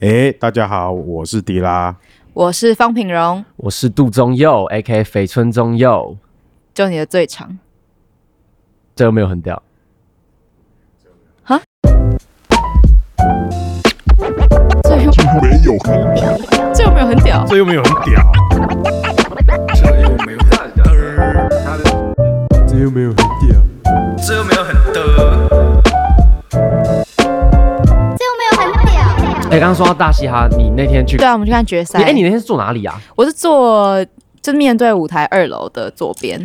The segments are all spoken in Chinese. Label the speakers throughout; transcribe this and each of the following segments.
Speaker 1: 哎，大家好，我是迪拉。
Speaker 2: 我是方品荣，
Speaker 3: 我是杜宗佑，A.K. 肥村宗佑，
Speaker 2: 就你的最长。
Speaker 3: 这又没有很屌。
Speaker 2: 这又没有很屌，这又没有
Speaker 1: 这又没有
Speaker 2: 很屌。
Speaker 1: 很屌，这又没有很屌，
Speaker 4: 这又没有很屌。
Speaker 3: 哎、刚刚说到大嘻哈，你那天去，
Speaker 2: 对啊，我们去看决赛。
Speaker 3: 你哎、你那天是坐哪里啊？
Speaker 2: 我是坐就面对舞台二楼的左边，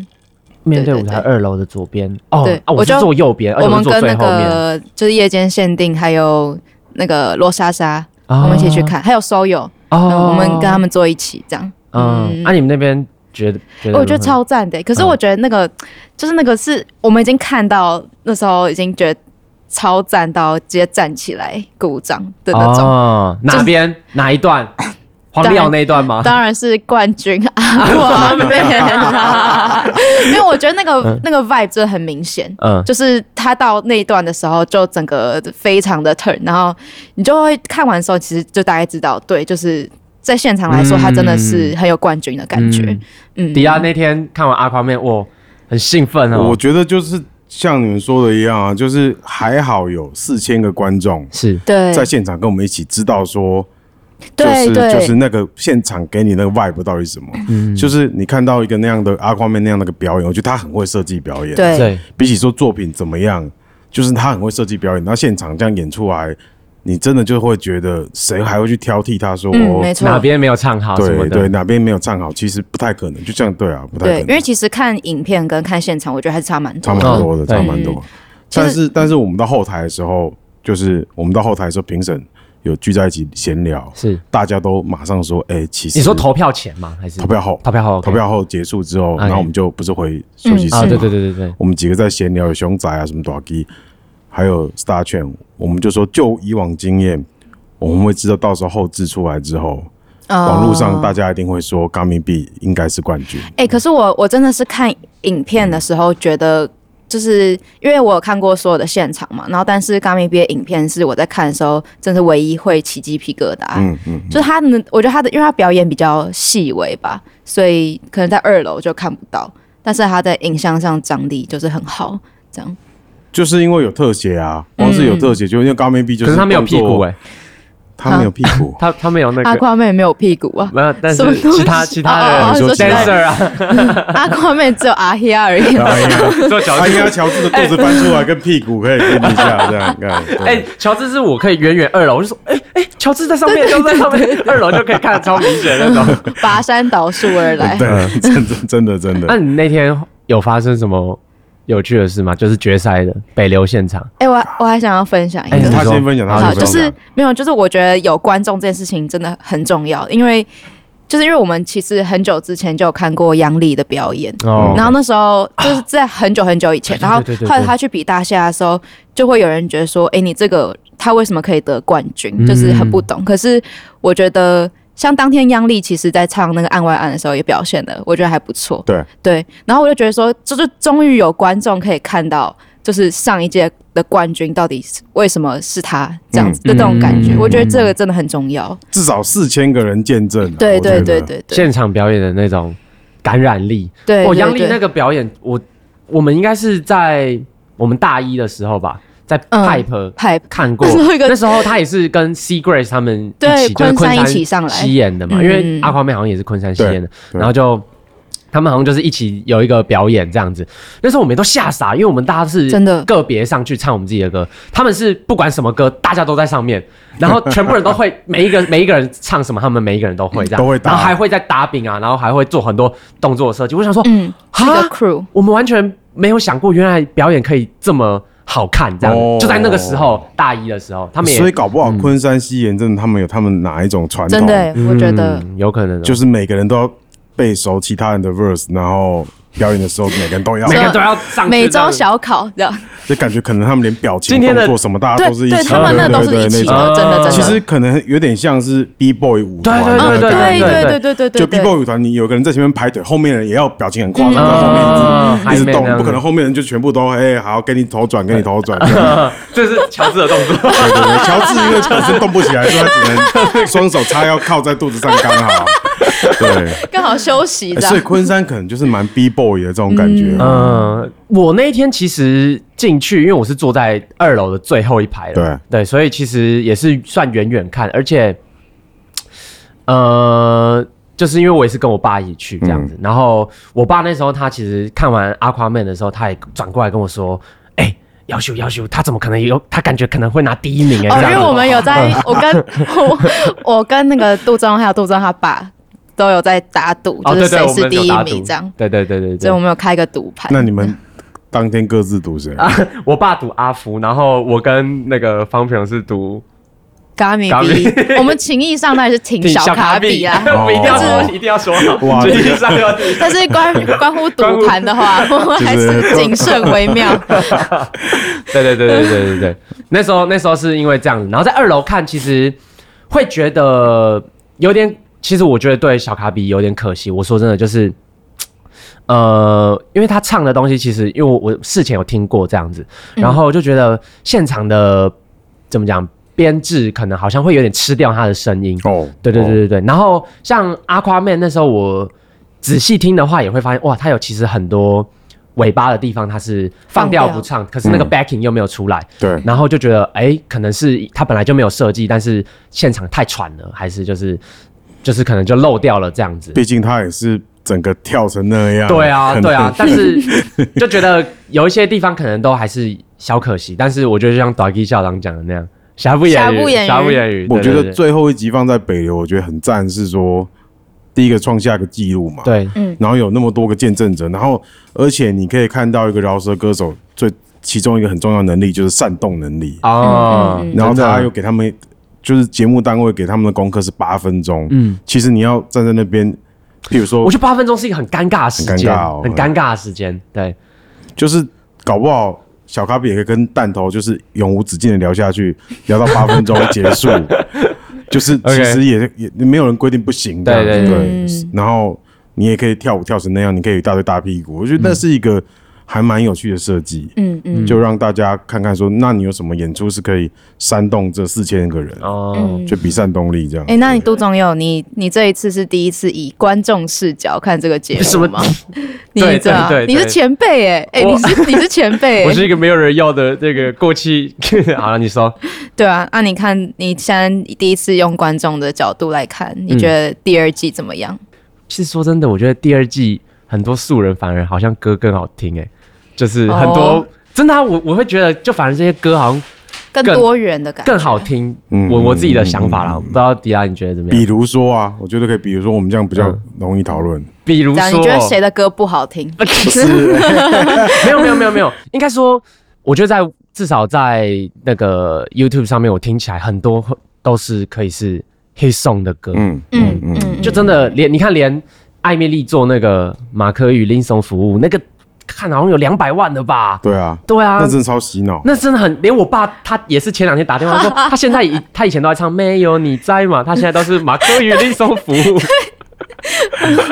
Speaker 3: 面
Speaker 2: 对
Speaker 3: 对
Speaker 2: 对
Speaker 3: 舞台二楼的左边。哦
Speaker 2: 对，
Speaker 3: 啊，
Speaker 2: 我
Speaker 3: 我是
Speaker 2: 就
Speaker 3: 坐右边，而且
Speaker 2: 我
Speaker 3: 我
Speaker 2: 们
Speaker 3: 是
Speaker 2: 跟
Speaker 3: 坐最
Speaker 2: 那
Speaker 3: 后面。
Speaker 2: 个就是夜间限定还有那个罗莎莎，
Speaker 3: 啊
Speaker 2: 我们一起去。看，还有 Soyo，、
Speaker 3: 哦，
Speaker 2: 我们跟他。们坐一起这样。
Speaker 3: 嗯，啊，你们那边觉得？觉得
Speaker 2: 哦我觉得
Speaker 3: 如何
Speaker 2: 超赞的、可是我觉得那个、就是那个是我们已经看到那时候已经觉得超赞到直接站起来鼓掌的那种。
Speaker 3: 哦，
Speaker 2: 就
Speaker 3: 哪
Speaker 2: 是
Speaker 3: 边哪一段？黄
Speaker 2: 当
Speaker 3: 历
Speaker 2: 然
Speaker 3: 瑶那一段吗？
Speaker 2: 当然是冠军阿王面啦，因为我觉得那个
Speaker 3: 嗯
Speaker 2: 那个 vibe 真的很明显，
Speaker 3: 嗯，
Speaker 2: 就是他到那一段的时候，就整个非常的 turn，然后你就会看完的时候，其实就大概知道，对，就是在现场来说，
Speaker 3: 嗯
Speaker 2: 他真的是很有冠军的感觉
Speaker 3: 嗯。
Speaker 2: 嗯，
Speaker 3: 迪亚那天看完阿夸面，我很兴奋哦。
Speaker 1: 我觉得就是像你们说的一样啊，就是还好有四千个观众
Speaker 3: 是
Speaker 2: 对
Speaker 1: 在现场跟我们一起知道说，就
Speaker 2: 对
Speaker 1: 是
Speaker 2: 对
Speaker 1: 就是那个现场给你那个 vibe 到底是什么，
Speaker 3: 嗯
Speaker 1: 就是你看到一个那样的阿宽面那样的一个表演，我觉得他很会设计表演，，
Speaker 2: 对
Speaker 3: 对，
Speaker 1: 比起说作品怎么样，就是他很会设计表演，那现场这样演出来，你真的就会觉得谁还会去挑剔他说，
Speaker 2: 嗯
Speaker 1: 哦
Speaker 2: 没错
Speaker 3: 哪边没有唱好啊什么
Speaker 1: 对
Speaker 3: 的。
Speaker 1: 对，哪边没有唱好，其实不太可能，就这样对啊，不太
Speaker 2: 对，
Speaker 1: 可
Speaker 2: 因
Speaker 1: 能
Speaker 2: 为，其实看影片跟看现场，我觉得还是差蛮
Speaker 1: 差
Speaker 2: 多的。
Speaker 1: 蛮多的，
Speaker 3: 嗯对
Speaker 1: 差蛮多。
Speaker 2: 其实
Speaker 1: 但是但是我们到后台的时候，就是我们到后台的时候，评审有聚在一起闲聊，
Speaker 3: 是
Speaker 1: 大家都马上说，哎，其实
Speaker 3: 你说投票前吗？还是
Speaker 1: 投票后，
Speaker 3: 投票后，OK
Speaker 1: 投票后结束之后，
Speaker 3: OK
Speaker 1: 然后我们就不是回休息室
Speaker 3: 啊？
Speaker 1: 嘛
Speaker 3: 对对对对对，
Speaker 1: 我们几个在闲聊，有熊仔啊，什么短鸡，还有 Star 券，我们就说就以往经验，我们会知道到时候后置出来之后，
Speaker 2: 哦
Speaker 1: 网络上大家一定会说 Gummy B 应该是冠军。
Speaker 2: 哎、可是我我真的是看影片的时候觉得。就是因为我有看过所有的现场嘛，然后但是 Gummy B 的影片是我在看的时候，真是唯一会起鸡皮疙
Speaker 3: 啊
Speaker 2: 瘩。
Speaker 1: 嗯嗯，
Speaker 2: 就是他的，我觉得他的，因为他表演比较细微吧，所以可能在二楼就看不到，但是他在影像上张力就是很好，这样。
Speaker 1: 就是因为有特写啊，光是有特写，就因为 Gummy B 就
Speaker 3: 嗯可是他没有屁股
Speaker 1: 哎，
Speaker 3: 哎，，
Speaker 1: 他没有屁股
Speaker 3: 他他没有那
Speaker 2: 阿
Speaker 3: 个。
Speaker 2: 夸妹没有屁股啊，
Speaker 3: 没有，但
Speaker 2: 什么
Speaker 3: 是
Speaker 2: 东西
Speaker 3: 其他其他
Speaker 2: 哦
Speaker 3: 的
Speaker 1: 哦哦你说其他
Speaker 3: dancer 啊，
Speaker 2: 阿夸妹只有阿黑而 已。
Speaker 1: 哎呀，
Speaker 3: 做脚
Speaker 1: 哎呀，乔治的肚子翻出来跟屁股可以对比一下，这样看。对
Speaker 3: 哎、乔治是我可以远远二楼，我就说，哎、哎、乔治在上面，乔治在上面，二楼就可以看得超明显 那种。
Speaker 2: 跋山倒树而来。
Speaker 1: 对，真真真的真
Speaker 3: 那
Speaker 1: 的，
Speaker 3: 你那天有发生什么有趣的事吗？就是决赛的北流现场，
Speaker 2: 哎、我我还想要分享一个，
Speaker 3: 哎你
Speaker 1: 他
Speaker 3: 说
Speaker 1: 先分享，他
Speaker 3: 好
Speaker 1: 先
Speaker 2: 好，
Speaker 1: 分
Speaker 2: 就
Speaker 1: 享，
Speaker 2: 是没有，就是我觉得有观众这件事情真的很重要，因为就是因为我们其实很久之前就有看过杨丽的表演。
Speaker 3: 哦
Speaker 2: 然后那时候就是在很久很久以前，然后
Speaker 3: 对对对对
Speaker 2: 后来他去比大虾的时候，就会有人觉得说：“哎，你这个他为什么可以得冠军？
Speaker 3: 嗯
Speaker 2: 就是很不懂。”可是我觉得，像当天央丽其实在唱那个《案外案》的时候也表现的，我觉得还不错。
Speaker 1: 对
Speaker 2: 对，然后我就觉得说，这就终于有观众可以看到，就是上一届的冠军到底是为什么是他这样子的
Speaker 3: 嗯
Speaker 2: 这种感觉，
Speaker 3: 嗯哦
Speaker 2: 我觉得这个真的很重要。
Speaker 1: 至少四千个人见证啊。
Speaker 2: 对
Speaker 1: 我觉得
Speaker 2: 对对对对
Speaker 3: 现场表演的那种感染力。
Speaker 2: 对，
Speaker 3: 哦，
Speaker 2: 对
Speaker 3: 杨丽那
Speaker 2: 对
Speaker 3: 个表演，我我们应该是在我们大一的时候吧，在
Speaker 2: 嗯
Speaker 3: Pipe、
Speaker 2: 派
Speaker 3: 看过
Speaker 2: 那时候一个
Speaker 3: 那时候他也是跟 C Grace 他们一
Speaker 2: 对
Speaker 3: 起，就是
Speaker 2: 昆山
Speaker 3: 山
Speaker 2: 一起上来
Speaker 3: 西演的嘛，
Speaker 2: 嗯
Speaker 3: 因为阿华妹好像也是昆山西演的，
Speaker 1: 对
Speaker 3: 然后就他们好像就是一起有一个表演这样子。那时候我们都吓傻，因为我们大家是
Speaker 2: 真的
Speaker 3: 个别上去唱我们自己的歌，他们是不管什么歌，大家都在上面，然后全部人都会每一个 每一个人唱什么，他们每一个人都会这样，
Speaker 1: 都会搭
Speaker 3: 然后还会在搭饼啊，然后还会做很多动作设计。我想说，
Speaker 2: 嗯是
Speaker 3: 哈
Speaker 2: 个 crew，
Speaker 3: 我们完全没有想过，原来表演可以这么好看，这样、
Speaker 1: 哦
Speaker 3: 就在那个时候，大一的时候，他们也
Speaker 1: 所以搞不好昆山西岩真的他们有他们哪一种传统，
Speaker 2: 真的、我觉得。
Speaker 3: 嗯有可能哦、
Speaker 1: 就是每个人都要背熟其他人的 verse，然后表演的时候，每个人都要
Speaker 3: 每，个人都要上去
Speaker 2: 每周
Speaker 3: 这样
Speaker 2: 小考这样，
Speaker 1: 就感觉可能他们连表情、
Speaker 3: 今天的
Speaker 1: 动作什么，大家
Speaker 2: 对
Speaker 1: 都是一
Speaker 2: 对，
Speaker 1: 起的，
Speaker 2: 他们那都是
Speaker 1: 对
Speaker 2: 一起
Speaker 1: 对那种
Speaker 2: 的，真的真的。嗯
Speaker 1: 其实可能有点像是 B boy 舞团的
Speaker 3: 对对
Speaker 1: 概
Speaker 2: 对
Speaker 1: 念，
Speaker 2: 对对对对对，
Speaker 1: 就 B boy 舞团，你有个人在前面排腿，后面人也要表情很夸张，
Speaker 2: 嗯
Speaker 1: 在后面一直一直
Speaker 3: 嗯
Speaker 1: 动
Speaker 3: 嗯，嗯
Speaker 1: 不可能后面人就全部都哎好，给你头转，给你头转。这样
Speaker 3: 这是乔治的动作。
Speaker 1: 对对对，乔治因为本身动不起来，所以他只能双手叉腰靠在肚子上刚好。对，
Speaker 2: 刚好休息
Speaker 1: 欸
Speaker 2: 这
Speaker 1: 所以
Speaker 2: 样。
Speaker 1: 昆山可能就是蛮 B boy 的这种感觉。 啊
Speaker 3: 嗯，我那一天其实进去，因为我是坐在二楼的最后一排了，对，所以其实也是算远远看，而且，呃，就是因为我也是跟我爸一起去这样子，然后我爸那时候他其实看完《阿夸妹》的时候，他也转过来跟我说：“哎、要修要修，他怎么可能有？他感觉可能会拿第一名哎、
Speaker 2: 哦，
Speaker 3: 这
Speaker 2: 因
Speaker 3: 样
Speaker 2: 为
Speaker 3: 子
Speaker 2: 我们有在，我跟我我跟那个杜仲还有杜仲他爸都有在打赌，
Speaker 3: 哦，
Speaker 2: 就是
Speaker 3: 对对，
Speaker 2: 谁
Speaker 3: 我
Speaker 2: 是
Speaker 3: 们
Speaker 2: 第
Speaker 3: 有
Speaker 2: 一
Speaker 3: 打赌
Speaker 2: 名这样，。
Speaker 3: 对对对对
Speaker 2: 所
Speaker 3: 对
Speaker 2: 以我。们有开个赌盘。
Speaker 1: 那你们当天各自赌
Speaker 3: 啊
Speaker 1: 谁？
Speaker 3: 我爸赌阿福，然后我跟那个方平是赌
Speaker 2: Gummy
Speaker 3: Gummy，
Speaker 2: B，我们情谊上当然是挺小卡比啊啦
Speaker 3: 我一定要
Speaker 1: 哦
Speaker 3: 说，一定要说好，
Speaker 1: 哇
Speaker 3: 哇，一定要说。
Speaker 2: 但是关关乎赌盘的话，我们还是谨慎为妙。
Speaker 3: 对对对对对对对，那时候那时候是因为这样子，然后在二楼看，其实会觉得有点，其实我觉得对小卡比有点可惜。我说真的，就是。呃，因为他唱的东西，其实因为我我事前有听过这样子，
Speaker 2: 嗯
Speaker 3: 然后就觉得现场的怎么讲编制可能好像会有点吃掉他的声音，
Speaker 1: 哦，
Speaker 3: 对对对对对。然后像阿夸妹那时候，我仔细听的话，也会发现哇，它有其实很多尾巴的地方，它是放掉不唱，可是那个
Speaker 1: 嗯
Speaker 3: backing 又没有出来，
Speaker 1: 对，
Speaker 3: 然后就觉得哎、可能是它本来就没有设计，但是现场太喘了，还是就是就是可能就漏掉了这样子。
Speaker 1: 毕竟他也是整个跳成那样。
Speaker 3: 对啊，
Speaker 1: 可能
Speaker 3: 对 啊，但是就觉得有一些地方可能都还是小可惜，但是我觉得就像 Doggy 校长讲的那样，瑕不掩
Speaker 2: 瑕
Speaker 3: 瑜，
Speaker 2: 不掩
Speaker 3: 瑕
Speaker 2: 瑜
Speaker 3: 不掩瑜。
Speaker 1: 我
Speaker 3: 对
Speaker 1: 觉
Speaker 3: 对
Speaker 1: 得最后一集放在北流，我觉得很赞，是说第一个创下一个记录嘛。。
Speaker 3: 对，
Speaker 2: 嗯
Speaker 1: 然后有那么多个见证者，然后而且你可以看到一个饶舌歌手最其中一个很重要的能力就是煽动能力，
Speaker 2: 嗯
Speaker 3: 哦，
Speaker 1: 然后
Speaker 3: 真的
Speaker 1: 他又给他们就是节目单位给他们的功课是八分钟，
Speaker 3: 嗯，
Speaker 1: 其实你要站在那边，譬如说
Speaker 3: 我觉得八分钟是一个很尴尬的时
Speaker 1: 很
Speaker 3: 间，
Speaker 1: 尴尬哦
Speaker 3: 很尴尬的时间。对，
Speaker 1: 就是搞不好小咖比也可以跟弹头就是永无止境的聊下去，聊到八分钟结 束，就是其
Speaker 3: OK
Speaker 1: 实也也没有人规定不行的，
Speaker 3: 对对
Speaker 1: 对
Speaker 3: 对
Speaker 1: 然后你也可以跳舞跳成那样，你可以有一大堆大屁股，我觉得
Speaker 3: 嗯
Speaker 1: 那是一个还蛮有趣的设计。
Speaker 2: 嗯嗯，
Speaker 1: 就让大家看看说，那你有什么演出是可以煽动这四千个人，
Speaker 3: 哦，
Speaker 1: 就比煽动力这样。
Speaker 2: 哎、那你杜总有你你这一次是第一次以观众视角看这个节
Speaker 3: 什
Speaker 2: 目
Speaker 3: 么
Speaker 2: 吗？ 你
Speaker 3: 对
Speaker 2: 这样
Speaker 3: 对对对
Speaker 2: 你是前辈哎哎，
Speaker 3: 我
Speaker 2: 你是你是前辈、
Speaker 3: 我
Speaker 2: 欸，
Speaker 3: 是一个没有人要的这个过气。 好了，你说，
Speaker 2: 对啊。那、你看你现在第一次用观众的角度来看，
Speaker 3: 嗯
Speaker 2: 你觉得第二季怎么样？
Speaker 3: 其实说真的，我觉得第二季很多素人反而好像歌更好听，哎，就是很多
Speaker 2: 哦
Speaker 3: 真的啊，我我会觉得就反正这些歌好像
Speaker 2: 更
Speaker 3: 更
Speaker 2: 多元的感觉，
Speaker 3: 更好听。
Speaker 1: 嗯
Speaker 3: 我
Speaker 1: 嗯
Speaker 3: 我自己的想法啦，不知道迪拉你觉得怎么
Speaker 1: 比
Speaker 3: 样？
Speaker 1: 如说啊，我觉得可以，比如说我们这样比较容易讨论。
Speaker 3: 比如
Speaker 2: 这样
Speaker 3: 说，
Speaker 2: 你觉得谁的歌不好听？
Speaker 3: 没有没有没有没有，应该说，我觉得在至少在那个 YouTube 上面，我听起来很多都是可以是 hit song 的歌，
Speaker 1: 嗯
Speaker 2: 嗯嗯嗯，
Speaker 3: 就真的连你看连艾米丽做那个马克与林松服务那个，看好像有两百万的吧？
Speaker 1: 对啊，
Speaker 3: 对啊
Speaker 1: 那，真的超洗脑。
Speaker 3: 那真的很，连我爸他也是前两天打电 话说，他现在以他以前都在唱没有你在嘛，他现在都是马克与林松服务，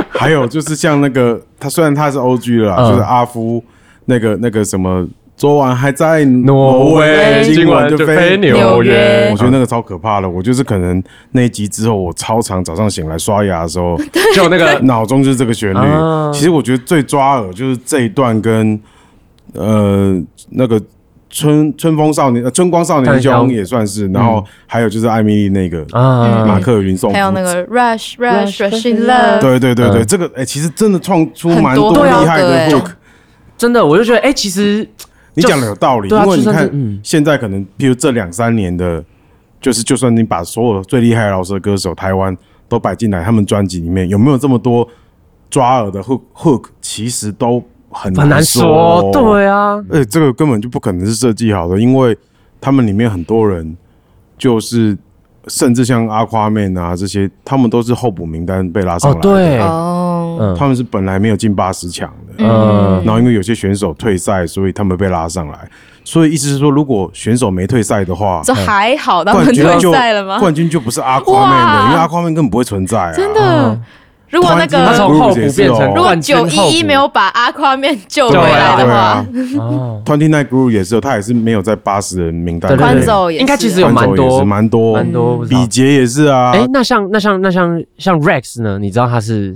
Speaker 1: 还有就是像那个，他虽然他是 O G 了啦，
Speaker 3: 嗯
Speaker 1: 就是阿夫那个那个什么，昨晚还在
Speaker 3: 挪威
Speaker 1: 今
Speaker 3: 今晚
Speaker 1: 就
Speaker 3: 就飞
Speaker 2: 纽
Speaker 3: 纽
Speaker 2: 约
Speaker 3: 约，
Speaker 1: 我觉得那个超可怕的，我就是可能那一集之后，我超常早上醒来刷牙的时候，
Speaker 3: 就那个
Speaker 1: 脑中就是这个旋律
Speaker 3: 啊。
Speaker 1: 其实我觉得最抓耳就是这一段跟呃那个春春风少年、呃春光少年
Speaker 3: 春
Speaker 1: 兄
Speaker 3: 兄
Speaker 1: 也算是，然后还有就是艾米丽那个
Speaker 3: 嗯啊，
Speaker 1: 马克与林颂
Speaker 2: 还有
Speaker 1: 夫
Speaker 2: 那个 Rush Rush
Speaker 3: Rush,
Speaker 2: Rush
Speaker 3: Rush
Speaker 2: in
Speaker 3: in
Speaker 2: Love，
Speaker 1: 对对对对，
Speaker 3: 嗯
Speaker 1: 这个哎、其实真的创出蛮
Speaker 2: 很多
Speaker 1: 厉害
Speaker 2: 对
Speaker 1: 的
Speaker 2: 啊对
Speaker 1: hook。
Speaker 3: 真的我就觉得哎、其实
Speaker 1: 你讲的有道理，
Speaker 3: 对啊
Speaker 1: 因为你
Speaker 3: 就算
Speaker 1: 看
Speaker 3: 是嗯
Speaker 1: 现在可能，譬如这两三年的，就是就算你把所有最厉害的饶舌歌手台湾都摆进来，他们专辑里面有没有这么多抓耳的 hook hook，其实都很
Speaker 3: 很难
Speaker 1: 说
Speaker 3: 说，。对啊，
Speaker 1: 而且这个根本就不可能是设计好的，因为他们里面很多人就是，甚至像阿夸妹啊这些，他们都是候补名单被拉上
Speaker 3: 哦
Speaker 1: 来的。
Speaker 3: 对，
Speaker 2: 哦，
Speaker 3: 嗯
Speaker 1: 他们是本来没有进八十强的，
Speaker 3: 嗯
Speaker 1: 然后因为有些选手退赛，所以他们被拉上来。所以意思是说，如果选手没退赛的话，
Speaker 2: 这还好，他
Speaker 1: 冠
Speaker 2: 们
Speaker 1: 军就
Speaker 2: 退赛了吗？
Speaker 1: 冠军就不是阿夸妹
Speaker 2: 哇
Speaker 1: 了，因为阿夸妹根本不会存在啊。
Speaker 2: 真的，如果那
Speaker 1: 嗯
Speaker 3: 他
Speaker 1: 团体
Speaker 2: 个
Speaker 3: 从后补变成
Speaker 2: 如果
Speaker 3: 冠军
Speaker 2: 九
Speaker 3: 后补
Speaker 2: 一一没有把阿夸面救回
Speaker 1: 对
Speaker 2: 来
Speaker 1: 啊，
Speaker 2: 的
Speaker 1: 对
Speaker 2: 话
Speaker 1: 啊，
Speaker 3: 哦，
Speaker 1: ，Twenty Nine Group 也是有，他也是没有在八十人名单
Speaker 3: 对
Speaker 1: 里面。
Speaker 2: 宽
Speaker 3: 对
Speaker 2: 走
Speaker 3: 对，
Speaker 2: 也是
Speaker 3: 应该其实有蛮
Speaker 1: 宽走也
Speaker 3: 多
Speaker 1: 是蛮多，
Speaker 3: 蛮多不知道
Speaker 1: 比杰也是啊。
Speaker 3: 哎，那像那像那像像 Rex 呢？你知道他是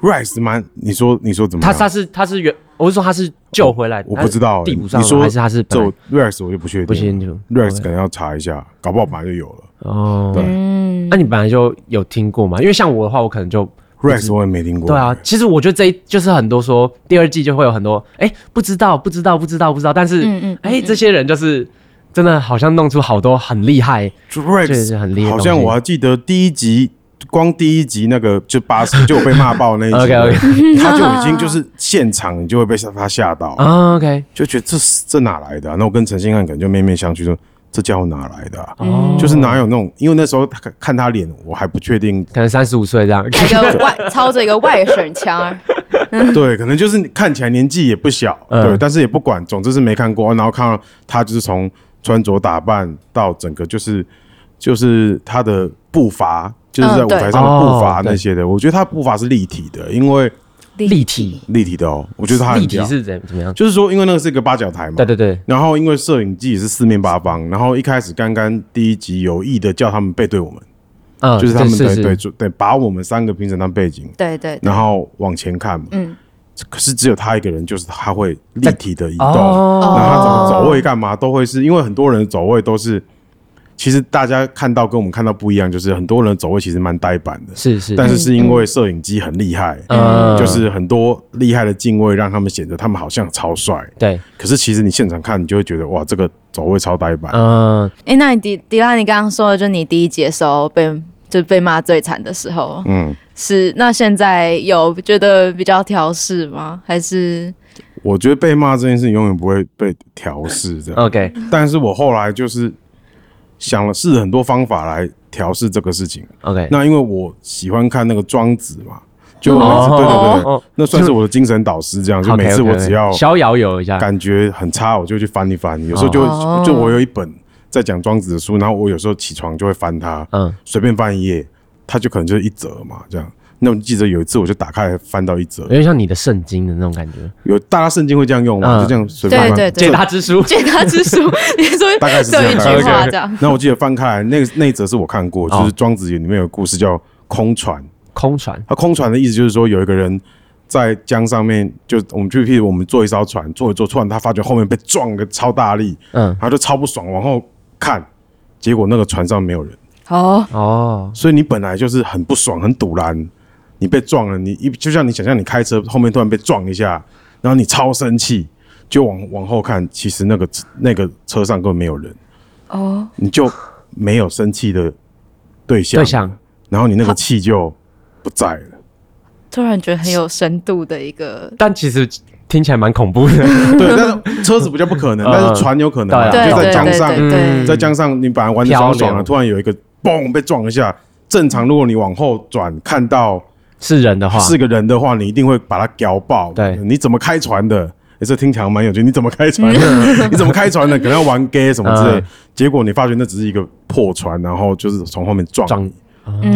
Speaker 1: Rice 蛮，你说你说怎么
Speaker 3: 他
Speaker 1: 样？
Speaker 3: 他是他是原，我是说他是救回来的，
Speaker 1: 我不知道
Speaker 3: 他是
Speaker 1: 欸，
Speaker 3: 地补上
Speaker 1: 你
Speaker 3: 的
Speaker 1: 说
Speaker 3: 还是他是
Speaker 1: 这
Speaker 3: 本来
Speaker 1: 我 Rice 我就不确定，
Speaker 3: 不清楚
Speaker 1: Rex
Speaker 3: OK
Speaker 1: 可能要查一下，搞不好本来就有了。
Speaker 3: 哦。
Speaker 1: 对
Speaker 2: 嗯
Speaker 3: 那，你本来就有听过吗？因为像我的话，我可能就
Speaker 1: Rex 我也没听过。
Speaker 3: 对啊，。其实我觉得这一就是很多说第二季就会有很多哎、不知道不知道不知道不知道，但是
Speaker 2: 嗯嗯
Speaker 3: 哎、这些人就是真的好像弄出好多很厉害，这也是
Speaker 1: Rex
Speaker 3: 很厉害的
Speaker 1: 好
Speaker 3: 东西。
Speaker 1: 像我还记得第一集，光第一集那个就八十就有被骂爆那一集
Speaker 3: OK，OK
Speaker 1: 他就已经就是现场你就会被他吓到，
Speaker 3: 啊 OK
Speaker 1: 就觉得这是这哪来的啊？那我跟陈信汉可能就面面相觑说，这家伙哪来的啊？
Speaker 3: 哦
Speaker 1: 就是哪有那种，因为那时候看看他脸，我还不确定
Speaker 3: 可能三十五岁这样，
Speaker 2: 一个外操着一个外省腔 儿，
Speaker 1: 对，可能就是看起来年纪也不小，
Speaker 3: 嗯
Speaker 1: 对，但是也不管，总之是没看过。然后看到他就是从穿着打扮到整个就是就是他的步伐，就是在
Speaker 2: 嗯
Speaker 1: 舞
Speaker 2: 对
Speaker 1: 台上的步伐
Speaker 3: 哦对
Speaker 1: 那些的，我觉得他步伐是立体的，因为
Speaker 3: 立体，
Speaker 1: 立体的哦，我觉得他很
Speaker 3: 立体
Speaker 1: 屌
Speaker 3: 是怎怎么样？
Speaker 1: 就是说，因为那个是一个八角台嘛，
Speaker 3: 对对对，
Speaker 1: 然后因为摄影机也是四面八方，然后一开始刚刚第一集有意的叫他们背对我们，
Speaker 3: 嗯，
Speaker 1: 就是他们
Speaker 3: 对
Speaker 1: 对
Speaker 3: 是
Speaker 1: 对对
Speaker 3: 是
Speaker 1: 对，把我们三个评审当背景，
Speaker 2: 对对对
Speaker 1: 然后往前看嘛。
Speaker 2: 嗯
Speaker 1: 可是只有他一个人，就是他会立体的移动，
Speaker 3: 哦，
Speaker 1: 然后他怎么走位干嘛都会是，因为很多人的走位都是，其实大家看到跟我们看到不一样，就是很多人的走位其实蛮呆板的，
Speaker 3: 是是，
Speaker 1: 但是是因为摄影机很厉害，
Speaker 3: 嗯
Speaker 1: 就是很多厉害的镜位让他们显得他们好像超帅，
Speaker 3: 对，
Speaker 1: 可是其实你现场看，你就会觉得哇，这个走位超呆板。
Speaker 3: 嗯，
Speaker 2: 哎、那你迪迪拉，你刚刚说的，就你第一节的时候被就被骂最惨的时候，
Speaker 1: 嗯，
Speaker 2: 是那现在有觉得比较调试吗？还是
Speaker 1: 我觉得被骂这件事情永远不会被调试的。
Speaker 3: OK，
Speaker 1: 但是我后来就是想了试了很多方法来调试这个事情。
Speaker 3: OK，
Speaker 1: 那因为我喜欢看那个庄子嘛，就每次对对对对，
Speaker 3: 哦
Speaker 1: 那算是我的精神导师这样。就
Speaker 3: OK，OK，OK
Speaker 1: 每次我只要
Speaker 3: 逍遥游一下，
Speaker 1: 感觉很差，我就去翻一翻。有时候就
Speaker 2: 哦
Speaker 1: 会就我有一本在讲庄子的书，然后我有时候起床就会翻它，
Speaker 3: 嗯，
Speaker 1: 随便翻一页，它就可能就是一则嘛，这样。那我记得有一次我就打开来翻到一则
Speaker 3: 有，点像你的圣经的那种感觉，
Speaker 1: 有大家圣经会这样用
Speaker 3: 嗯
Speaker 1: 嘛，就这样随便翻。
Speaker 2: 对对对
Speaker 3: 解答之书，
Speaker 2: 借他之书？你说
Speaker 1: 大概是
Speaker 2: 就
Speaker 1: 这
Speaker 2: 一
Speaker 1: 样
Speaker 2: 句话
Speaker 3: OK，OK
Speaker 2: 这样，
Speaker 1: 那我记得翻开来，那个那一则是我看过，
Speaker 3: 哦
Speaker 1: 就是《庄子》里面有个故事叫“空船”。
Speaker 3: 空船，
Speaker 1: 它“空船”的意思就是说，有一个人在江上面，就我们去譬如我们坐一艘船，坐一坐，突然他发觉后面被撞了个超大力，
Speaker 3: 嗯，
Speaker 1: 他就超不爽，往后看，结果那个船上没有人，
Speaker 2: 哦，
Speaker 3: 哦，
Speaker 1: 所以你本来就是很不爽、很堵然，你被撞了，你一就像你想象你开车后面突然被撞一下，然后你超生气，就往往后看，其实那个那个车上根本没有人。
Speaker 2: 哦，
Speaker 1: 你就没有生气的对象，
Speaker 3: 对象，
Speaker 1: 然后你那个气就不在 了。
Speaker 2: 突然觉得很有深度的一个，
Speaker 3: 但其实听起来蛮恐怖 的，
Speaker 1: 对，但是车子比较不可 能，
Speaker 3: 嗯
Speaker 1: 但是船有可能嘛，
Speaker 3: 对啊
Speaker 2: 对
Speaker 1: 就
Speaker 2: 对
Speaker 1: 在江
Speaker 2: 对
Speaker 1: 上，
Speaker 2: 对对，
Speaker 3: 嗯
Speaker 1: 在江上你本来玩的爽爽
Speaker 3: 漂流
Speaker 1: 的，啊突然有一个嘣被撞一下。正常，如果你往后转看到
Speaker 3: 是人的话，
Speaker 1: 是个人的话，你一定会把它屌爆。
Speaker 3: 对
Speaker 1: 你怎么开船的？诶这听起来蛮有趣。你怎么开船 的？你怎么开船的？可能要玩 gay 什么之类
Speaker 3: 嗯。
Speaker 1: 结果你发觉那只是一个破船，然后就是从后面撞
Speaker 3: 撞
Speaker 1: 你，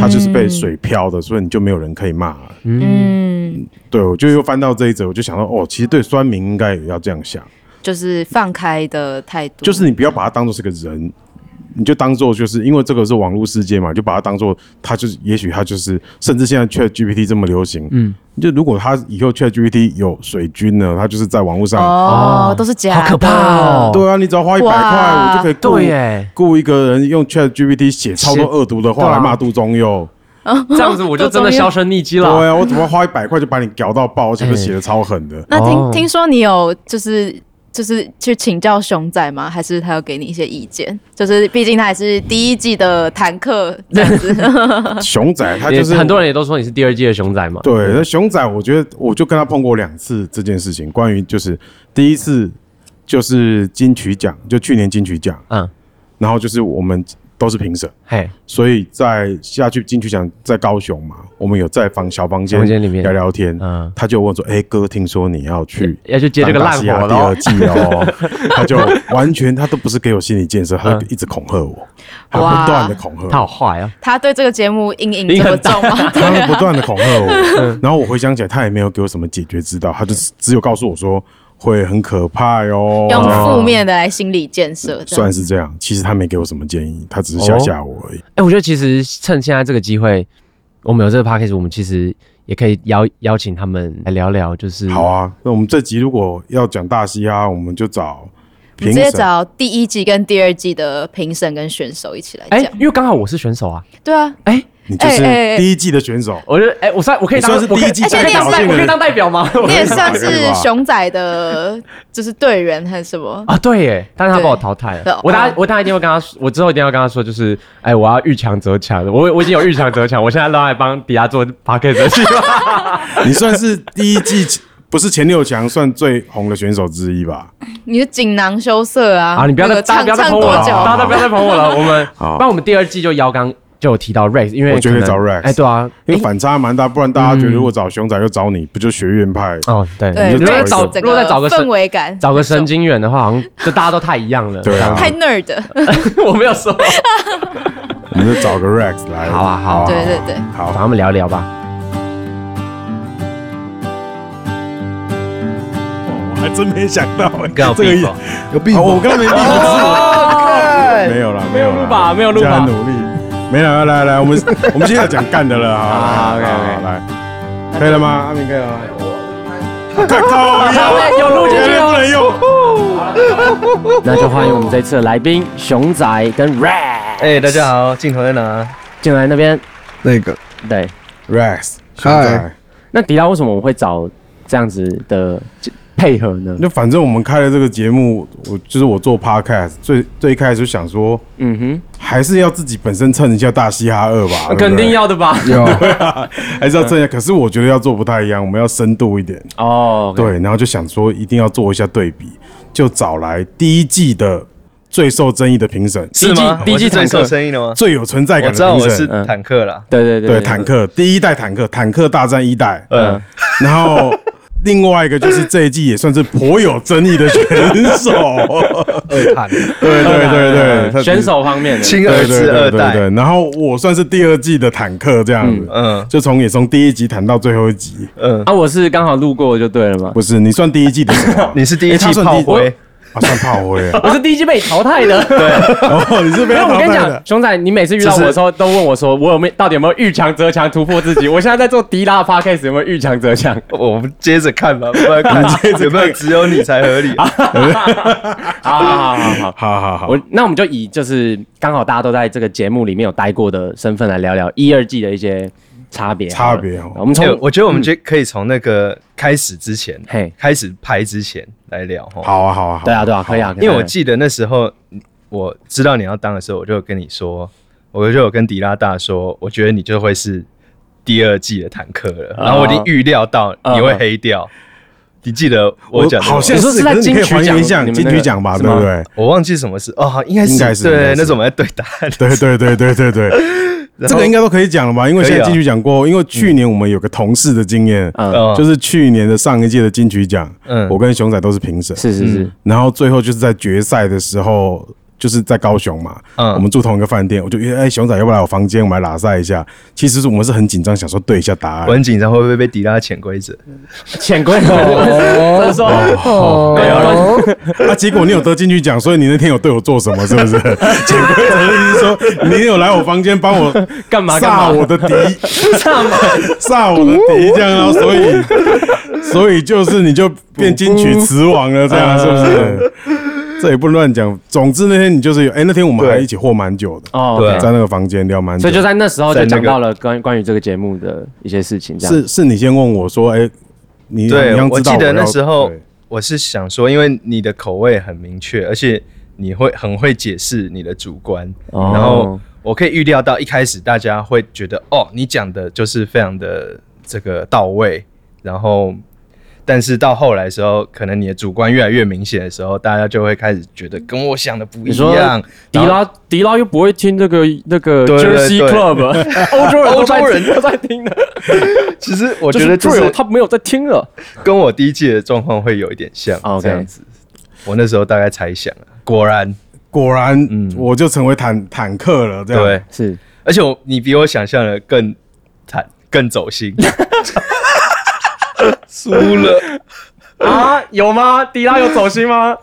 Speaker 1: 它就是被水漂的，所以你就没有人可以骂了。
Speaker 2: 嗯，
Speaker 1: 对，我就又翻到这一则，我就想到，哦，其实对酸民应该也要这样想，
Speaker 2: 就是放开的态度，
Speaker 1: 就是你不要把他当做是个人，你就当做就是因为这个是网络世界嘛，就把它当做他就是，也许他就是，甚至现在 Chat GPT 这么流行，嗯，就如果他以后 Chat GPT 有水军呢，他就是在网络上，
Speaker 2: 哦，都是假的，
Speaker 3: 好可怕哦
Speaker 1: 对啊，你只要花一百块，
Speaker 2: 哇
Speaker 1: 我就可以雇
Speaker 3: 对耶，
Speaker 1: 雇一个人用 Chat GPT 写超多
Speaker 3: 写
Speaker 1: 恶毒的
Speaker 3: 对
Speaker 1: 话
Speaker 3: 啊
Speaker 1: 来骂杜宗佑，
Speaker 3: 这样子我就真的销声匿迹
Speaker 1: 对
Speaker 3: 了。
Speaker 1: 啊，我怎么花一百块就把你屌到
Speaker 3: 哎
Speaker 1: 爆，而且都写的超狠的。
Speaker 2: 那听、
Speaker 3: 哦
Speaker 2: 听说你有就是就是去请教熊仔吗？还是他有给你一些意见？就是毕竟他还是第一季的坦克这样 子，
Speaker 1: 熊仔他
Speaker 3: 也
Speaker 1: 就是
Speaker 3: 很多人也都说你是第二季的熊仔嘛，
Speaker 1: 对，那熊仔，我觉得我就跟他碰过两次这件事情，关于就是第一次就是金曲奖，就去年金曲奖，
Speaker 3: 嗯，
Speaker 1: 然后就是我们都是评审，
Speaker 5: 嘿，
Speaker 1: 所以在下去进去讲在高雄嘛，我们有在房小房
Speaker 5: 房
Speaker 1: 间
Speaker 5: 间里面
Speaker 1: 聊聊天，
Speaker 5: 嗯
Speaker 1: 他就问说：“哎、哥，听说你要去
Speaker 5: 要去接这个烂
Speaker 1: 当大西亚
Speaker 5: 活
Speaker 1: 第
Speaker 5: 喽
Speaker 1: 二？季哦。” 他就完全他都不是给我心理建设，他
Speaker 5: 嗯
Speaker 1: 就一直恐吓我，他
Speaker 2: 哇
Speaker 1: 不断的恐吓
Speaker 5: 他好
Speaker 1: 我，
Speaker 5: 坏哦，
Speaker 2: 他对这个节目阴影
Speaker 5: 阴
Speaker 2: 这么
Speaker 5: 很大
Speaker 2: 重吗？
Speaker 1: 他
Speaker 5: 啊
Speaker 1: 们不断的恐吓我。
Speaker 5: 嗯
Speaker 1: 然后我回想起来，他也没有给我什么解决之道，他就只有告诉我说会很可怕哟、
Speaker 2: 用负面的来心理建设，这样
Speaker 1: 算是这样，其实他没给我什么建议，他只是吓吓我而已。
Speaker 5: 哎、我觉得其实趁现在这个机会，我们有这个 podcast，我们其实也可以邀邀请他们来聊聊，就是
Speaker 1: 好啊，那我们这集如果要讲大嘻哈，我们就找
Speaker 2: 我
Speaker 1: 评
Speaker 2: 们直接
Speaker 1: 审。
Speaker 2: 找第一季跟第二季的评审跟选手一起来
Speaker 5: 哎、
Speaker 2: 讲。
Speaker 5: 因为刚好我是选手啊，
Speaker 2: 对啊，
Speaker 5: 哎、
Speaker 1: 你就是第一季的选手，
Speaker 5: 我觉得哎、我算我可以当
Speaker 1: 你算是
Speaker 5: 我可以
Speaker 1: 第一季
Speaker 5: 我可以当
Speaker 2: 代表
Speaker 5: 代
Speaker 2: 性
Speaker 5: 我
Speaker 1: 的
Speaker 5: 可以当代表吗？
Speaker 2: 你也算
Speaker 1: 可以
Speaker 2: 是
Speaker 1: 吧
Speaker 2: 熊仔的，就是队员还是什 么？
Speaker 5: 啊，对耶，但是他
Speaker 2: 对
Speaker 5: 把我淘汰
Speaker 2: 对
Speaker 5: 了。我当
Speaker 2: 哦
Speaker 5: 我当然一定会跟他说，我之后一定要跟他说，就是，哎，我要遇强则强。我我已经有遇强则强，我现在都来帮迪亚做 p a c k e t 的计划。
Speaker 1: 你算是第一季 不是前六强，算最红的选手之一吧？
Speaker 2: 你是锦囊羞涩啊！
Speaker 5: 啊，你不要
Speaker 2: 那
Speaker 5: 再
Speaker 2: 个
Speaker 5: 大家
Speaker 2: 唱
Speaker 5: 不要再捧
Speaker 2: 唱
Speaker 5: 我
Speaker 2: 多
Speaker 5: 了，
Speaker 2: 久？
Speaker 5: 大家不要再捧我了。我们，
Speaker 1: 好
Speaker 5: 那我们第二季就邀刚就有提到 Rex，因为
Speaker 1: 我觉得
Speaker 5: 可能
Speaker 1: 找 Rex
Speaker 5: 哎，对啊，
Speaker 1: 因
Speaker 5: 哎嗯
Speaker 1: 为反差蛮大，不然大家觉得如果找熊仔又找你，不就学院派？
Speaker 5: 哦，对，
Speaker 2: 对，
Speaker 1: 你就
Speaker 5: 如果
Speaker 1: 找
Speaker 2: Rex
Speaker 5: 找
Speaker 2: 整
Speaker 5: 如果再找个
Speaker 2: 氛
Speaker 5: 神
Speaker 2: 围感，
Speaker 5: 找个神经元的话，好像就大家都太一样了。
Speaker 1: 对啊，
Speaker 2: 太 nerd 了。
Speaker 5: 我没有 说。
Speaker 1: 我们就找个 Rex 来。
Speaker 5: 好啊
Speaker 3: 아.
Speaker 5: 好啊
Speaker 2: 对对对，
Speaker 1: 好
Speaker 5: 找他们聊聊吧。
Speaker 1: 我还真没想到欸，
Speaker 5: 刚好
Speaker 1: 这个
Speaker 5: 闭口
Speaker 1: 有闭口，我刚刚没闭口，
Speaker 2: 哦
Speaker 1: 没有了，
Speaker 5: 没有录吧没有录吧
Speaker 1: 加努力，没有，来来来，我们我们现在要讲干的了，好
Speaker 5: 好
Speaker 1: 来
Speaker 5: OK，OK
Speaker 1: 好来，可以了吗？阿明可以了吗？快靠腰，
Speaker 5: 有录进
Speaker 1: 绝
Speaker 5: 去
Speaker 1: 对不
Speaker 5: 哦。
Speaker 1: 能用。
Speaker 3: 那就欢迎我们这次的来宾熊仔跟 Ray，
Speaker 6: 哎、大家好，镜头在哪？
Speaker 3: 进来那边。
Speaker 6: 那个，
Speaker 3: 对，
Speaker 1: Rex，熊
Speaker 6: 嗨
Speaker 1: 仔，
Speaker 3: 那迪拉为什么我会找这样子的配合呢？
Speaker 1: 那反正我们开了这个节目，我就是我做 podcast，最最一开始就想说，
Speaker 3: 嗯哼，
Speaker 1: 还是要自己本身蹭一下大嘻哈二吧，
Speaker 5: 肯定
Speaker 1: 要
Speaker 5: 要的吧？
Speaker 6: 有
Speaker 1: 还是要蹭一下。可是我觉得要做不太一样，我们要深度一点。
Speaker 3: 哦，
Speaker 1: 对，然后就想说一定要做一下对比，就找来第一季的最受争议的评审，
Speaker 6: 是吗？
Speaker 3: 第一季
Speaker 6: 我是
Speaker 3: 坦
Speaker 6: 最
Speaker 3: 克
Speaker 6: 受争议的吗？
Speaker 1: 最有存在
Speaker 6: 我
Speaker 1: 感
Speaker 6: 知道
Speaker 1: 的
Speaker 6: 我
Speaker 1: 评
Speaker 6: 是
Speaker 1: 审。
Speaker 3: 嗯
Speaker 6: 坦克啦。
Speaker 3: 对对
Speaker 1: 对，坦克第一代坦克，坦克大战一代，
Speaker 6: 嗯，
Speaker 1: 然后另外一个就是这一季也算是颇有争议的选手。
Speaker 6: 二坦，
Speaker 1: 对对对对，他
Speaker 3: 选手方面的，
Speaker 6: 亲儿
Speaker 1: 对对
Speaker 6: 子
Speaker 1: 对
Speaker 6: 二
Speaker 1: 对
Speaker 6: 代。
Speaker 1: 对，然后我算是第二季的坦克这样子，
Speaker 6: 嗯
Speaker 1: 就从也从第一集谈到最后一集。
Speaker 6: 嗯，
Speaker 3: 啊，我是刚好路过就对了嘛。。
Speaker 1: 不是，你算第一季的什么
Speaker 6: 你是第
Speaker 1: 诶
Speaker 6: 一
Speaker 1: 他
Speaker 6: 季
Speaker 1: 算
Speaker 6: 炮
Speaker 1: 第
Speaker 6: 灰，
Speaker 1: 啊，算炮灰啊
Speaker 3: 我是第一季被淘汰的。对，
Speaker 1: 哦，你是被
Speaker 3: 没
Speaker 1: 他
Speaker 3: 有，我
Speaker 1: 淘
Speaker 3: 跟你
Speaker 1: 汰
Speaker 3: 讲
Speaker 1: 的，。
Speaker 3: 熊仔，你每次遇到我的时候都问我说，我有没有到底有没有遇强则强突破自己？我现在在做迪拉的 podcast，有没有遇强 则强？
Speaker 6: 我们接着看吧，不 然看啊有没有只有你才合理。
Speaker 3: 好好好好好。
Speaker 1: 好好好，
Speaker 3: 我那我们就以就是刚好大家都在这个节目里面有待过的身份来聊聊一二季的一些差别好了。
Speaker 1: 差别哦
Speaker 3: 我们从
Speaker 6: 哎我觉得我们就可以从那个开始之前，
Speaker 3: 嘿
Speaker 6: 开始拍之前来聊哈。
Speaker 1: 好啊好啊，好
Speaker 3: 对啊对啊，可以啊，可以啊
Speaker 6: 因为我记得那时候我知道你要当的时候，我就有跟你说，我就有跟迪拉大说，我觉得你就会是第二季的坦克了，然后我已经预料到你会黑掉。你记得哦我讲的吗
Speaker 1: 好像
Speaker 3: 你说
Speaker 1: 是，
Speaker 3: 是在
Speaker 1: 可是你可以
Speaker 3: 金曲
Speaker 1: 还
Speaker 3: 奖
Speaker 1: 原一下
Speaker 3: 你们
Speaker 1: 金
Speaker 3: 那
Speaker 1: 曲
Speaker 3: 个
Speaker 1: 奖吧，
Speaker 3: 是
Speaker 1: 对不
Speaker 3: 吗
Speaker 1: 对？
Speaker 6: 我忘记什么是哦，应该是
Speaker 1: 应该是应该
Speaker 6: 对
Speaker 1: 是，
Speaker 6: 那时候我们在对答 案，
Speaker 1: 对对对对对对，
Speaker 6: 然后
Speaker 1: 这个应该都可以讲了吧？因为现在
Speaker 6: 可以啊
Speaker 1: 金曲奖过后，因为去年我们有个同事的经验，
Speaker 3: 嗯，
Speaker 6: 嗯
Speaker 1: 就是去年的上一届的金曲奖，
Speaker 6: 嗯
Speaker 1: 我跟熊仔都是评审，
Speaker 3: 是是是，
Speaker 1: 然后最后就是在决赛的时候，就是在高雄嘛，
Speaker 6: 嗯
Speaker 1: 我们住同一个饭店，我就约哎、熊仔要不要来我房间，我们来拉赛一下。其实是我们是很紧张，想说对一下答案
Speaker 6: 我。很紧张会不会被迪拉潜规则？
Speaker 3: 潜规则， 这说
Speaker 1: 哦
Speaker 3: 哦，
Speaker 1: 啊，结果你有得金曲奖，所以你那天有对我做什么？是不是？ 潜规则的意思是说，你有来我房间帮我
Speaker 3: 干 嘛干
Speaker 1: 煞
Speaker 3: 嘛？
Speaker 1: 我 的啊敌，
Speaker 3: 上 嘛？
Speaker 1: 煞我的敌，这样啊，所以所以就是你就变金曲词王了，这
Speaker 3: 嗯
Speaker 1: 样是不是？这也不能乱讲。总之那天你就是有，哎、那天我们还一起和蛮久的，
Speaker 3: 哦，
Speaker 6: 对
Speaker 3: OK
Speaker 1: 在那个房间聊蛮久
Speaker 3: 所
Speaker 1: 的，
Speaker 3: 以就在那时候就
Speaker 6: 在
Speaker 3: 讲
Speaker 6: 那个
Speaker 3: 到了关关于这个节目的一些事情，这样
Speaker 1: 是是你先问我说，哎、你
Speaker 6: 对
Speaker 1: 你要，
Speaker 6: 我
Speaker 1: 知道
Speaker 6: 记得那
Speaker 1: 要
Speaker 6: 时候
Speaker 1: 对
Speaker 6: 我是想说，因为你的口味很明确，而且你会很会解释你的主观，
Speaker 3: 哦
Speaker 6: 然后我可以预料到一开始大家会觉得哦，你讲的就是非常的这个到位，然后。但是到后来的时候，可能你的主观越来越明显的时候，大家就会开始觉得跟我想的不一
Speaker 3: 你说
Speaker 6: 样。
Speaker 3: 迪
Speaker 6: 然后
Speaker 3: 拉迪拉又不会听那个那个
Speaker 6: 对对
Speaker 3: Jersey
Speaker 6: 对
Speaker 3: Club，欧啊 洲人都在
Speaker 6: 欧洲人
Speaker 3: 都在听的，
Speaker 6: 其实我觉得
Speaker 3: 就
Speaker 6: 就是
Speaker 3: Drill
Speaker 6: 是
Speaker 3: 他没有在听了。
Speaker 6: 跟我第一季的状况会有一点像
Speaker 3: 哦 OK
Speaker 6: 这样子。我那时候大概猜想啊，
Speaker 3: 哦
Speaker 6: 果然
Speaker 1: 果然，
Speaker 3: 嗯
Speaker 1: 我就成为坦坦克了，
Speaker 3: 啊
Speaker 1: 这样。
Speaker 6: 对，
Speaker 3: 是
Speaker 6: 而且我你比我想象的更惨，更走心。输 了，
Speaker 5: 啊，有吗？迪拉有走心吗？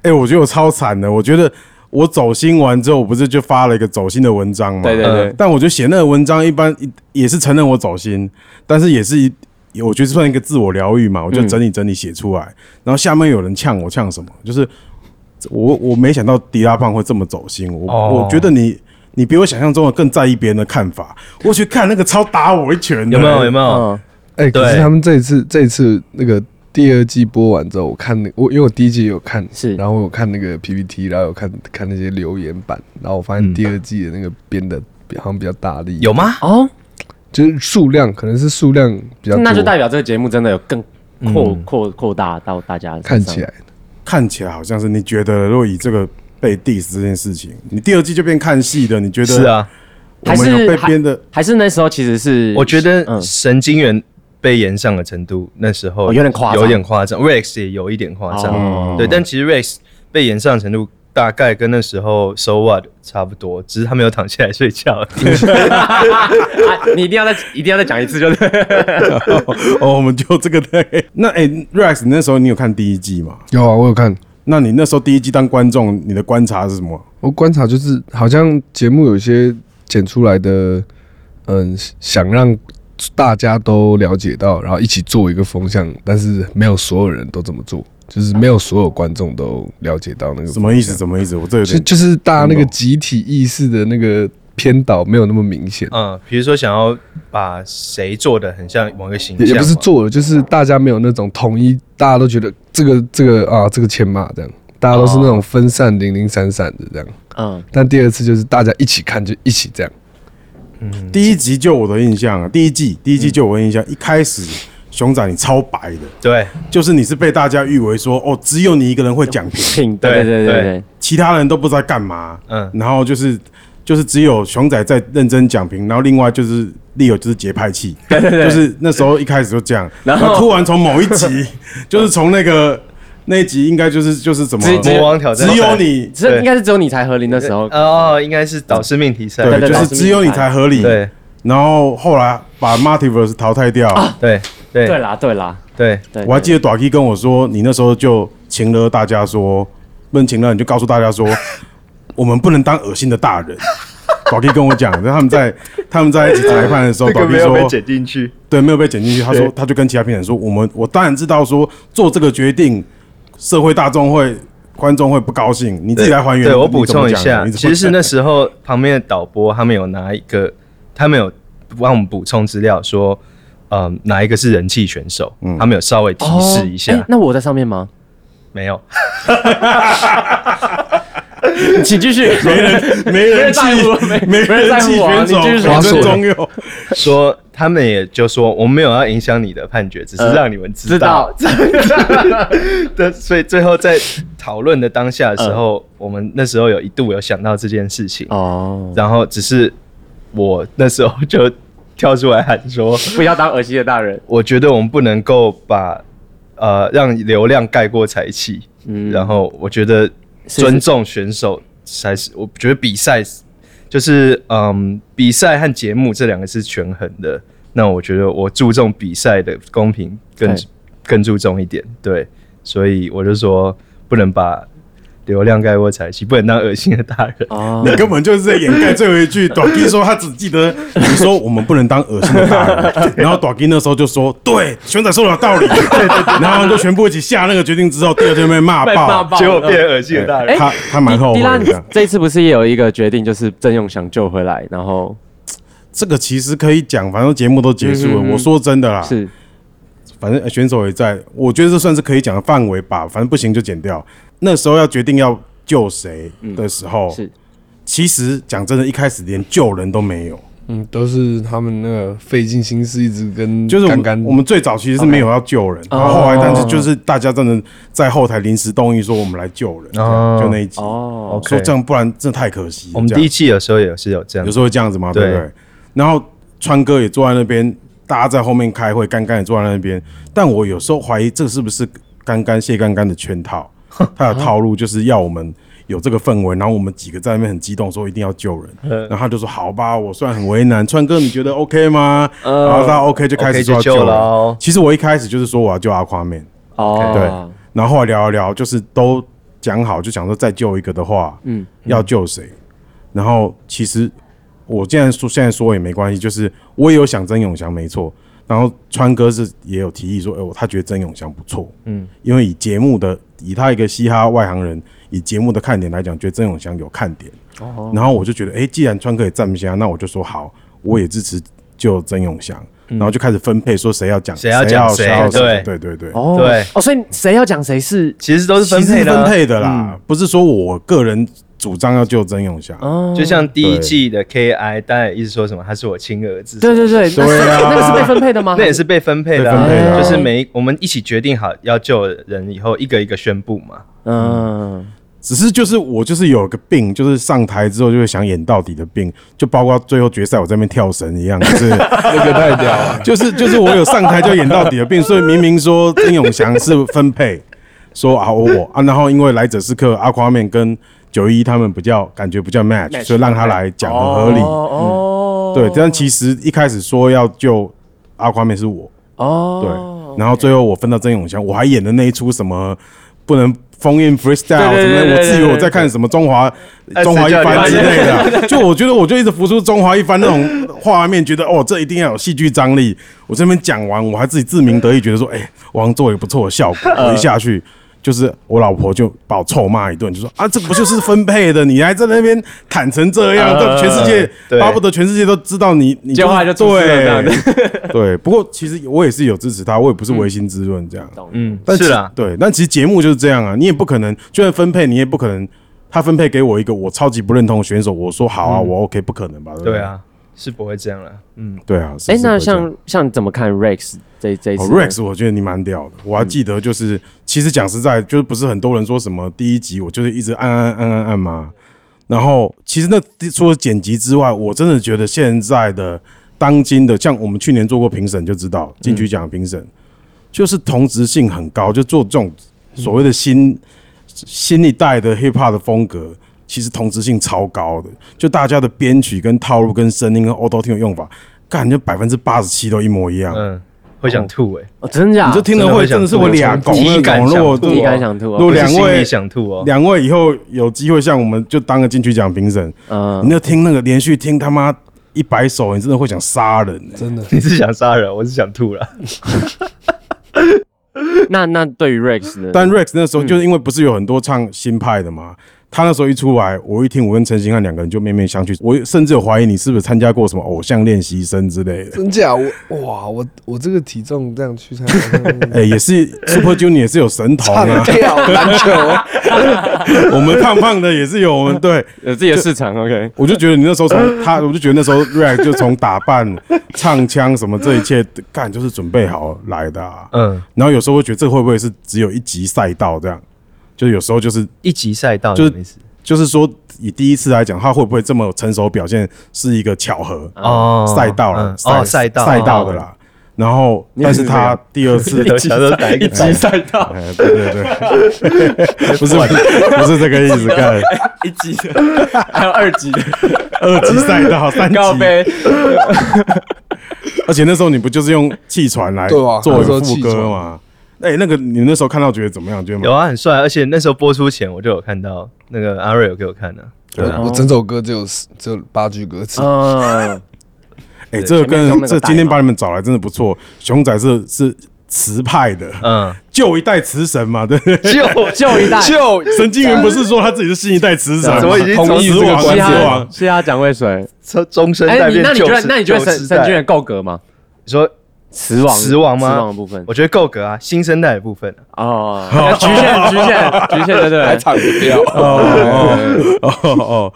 Speaker 1: 哎、我觉得我超惨的。我觉得我走心完之后，我不是就发了一个走心的文章嘛？呃
Speaker 3: 对对对
Speaker 1: 但我觉得写那个文章一般一也是承认我走心，但是也是一，我觉得算一个自我疗愈嘛。我就
Speaker 6: 嗯
Speaker 1: 整理整理写出来，然后下面有人呛我呛什么，就是我我没想到迪拉胖会这么走心。我、
Speaker 6: 哦
Speaker 1: 我觉得你你比我想象中的更在意别人的看法。我去看那个超打我一拳的，欸
Speaker 6: 有没有？有没有？
Speaker 3: 嗯，
Speaker 7: 哎、可是
Speaker 6: 对
Speaker 7: 他们这一次这一次那个第二季播完之后，我看那我因为我第一季有看，
Speaker 3: 是
Speaker 7: 然后我有看那个 PPT，然后有看看那些留言板，然后我发现
Speaker 6: 嗯
Speaker 7: 第二季的那个编的好像比较大力，
Speaker 6: 有吗？
Speaker 3: 哦，
Speaker 7: 就是数量可能是数量比较多，
Speaker 3: 那就代表这个节目真的有更扩
Speaker 6: 嗯
Speaker 3: 扩扩大到大家身上
Speaker 7: 看起来
Speaker 1: 看起来好像是你觉得，如果以这个被 diss 这件事情，你第二季就变看戏的，你觉得
Speaker 6: 是？啊，
Speaker 1: 我们有被编的，
Speaker 3: 还是那时候其实是
Speaker 6: 我觉
Speaker 3: 嗯
Speaker 6: 得神经元被延上的程度，那时候
Speaker 3: 哦有点夸张
Speaker 6: 有点夸张。Rex 也有一点夸
Speaker 3: 哦
Speaker 6: 张，对，但其实 Rex 被延上的程度大概跟那时候 So What 差不多，只是他没有躺下来睡觉。
Speaker 3: 啊你一定要再一定要再讲一次，就是
Speaker 1: 哦，我们就这个对。那哎、r e x 你那时候你有看第一季吗？
Speaker 7: 有啊，我有看。
Speaker 1: 那你那时候第一季当观众，你的观察是什么？
Speaker 7: 我观察就是，好像节目有些剪出来的，嗯，想让大家都了解到，然后一起做一个风向，但是没有所有人都这么做，就是没有所有观众都了解到那个
Speaker 1: 什么意思？什么意思？我这有
Speaker 7: 就
Speaker 1: 点
Speaker 7: 就是大家那个集体意识的那个偏导没有那么明显，
Speaker 1: 哦
Speaker 6: 嗯，比如说想要把谁做的很像某一个形
Speaker 7: 也
Speaker 6: 象
Speaker 7: 也
Speaker 6: 嘛，
Speaker 7: 不是做了，就是大家没有那种统一，大家都觉得这个这个啊这个欠骂这样，大家都是那
Speaker 1: 哦
Speaker 7: 种分散零零散散的这样。
Speaker 3: 嗯，
Speaker 7: 但第二次就是大家一起看，就一起这样。
Speaker 1: 第一集就我的印象啊，第一季第一季就我的印象，一开始熊仔你超白的，
Speaker 6: 对，
Speaker 1: 就是你是被大家誉为说哦，只有你一个人会讲评，
Speaker 3: 挺对对
Speaker 6: 对
Speaker 3: 对
Speaker 6: 对
Speaker 3: 对，
Speaker 1: 其他人都不知道干嘛，
Speaker 6: 嗯
Speaker 1: 然后就是就是只有熊仔在认真讲评，然后另外就是利友就是节拍器，对对对，就是那时候一开始就这样，然后突然从某一集，就是从那个那一集应该就是就是怎么
Speaker 3: 只
Speaker 6: 魔王挑战
Speaker 1: 只有你
Speaker 3: 这
Speaker 6: 对
Speaker 3: 应该是只有你才合理那时候，
Speaker 6: 哦，应该是导师命题赛，
Speaker 1: 对，
Speaker 3: 对
Speaker 1: 就是只有你才合理，
Speaker 6: 对
Speaker 1: 然后后来把 Multiverse 淘汰掉，
Speaker 6: 对
Speaker 3: 对
Speaker 6: 对对
Speaker 3: 啦对啦
Speaker 6: 哎对
Speaker 3: 对，
Speaker 1: 我还记得短 K 跟我说，你那时候就请了大家说，不能请了，你就告诉大家 说，我们不能当恶心的大人。短 K 跟我讲，然后他们 在他们在一起裁判的时候，短 K 说，
Speaker 6: 进去，
Speaker 1: 对，没有被剪进去。他说，他就跟其他评审说，我们我当然知道说做这个决定，社会大众会观众会不高兴，你自己来还原。
Speaker 6: 对我
Speaker 1: 你
Speaker 6: 补
Speaker 1: 怎么
Speaker 6: 充一
Speaker 1: 讲的
Speaker 6: 下，
Speaker 1: 你怎么
Speaker 6: 其实是那时候旁边的导播他们有拿一个，他们有帮我们补充资料说，嗯，哪一个是人气选手，
Speaker 1: 嗯
Speaker 6: 他们有稍微提示
Speaker 3: 哦
Speaker 6: 一
Speaker 3: 哎
Speaker 6: 下，
Speaker 3: 那我在上面吗？
Speaker 6: 没有，
Speaker 3: 请继续，
Speaker 1: 没人没人气
Speaker 3: 没
Speaker 6: 啊
Speaker 3: 人在乎没，
Speaker 1: 没
Speaker 3: 没人在
Speaker 1: 人
Speaker 3: 乎
Speaker 1: 气
Speaker 3: 我啊
Speaker 1: 选手
Speaker 3: 你继续，说
Speaker 1: 我尊重有。
Speaker 6: 说他们也就说我们没有要影响你的判决，只是
Speaker 1: 呃
Speaker 6: 让你们
Speaker 3: 知道，
Speaker 6: 对，所以最后在讨论的当下的时候，
Speaker 1: 嗯
Speaker 6: 我们那时候有一度有想到这件事情，
Speaker 3: 哦，
Speaker 6: 然后只是我那时候就跳出来喊说，
Speaker 3: 不要当恶心的大人，
Speaker 6: 我觉得我们不能够把呃让流量盖过才气，
Speaker 3: 嗯
Speaker 6: 然后我觉得尊重选手才是，我觉得比赛就是嗯比赛和节目这两个是权衡的，那我觉得我注重比赛的公平更
Speaker 3: 对
Speaker 6: 更注重一点，对，所以我就说不能把流量盖过才气，不能当恶心的大人。
Speaker 3: 哦，
Speaker 1: 你根本就是在掩盖最后一句。短 K 说他只记得你说我们不能当恶心的大人，然后短 K 那时候就说对，熊仔说的有道理，然后就全部一起下那个决定之后，第二天被骂
Speaker 3: 被骂
Speaker 1: 爆，
Speaker 3: 爆
Speaker 6: 结果
Speaker 3: 了
Speaker 6: 变恶心的大人，
Speaker 1: 他他蛮后
Speaker 3: 迪
Speaker 1: 悔
Speaker 3: 拉，你
Speaker 1: 的。
Speaker 3: 这一次不是也有一个决定，就是郑用想救回来，然后
Speaker 1: 这个其实可以讲，反正节目都结束
Speaker 3: 嗯嗯嗯
Speaker 1: 了。我说真的啦，
Speaker 3: 是
Speaker 1: 反正呃选手也在，我觉得这算是可以讲的范围吧。反正不行就剪掉。那时候要决定要救谁的时候，
Speaker 3: 嗯是
Speaker 1: 其实讲真的，一开始连救人都没有。
Speaker 7: 嗯，都是他们那个费尽心思，一直
Speaker 6: 嗯
Speaker 7: 跟
Speaker 1: 就是我
Speaker 7: 干
Speaker 1: 们
Speaker 7: 干
Speaker 1: 我们最早其实是没有要救人，然后后来
Speaker 6: 哦
Speaker 1: 但是就是大家真的在后台临时动议说我们来救人，这
Speaker 6: 哦
Speaker 1: 样就那一集
Speaker 3: 哦，
Speaker 1: 说
Speaker 6: OK
Speaker 1: 这样不然真的太可惜了。
Speaker 6: 我们
Speaker 1: 这样
Speaker 6: 第一季的时候也是有这样
Speaker 1: 有，时候会这样子嘛，对不
Speaker 6: 对
Speaker 1: 对？然后川哥也坐在那边，大家在后面开会，干干也坐在那边。但我有时候怀疑这是不是干干谢干干的圈 套，他的套路就是要我们有这个氛围，然后我们几个在那边很激动说一定要救
Speaker 6: 嗯
Speaker 1: 人，然后他就说好吧，我虽然很为难，川哥你觉得 OK 吗？然后他 OK 就开
Speaker 6: 嗯 OK
Speaker 1: 始
Speaker 6: 就
Speaker 1: 说要
Speaker 6: 救
Speaker 1: 救
Speaker 6: 了
Speaker 1: 人
Speaker 6: 哦。
Speaker 1: 其实我一开始就是说我要救阿夸面，
Speaker 3: 哦
Speaker 1: 对，然后后来聊一聊，就是都讲好，就想说再救一个的话，嗯，要救谁？然后其实我既然说现在说也没关系，就是我也有想曾永祥没错，然后川哥是也有提议说，哎、我他觉得曾永祥不错，嗯，因为以节目的以他一个嘻哈外行人，以节目的看点来讲，觉得曾永祥有看点，哦，然后我就觉得，哎、既然川哥也站不下，那我就说好，我也支持救曾永祥。然后就开始分配，说谁要讲，
Speaker 6: 谁要讲谁
Speaker 1: 要
Speaker 6: 对
Speaker 1: 对对对，
Speaker 3: 哦
Speaker 6: 对
Speaker 3: 哦，所以谁要讲谁是
Speaker 6: 其实都是
Speaker 1: 其
Speaker 6: 分
Speaker 1: 实
Speaker 6: 配
Speaker 1: 是
Speaker 6: 的
Speaker 1: 分
Speaker 6: 啊。
Speaker 1: 配的啦，不是说我个人主张要救曾永祥。
Speaker 3: 哦
Speaker 6: 就像第一季的 KI，当然一直说什么他是我亲儿子，
Speaker 3: 对对对，那是
Speaker 1: 对啊
Speaker 3: 那个是被分配的吗？
Speaker 6: 那也是被分配的
Speaker 1: 被
Speaker 6: 啊，
Speaker 1: 分配的啊
Speaker 6: 就是每一我们一起决定好要救人以后，一个一个宣布嘛。
Speaker 3: 嗯，
Speaker 1: 只是就是我就是有个病，就是上台之后就会想演到底的病，就包括最后决赛我在那边跳绳一样，就是
Speaker 7: 那个太屌 了。
Speaker 1: 就是就是我有上台就演到底的病，所以明明说曾永祥是分配， 说啊我啊，然后因为来者是客阿夸面跟九一他们比较感觉比较 match，所以让他来讲很合理。嗯
Speaker 3: 哦
Speaker 1: 对，但其实一开始说要救阿夸面是我，
Speaker 3: 哦
Speaker 1: 对，，然后最后我分到曾永祥，我还演的那一出什么不能封印 freestyle
Speaker 3: 对
Speaker 1: 什
Speaker 3: 对
Speaker 1: 么
Speaker 3: 对
Speaker 1: 的，
Speaker 3: 对
Speaker 1: 我自以为我
Speaker 3: 对呃
Speaker 1: 在看什么中华
Speaker 6: 二十
Speaker 1: 中华一
Speaker 6: 九
Speaker 1: 番
Speaker 6: 年
Speaker 1: 之类的，就我觉得我就一直浮出中华一番那种画面，觉得哦这一定要有戏剧张力。我这边讲完，我还自己自鸣得意，觉得说哎，我好像做了一个不错的效果，我一下 去。就是我老婆就把我臭骂一顿，就说啊，这不就是分配的？你还在那边坦诚这样，
Speaker 3: 呃
Speaker 1: 这全世界
Speaker 6: 对
Speaker 1: 巴不得全世界都知道你，你
Speaker 5: 结果他就出事了这样
Speaker 1: 对，对， 不过其实我也是有支持他，我也不是唯心之论这样。
Speaker 6: 嗯，
Speaker 1: 但
Speaker 6: 是
Speaker 1: 其
Speaker 5: 啊
Speaker 6: 啦，
Speaker 1: 对，但其实节目就是这样啊，你也不可能，就算分配，你也不可能，他分配给我一个我超级不认同的选手，我说好啊，我 OK，不可能吧？对不
Speaker 6: 嗯对，啊，是不会这样了。嗯，
Speaker 1: 对啊。是
Speaker 3: 哎
Speaker 1: 是，
Speaker 3: 那
Speaker 1: 会这样
Speaker 3: 像像怎么看 Rex 这这一次
Speaker 1: 哦
Speaker 3: 呢
Speaker 1: Rex，我觉得你蛮屌的。我还记得，就是、其实讲实在，就是不是很多人说什么第一集我就是一直按按按按按嘛。然后其实那除了剪辑之外，我真的觉得现在的当今的，像我们去年做过评审就知道，金曲奖的评审、就是同质性很高，就做这种所谓的新、新一代的 hip hop 的风格。其实同质性超高的，就大家的编曲、跟套路、跟声音、跟 auto tune 的用法，感觉百分之八十七都一模一样。
Speaker 6: 嗯，会想吐哎，
Speaker 3: 哦真假？
Speaker 1: 你就听了会真的是我俩拱那
Speaker 6: 体感
Speaker 1: 种。
Speaker 6: 想
Speaker 1: 如果
Speaker 6: 吐
Speaker 3: 体
Speaker 1: 如
Speaker 3: 感
Speaker 1: 果
Speaker 3: 想吐
Speaker 1: 如果
Speaker 3: 哦，
Speaker 1: 两
Speaker 6: 不是心
Speaker 1: 位
Speaker 6: 里想吐哦。
Speaker 1: 两位以后有机会像我们就当个金曲奖评审，
Speaker 3: 嗯
Speaker 1: 你，就听那个连续听他妈一百首，你真的会想杀人欸。
Speaker 7: 真的，
Speaker 6: 你是想杀人，我是想吐了。
Speaker 3: 那那对于 Rex 的，
Speaker 1: 但 Rex 那时候就是因为不是有很多唱新派的嘛，他那时候一出来，我一听我跟陈星汉两个人就面面相觑，我甚至有怀疑你是不是参加过什么偶像练习生之类的。
Speaker 7: 真假？我哇，我我这个体重这样去参加，
Speaker 1: 哎，也是 Super Junior 也是有神童
Speaker 7: 唱
Speaker 1: 啊，
Speaker 7: 跳篮球，
Speaker 1: 我们胖胖的也是有我们对。
Speaker 3: 有自己的市场，OK，
Speaker 1: 我就觉得你那时候从他，我就觉得那时候 Rex 就从打扮、唱腔什么这一切，干就是准备好来的、啊。
Speaker 6: 嗯，
Speaker 1: 然后有时候会觉得这会不会是只有一级赛道这样？就是有时候就是
Speaker 6: 一级赛道
Speaker 1: 就是
Speaker 6: 什么意思
Speaker 1: 就是说，以第一次来讲，他会不会这么成熟表现是一个巧合？
Speaker 6: 哦
Speaker 1: 赛道了
Speaker 6: 嗯，哦赛道哦
Speaker 1: 赛道的啦。然后，但是他第二次
Speaker 6: 我想说哪一个
Speaker 1: 级赛道，哎对对对，不是不是这个意思，干
Speaker 5: 一级的，还有二级的，
Speaker 1: 二级赛道， 三级
Speaker 5: 告杯，
Speaker 1: 而且那时候你不就是用气喘来
Speaker 7: 对啊
Speaker 1: 作
Speaker 7: 那时候
Speaker 1: 为副
Speaker 7: 气
Speaker 1: 歌
Speaker 7: 喘
Speaker 1: 吗？哎、那个你那时候看到觉得怎么样？觉得
Speaker 6: 有
Speaker 1: 吗？
Speaker 6: 啊，很帅。而且那时候播出前我就有看到那个阿瑞有给我看的，
Speaker 1: 对啊，
Speaker 7: 我整首歌只有四只有八句歌词，
Speaker 3: 嗯，
Speaker 1: 哎、这
Speaker 6: 啊
Speaker 1: 个
Speaker 3: 前面用那
Speaker 1: 跟
Speaker 3: 个
Speaker 1: 这
Speaker 3: 带
Speaker 1: 今天
Speaker 3: 嘛
Speaker 1: 把你们找来真的不错，熊仔是是词派的，
Speaker 6: 嗯，
Speaker 1: 旧一代词神嘛， 对不对？
Speaker 3: 旧旧一代，
Speaker 6: 就
Speaker 1: 神经元不是说他自己是新一代词神吗，
Speaker 6: 怎么已经
Speaker 1: 从
Speaker 6: 从
Speaker 1: 死
Speaker 6: 这个
Speaker 1: 亡
Speaker 6: 关
Speaker 1: 死
Speaker 6: 系了
Speaker 1: 亡？
Speaker 3: 是啊，蒋渭水。
Speaker 6: 终终身
Speaker 3: 哎，
Speaker 6: 代
Speaker 3: 你
Speaker 6: 变
Speaker 3: 那你
Speaker 6: 旧
Speaker 3: 觉
Speaker 6: 时。
Speaker 3: 得那你觉得
Speaker 6: 旧时
Speaker 3: 沈沈
Speaker 6: 代
Speaker 3: 君远够格吗？
Speaker 6: 你说
Speaker 3: 死亡
Speaker 6: 死亡吗
Speaker 3: 死亡的部分
Speaker 6: 我觉得够格啊，新生代的部分啊
Speaker 3: 哦，局限局限局限，对不哦
Speaker 7: 还
Speaker 3: 对？
Speaker 7: 唱不掉。
Speaker 1: 哦哦哦哦，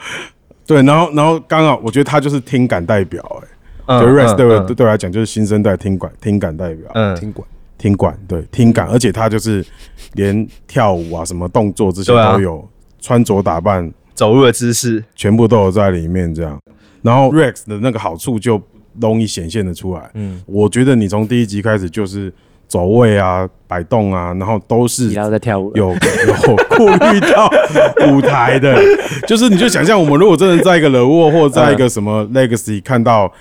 Speaker 1: 对，然后然后刚好我觉得他就是听感代表、哎、
Speaker 6: 嗯
Speaker 1: 就 Rex 对我、
Speaker 6: 嗯
Speaker 1: 对我来讲就是新生代听感听感代表，
Speaker 6: 嗯，
Speaker 7: 听管
Speaker 1: 听感对听感，而且他就是连跳舞啊什么动作这些
Speaker 6: 对啊
Speaker 1: 都有，穿着打扮
Speaker 6: 走路的姿势，
Speaker 1: 全部都有在里面这样。然后 Rex 的那个好处就容易显现的出来。嗯，我觉得你从第一集开始就是走位啊、摆动啊，然后都是
Speaker 3: 你要在跳舞了，
Speaker 1: 有有顾虑到舞台的，就是你就想象我们如果真的在一个惹沃或者在一个什么 Legacy 看到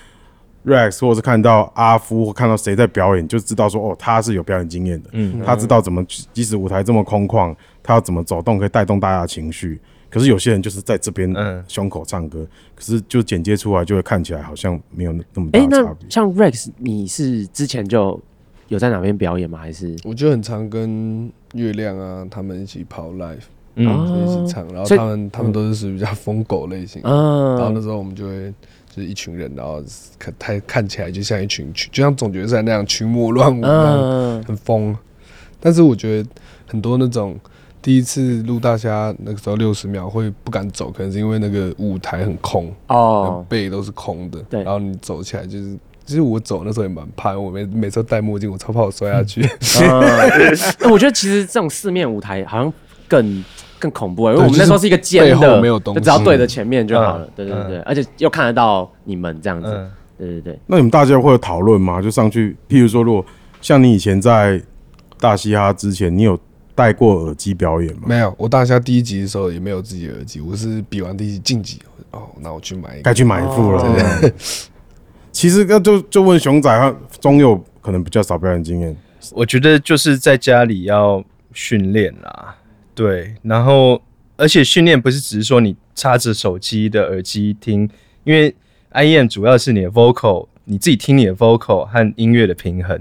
Speaker 1: Rex 或者是看到阿夫或看到谁在表演，就知道说哦他是有表演经验的，嗯，他知道怎么即使舞台这么空旷，他要怎么走动可以带动大家的情绪。可是有些人就是在这边
Speaker 6: 嗯
Speaker 1: 胸口唱歌，可是就剪接出来就会看起来好像没有那那么大的
Speaker 3: 哎、那
Speaker 1: 差别。
Speaker 3: 像 Rex，你是之前就有在哪边表演吗？还是
Speaker 7: 我就很常跟月亮啊他们一起跑 live，
Speaker 6: 嗯，
Speaker 7: 就一
Speaker 3: 哦
Speaker 7: 起唱，然后
Speaker 3: 所以
Speaker 7: 他们他们都是属于比较疯狗类型，然后那
Speaker 3: 嗯，
Speaker 7: 时候我们就会就是一群人，然后看他看起来就像一群群，就像总决赛那样群魔乱舞，
Speaker 3: 嗯
Speaker 7: 很疯。但是我觉得很多那种第一次录大虾那个时候六十秒会不敢走，可能是因为那个舞台很空，
Speaker 3: 哦，
Speaker 7: 背都是空的，
Speaker 3: 对
Speaker 7: 然后你走起来就是。其实我走那时候也蛮怕，我每每次都戴墨镜，我超怕我摔下去。
Speaker 6: 哦
Speaker 3: 嗯 我觉得其实这种四面舞台好像更更恐怖、欸，因为我们那时候是一个尖
Speaker 7: 就是背
Speaker 3: 的，
Speaker 7: 后没有东西
Speaker 3: 就只要对着前面就好了。
Speaker 6: 嗯
Speaker 3: 对对对，而且又看得到你们这样子。
Speaker 6: 嗯
Speaker 3: 对对对，
Speaker 1: 那你们大家会有讨论吗？就上去，譬如说，如果像你以前在大嘻哈之前，你有戴过耳机表演吗？
Speaker 7: 没有，我大虾第一集的时候也没有自己的耳机，我是比完第一集晋级，哦，那我去买一
Speaker 1: 该
Speaker 7: 个。
Speaker 1: 去买一副了。
Speaker 3: 哦
Speaker 1: 这样其实那就就问熊仔，他中友可能比较少表演经验，
Speaker 6: 我觉得就是在家里要训练啦，对，然后而且训练不是只是说你插着手机的耳机听，因为 IEM 主要是你的 vocal，你自己听你的 vocal 和音乐的平衡，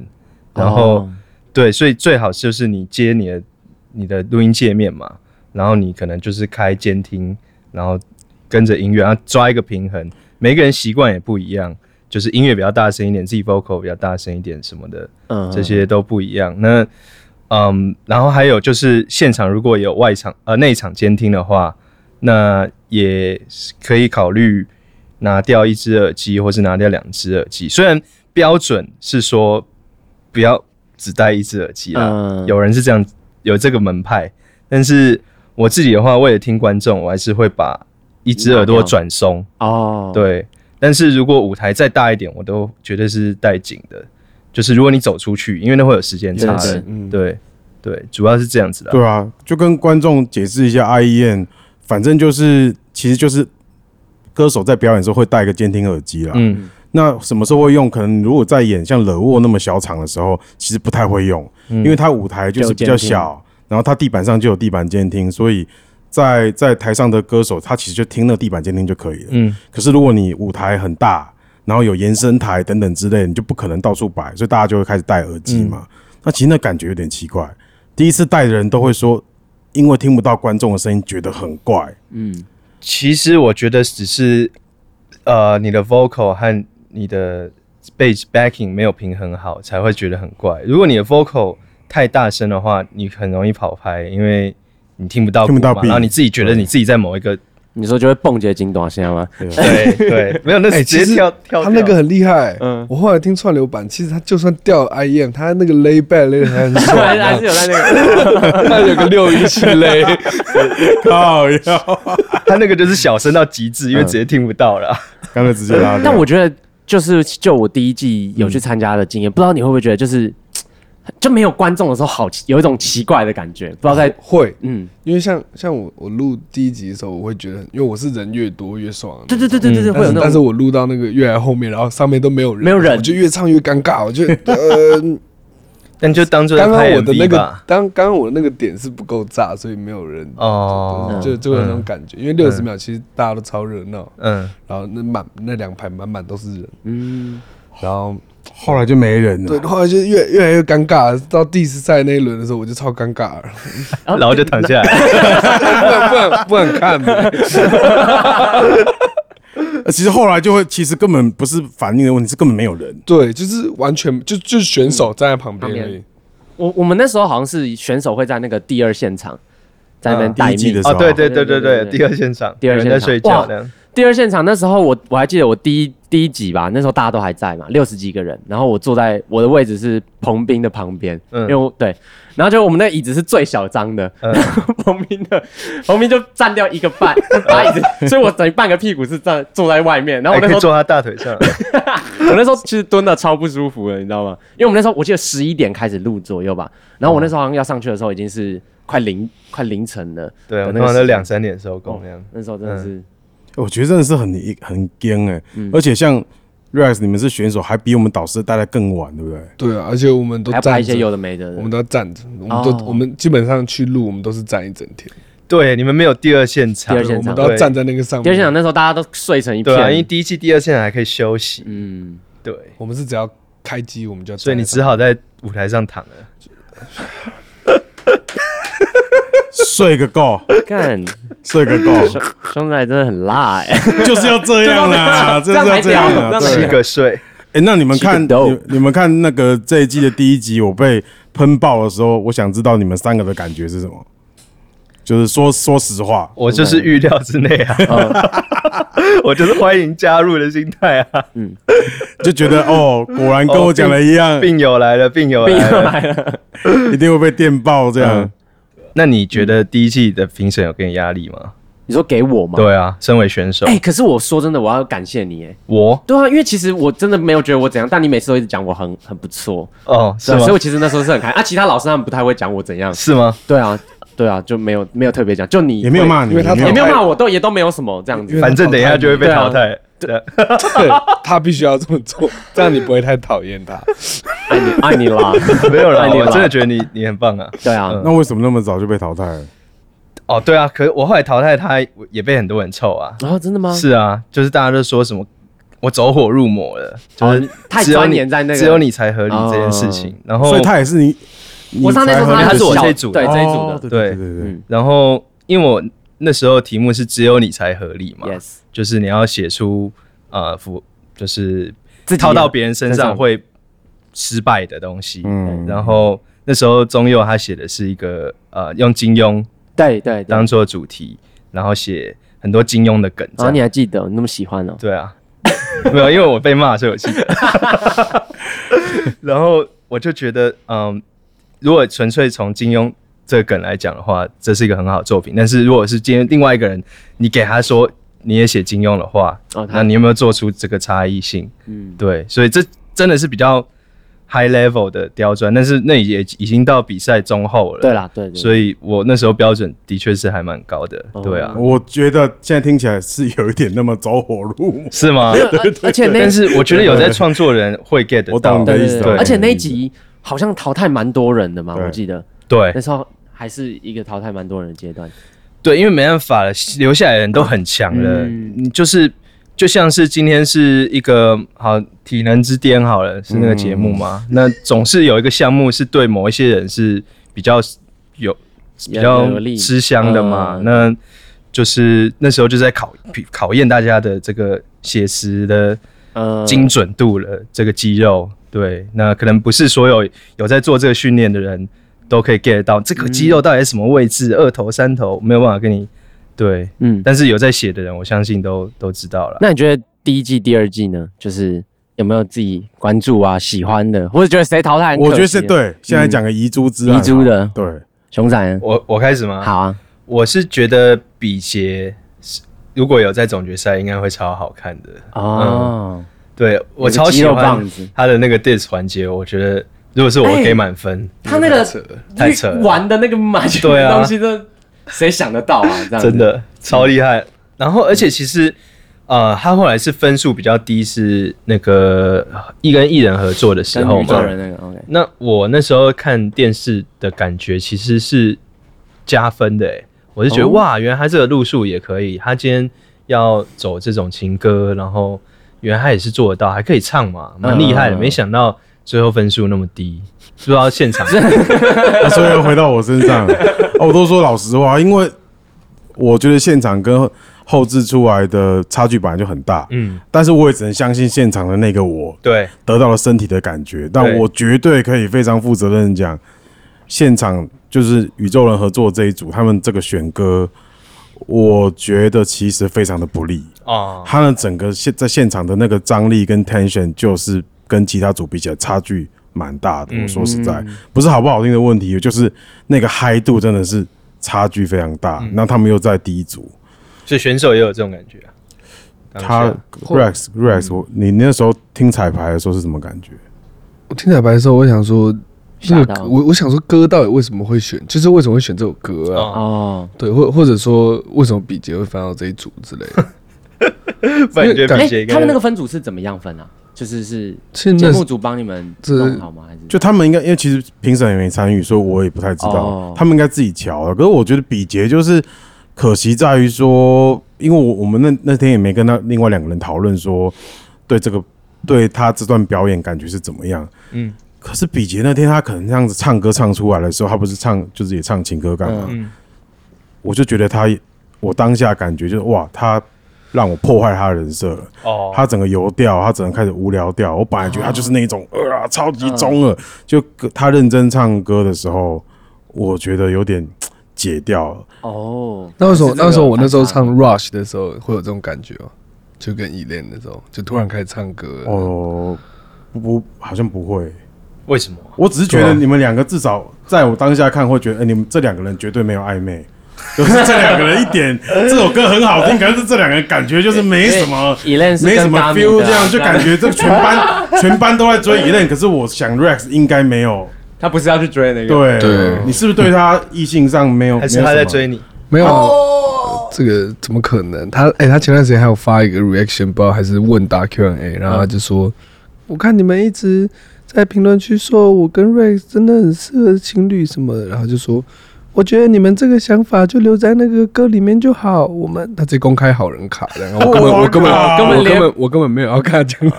Speaker 6: 然后、
Speaker 3: 哦
Speaker 6: 对，所以最好就是你接你的你的录音界面嘛，然后你可能就是开监听，然后跟着音乐，然后抓一个平衡。每个人习惯也不一样，就是音乐比较大声一点，自己 vocal 比较大声一点什么的，
Speaker 3: 嗯
Speaker 6: 这些都不一样。那嗯，然后还有就是现场如果有外场呃内场监听的话，那也是可以考虑拿掉一只耳机，或是拿掉两只耳机。虽然标准是说不要只戴一只耳机啦，
Speaker 3: 嗯
Speaker 6: 啊有人是这样有这个门派，但是我自己的话，为了听观众，我还是会把一只耳朵转松。
Speaker 3: 哦，
Speaker 6: 对，但是如果舞台再大一点，我都绝对是戴紧的。就是如果你走出去，因为那会有时间
Speaker 3: 对
Speaker 6: 差的
Speaker 3: 对，
Speaker 7: 嗯，
Speaker 6: 对对，主要是这样子的。
Speaker 1: 对啊，就跟观众解释一下 IEN，反正就是其实就是歌手在表演的时候会戴一个监听耳机啦。
Speaker 6: 嗯，
Speaker 1: 那什么时候会用？可能如果在演像惹沃那么小场的时候，其实不太会用，
Speaker 6: 嗯
Speaker 1: 因为它舞台就是比较小，然后它地板上就有地板监听，所以在在台上的歌手，他其实就听那地板监听就可以了。
Speaker 6: 嗯，
Speaker 1: 可是如果你舞台很大，然后有延伸台等等之类，你就不可能到处摆，所以大家就会开始戴耳机嘛。那其实那感觉有点奇怪，第一次戴的人都会说，因为听不到观众的声音，觉得很怪。
Speaker 3: 嗯，
Speaker 6: 其实我觉得只是呃，你的 vocal 和你的 bass backing 没有平衡好，才会觉得很怪。如果你的 vocal 太大声的话，你很容易跑拍，因为你听不到
Speaker 1: 听不
Speaker 6: 鼓嘛
Speaker 1: 到 beat
Speaker 6: 然后你自己觉得你自己在某一个
Speaker 3: 你说就会蹦结金短线 吗？
Speaker 6: 对对，没有那
Speaker 7: 哎
Speaker 6: 是直
Speaker 7: 其
Speaker 6: 接
Speaker 7: 实
Speaker 6: 跳跳
Speaker 7: 他那
Speaker 6: 掉
Speaker 7: 个很厉害、
Speaker 3: 嗯
Speaker 7: 我后来听串流版，其实他就算掉 IEM，他那个 lay back 勒的还很爽、
Speaker 6: 啊
Speaker 3: 还是还是有在那个，
Speaker 7: 他有个六一七勒，
Speaker 1: 靠呀，
Speaker 6: 他那个就是小声到极致，因为直接听不到了。
Speaker 1: 刚才直接拉掉。
Speaker 3: 但我觉得就是就我第一季有去参加的
Speaker 6: 嗯
Speaker 3: 经验，不知道你会不会觉得就是就没有观众的时候好奇有一种奇怪的感觉，不知道在
Speaker 7: 会，
Speaker 3: 嗯，
Speaker 7: 因为像像我我录第一集的时候，我会觉得，因为我是人越多越爽，啊
Speaker 3: 对对对对对对，
Speaker 7: 但
Speaker 3: 会有
Speaker 7: 是
Speaker 3: 那
Speaker 7: 但是
Speaker 3: 种
Speaker 7: 我录到那个越来后面，然后上面都没有人，
Speaker 3: 没有人
Speaker 7: 我就越唱越尴尬，我就呃，
Speaker 6: 但就当做在
Speaker 7: 刚刚
Speaker 6: 拍
Speaker 7: 我的那
Speaker 6: MV
Speaker 7: 个
Speaker 6: 吧。
Speaker 7: 当刚刚我的那个点是不够炸，所以没有人。
Speaker 6: 哦，
Speaker 7: 就就会有那种感
Speaker 3: 嗯
Speaker 7: 觉，因为六十秒其实大家都超热闹，
Speaker 6: 嗯，
Speaker 7: 然后那满那两排满满都是人，
Speaker 3: 嗯，
Speaker 7: 然后
Speaker 1: 后来就没人了
Speaker 7: 对，。后来就越越来越尴尬。到第十赛那一轮的时候，我就超尴尬了，
Speaker 6: 然后就躺下来。
Speaker 7: 不敢不敢不敢看的。
Speaker 1: 呃其实后来就会，其实根本不是反应的问题，是根本没有人。
Speaker 7: 对，就是完全就就是选手
Speaker 3: 嗯
Speaker 7: 站在旁边而已。
Speaker 3: 我我们那时候好像是选手会在那个第二现场在那边
Speaker 6: 嗯
Speaker 3: 待
Speaker 1: 啊第一季
Speaker 3: 命
Speaker 1: 的时候
Speaker 6: 哦，对对对
Speaker 3: 对
Speaker 6: 对
Speaker 3: 对
Speaker 6: 对，
Speaker 3: 对
Speaker 6: 第二现场，
Speaker 3: 第二
Speaker 6: 有人
Speaker 3: 现
Speaker 6: 在
Speaker 3: 场
Speaker 6: 睡
Speaker 3: 哇
Speaker 6: 觉这样。
Speaker 3: 第二现场那时候我我还记得我第一第一集吧，那时候大家都还在嘛，六十几个人，然后我坐在我的位置是彭斌的旁边，
Speaker 6: 嗯
Speaker 3: 因为我对，然后就我们那椅子是最小张的，
Speaker 1: 嗯
Speaker 3: 彭斌的彭斌就占掉一个半，把 椅子，所以我等于半个屁股是站坐在外面，然后
Speaker 6: 还
Speaker 3: 我那时
Speaker 6: 可
Speaker 1: 哎
Speaker 6: 以
Speaker 3: 候
Speaker 6: 坐他大腿上，
Speaker 3: 我那时候其实蹲的超不舒服的，你知道吗？因为我们那时候我记得十一点开始录左右吧，然后我那时候好像要上去的时候已经是快凌快凌晨了。
Speaker 6: 对，啊我
Speaker 3: 的那
Speaker 6: 通
Speaker 3: 个
Speaker 6: 常都
Speaker 3: 时
Speaker 6: 两三点收工
Speaker 3: 哦
Speaker 6: 那样。嗯
Speaker 3: 那时候真的是、
Speaker 1: 我觉得真的是很很惊哎、
Speaker 7: 嗯
Speaker 1: 而且像 Rex，你们是选手，还比我们导师带的更晚，对不对？
Speaker 7: 对啊，而且我们都
Speaker 3: 还要拍
Speaker 7: 站
Speaker 3: 一些
Speaker 7: 着，
Speaker 3: 有的没的
Speaker 7: 我们都要站着，我们都、
Speaker 3: 哦
Speaker 7: 我们基本上去录，我们都是站一整天，
Speaker 6: 对，你们没有第二现场
Speaker 3: 第二，现
Speaker 7: 我们
Speaker 3: 场
Speaker 7: 都要
Speaker 6: 对
Speaker 7: 站在那个上面。
Speaker 3: 第二现场那时候大家都睡成一片，
Speaker 6: 对啊，因为第一季、第二现场还可以休息，
Speaker 3: 嗯，
Speaker 6: 对，
Speaker 7: 我们是只要开机我们就要站在上面，
Speaker 6: 所以你只好在舞台上躺了。
Speaker 1: 睡个够，
Speaker 3: 干
Speaker 1: 睡个够，
Speaker 3: 兄弟真的很辣哎、
Speaker 1: 就是要这样啦，就
Speaker 3: 这
Speaker 1: 是
Speaker 3: 样
Speaker 1: 要这样
Speaker 3: 这
Speaker 1: 啦。
Speaker 3: 样才屌
Speaker 1: 对
Speaker 6: 七个睡，
Speaker 1: 哎、那你们看，
Speaker 3: 气得抖
Speaker 1: 你你们看那个这一季的第一集，我被喷爆的时候，我想知道你们三个的感觉是什么。就是说，说实话，
Speaker 6: 我就是预料之内啊，我就是欢迎加入的心态啊。
Speaker 1: 就觉得哦，果然跟我讲的一
Speaker 7: 哦
Speaker 1: 样，
Speaker 6: 病友来了，病 友来了。
Speaker 1: 一定会被电爆这
Speaker 7: 嗯
Speaker 1: 样。
Speaker 6: 那你觉得第一季的评审有 给你压力吗？
Speaker 3: 你说给我吗？。
Speaker 6: 对啊，身为选手
Speaker 3: 嗯哎、，可是我说真的，我要感谢你哎。
Speaker 6: 我
Speaker 3: 对啊，因为其实我真的没有觉得我怎样，但你每次都一直讲我很很不错，
Speaker 6: 哦，
Speaker 3: 是
Speaker 6: 是
Speaker 3: 啊，所以
Speaker 6: 吗？
Speaker 3: 我其实那时候是很开心啊。其他老师他们不太会讲我怎样，
Speaker 6: 是吗？
Speaker 3: 对啊，对啊，就没有没有特别讲，就你
Speaker 1: 也没有骂你，
Speaker 7: 因为他
Speaker 1: 也没
Speaker 3: 也没
Speaker 1: 有
Speaker 3: 有骂我，都也都没有什么这样
Speaker 7: 因
Speaker 3: 子
Speaker 7: 为。
Speaker 6: 反正等一下就会被淘汰。对，
Speaker 7: 对，他必须要这么做，这样你不会太讨厌他。
Speaker 3: 爱你爱 你啦，
Speaker 6: 没有啦，
Speaker 3: 爱你
Speaker 6: 我
Speaker 3: 啦
Speaker 6: 真的觉得你你很棒啊。
Speaker 3: 对啊，
Speaker 1: 那为什么那么早就被淘汰了？
Speaker 6: 哦，对啊，可是我后来淘汰他也被很多人臭啊。
Speaker 3: 然后哦真的吗？
Speaker 6: 是啊，就是大家都说什么我走火入魔了，就
Speaker 3: 哦
Speaker 6: 是
Speaker 3: 太
Speaker 6: 只有
Speaker 3: 钻
Speaker 6: 你
Speaker 3: 研在那个哦
Speaker 6: 只有你才合理这件事情。然后
Speaker 1: 所以他也是你，
Speaker 3: 我上次
Speaker 1: 你才
Speaker 3: 说
Speaker 1: 和
Speaker 6: 他
Speaker 1: 那
Speaker 6: 是
Speaker 1: 个
Speaker 6: 我
Speaker 1: 小
Speaker 6: 这一组的
Speaker 3: 对这一组
Speaker 1: 哦
Speaker 3: 的
Speaker 1: 对
Speaker 6: 对
Speaker 1: 对对对，
Speaker 6: 然后因为我那时候题目是只有你才合理嘛
Speaker 3: ，yes，
Speaker 6: 就是你要写出呃符，就是
Speaker 3: 自己
Speaker 1: 啊
Speaker 3: 啊
Speaker 6: 套到
Speaker 3: 人
Speaker 6: 别人身
Speaker 3: 身
Speaker 6: 上
Speaker 3: 上
Speaker 6: 会失败的东西。
Speaker 1: 嗯
Speaker 6: 然后那时候宗佑他写的是一个呃用金庸
Speaker 3: 对对对。
Speaker 6: 当做主题，然后写很多金庸的梗
Speaker 3: 然后
Speaker 6: 这样。
Speaker 3: 哦你还记得，你那么喜欢哦？
Speaker 6: 对啊， 没有，因为我被骂，所以我记得。 然后我就觉得，嗯，如果纯粹从金庸这个梗来讲的话，这是一个很好的作品。但是如果是今天另外一个人，你给他说你也写金庸的话，
Speaker 3: 哦他
Speaker 6: 那你有没有做出这个差异性？
Speaker 3: 嗯，
Speaker 6: 对，所以这真的是比较 high level 的刁钻，但是那也已经到比赛中后了。
Speaker 3: 对。啦，对哦对。
Speaker 6: 所以我那时候标准的确是还蛮高的，对啊，
Speaker 1: 我觉得现在听起来是有一点那么走火入魔。
Speaker 6: 是 吗？
Speaker 3: 而且那
Speaker 6: 但是我觉得有在创作人会 get 得
Speaker 1: 我
Speaker 6: 到
Speaker 1: 懂，的
Speaker 3: 对对
Speaker 1: 意思
Speaker 3: 对
Speaker 1: 对
Speaker 3: 对，而且那一集好像淘汰蛮多人的嘛，
Speaker 1: 对
Speaker 3: 我记得
Speaker 6: 对
Speaker 3: 那时候还是一个淘汰蛮多人的阶段。
Speaker 6: 对，因为没办法了，留下来的人都很强了，
Speaker 3: 嗯
Speaker 6: 你就是就像是今天是一个好体能之巅好了，是那个节目嘛，那总是有一个项目是对某一些人是比较有比较
Speaker 3: 有利
Speaker 6: 吃香的嘛，
Speaker 3: 嗯
Speaker 6: 那就是那时候就在考考验大家的这个写实的
Speaker 3: 呃，
Speaker 6: 精准度了，这个肌肉。对，那可能不是所有有在做这个训练的人都可以 get 到这个肌肉到底是什么位置，二头、三头没有办法跟你对，
Speaker 3: 嗯，
Speaker 6: 但是有在写的人，我相信都都知道了。
Speaker 3: 那你觉得第一季、第二季呢？就是有没有自己关注啊、喜欢的，或者觉得谁淘汰很可
Speaker 1: 我
Speaker 3: 惜啊的？
Speaker 1: 觉得是对。现在讲个遗珠之憾
Speaker 3: 嗯遗珠的
Speaker 1: 对，
Speaker 3: 熊仔呢，
Speaker 6: 我我开始吗？，
Speaker 3: 好啊，
Speaker 6: 我是觉得比杰是如果有在总决赛，应该会超好看的。
Speaker 3: 哦，
Speaker 6: 对嗯我
Speaker 3: 有个
Speaker 6: 超
Speaker 3: 肌
Speaker 6: 喜
Speaker 3: 肉
Speaker 6: 欢
Speaker 3: 棒子
Speaker 6: 他的那个 dis 环节，我觉得如果是我
Speaker 3: 哎
Speaker 6: 给满分，
Speaker 3: 他那个
Speaker 6: 太扯了
Speaker 3: 玩的那个麻将
Speaker 6: 对啊
Speaker 3: 东西，真的谁想得到啊？这样子
Speaker 6: 真的超厉害。然后，而且其实，呃，他后来是分数比较低，是那个一跟艺人合作的时
Speaker 3: 跟
Speaker 6: 候
Speaker 3: 宇宙
Speaker 6: 嘛。
Speaker 3: 人那个 OK，
Speaker 6: 那我那时候看电视的感觉其实是加分的、欸，我是觉得、
Speaker 3: 哦
Speaker 6: 哇，原来他这个路数也可以，他今天要走这种情歌，然后原来他也是做得到，还可以唱嘛，蛮厉害的。
Speaker 3: 嗯嗯嗯
Speaker 6: 没想到最后分数那么低，不知道现 场
Speaker 1: 那啊所以又回到我身上，哦我都说老实话，因为我觉得现场跟后置出来的差距本来就很大，
Speaker 6: 嗯，
Speaker 1: 但是我也只能相信现场的那个我
Speaker 6: 对
Speaker 1: 得到了身体的感觉，但
Speaker 6: 对
Speaker 1: 我绝对可以非常负责任地讲，现场就是宇宙人合作这一组，他们这个选歌，我觉得其实非常的不利。
Speaker 6: 哦，
Speaker 1: 他的整个现在现场的那个张力跟 tension 就是跟其他组比起来差距蛮大
Speaker 6: 嗯
Speaker 1: 的。我说实在，不是好不好听的问题，就是那个嗨度真的是差距非常
Speaker 6: 嗯
Speaker 1: 大。那他们又在第一组，
Speaker 6: 所以选手也有这种感觉啊。当下嗯
Speaker 1: 他 Rex Rex，我你那时候听彩排的时候是什么感觉？
Speaker 7: 我听彩排的时候，我想说，
Speaker 3: 吓
Speaker 7: 那
Speaker 3: 到
Speaker 7: 个我我想说歌到底为什么会选，就是为什么会选这首歌啊？
Speaker 6: 哦，
Speaker 3: 哦，
Speaker 7: 对，或或者说为什么比杰会翻到这一组之类 的。
Speaker 6: 不然你觉得
Speaker 3: 哎
Speaker 6: 比、杰应该
Speaker 3: 他们那个分组是怎么样分啊？就是是
Speaker 7: 现
Speaker 3: 节
Speaker 7: 在
Speaker 3: 目组帮你们弄好吗？还是
Speaker 1: 就他们应该，因为其实评审也没参与，所以我也不太知道。
Speaker 3: 哦
Speaker 1: 他们应该自己瞧了。啊可是我觉得比杰就是可惜在于说，因为我我们那那天也没跟他另外两个人讨论说，对这个对他这段表演感觉是怎么样。
Speaker 6: 嗯
Speaker 1: 嗯，可是比杰那天他可能这样子唱歌唱出来的时候，他不是唱就是也唱情歌干嘛？
Speaker 6: 嗯
Speaker 1: 我就觉得他，我当下感觉就是哇，他让我破坏他的人设了。
Speaker 6: 哦，
Speaker 1: 他整个油掉，他整个开始无聊掉。我本来觉得他就是那一种呃、啊，超
Speaker 3: 嗯
Speaker 1: 级中二，就他认真唱歌的时候，我觉得有点解掉了。
Speaker 3: 哦，
Speaker 7: 那为什么
Speaker 3: 是这个
Speaker 7: 那时候我那时候唱 Rush 的时候会有这种感觉哦？就跟依恋的时候，就突然开始唱歌了。
Speaker 1: 哦，不不，好像不会。
Speaker 6: 为什么？
Speaker 1: 我只是觉得
Speaker 3: 啊
Speaker 1: 你们两个至少在我当下看会觉得，哎、你们这两个人绝对没有暧昧。就是这两个人一 点，这首歌很好听，可是这两个人感觉就是没什么，
Speaker 3: e l a n 是
Speaker 1: 没
Speaker 3: 跟
Speaker 1: 什么
Speaker 3: Gami
Speaker 1: feel，
Speaker 3: 的啊
Speaker 1: 这样就感觉这全 班全班都在追 e l n 可是我想 Rex 应该没有，
Speaker 3: 他不是要去追那个，
Speaker 1: 对，
Speaker 7: 对
Speaker 1: 你是不是对他异性上没有？
Speaker 6: 还是他
Speaker 1: 没有
Speaker 6: 在
Speaker 1: 什么
Speaker 6: 追？你？
Speaker 7: 没有啊、
Speaker 2: 哦
Speaker 7: 这个怎么可能？他哎、他前段时间还有发一个 reaction，不知道还是问答 Q&A，然后他就说：“我看你们一直在评论区说我跟 Rex 真的很适合情侣什么的，然后就说。”我觉得你们这个想法就留在那个歌里面就好。我们他直接公开好人卡，然后我根本我根本
Speaker 1: 哇
Speaker 7: 我根
Speaker 3: 连
Speaker 7: 本我根本没有要看他讲话，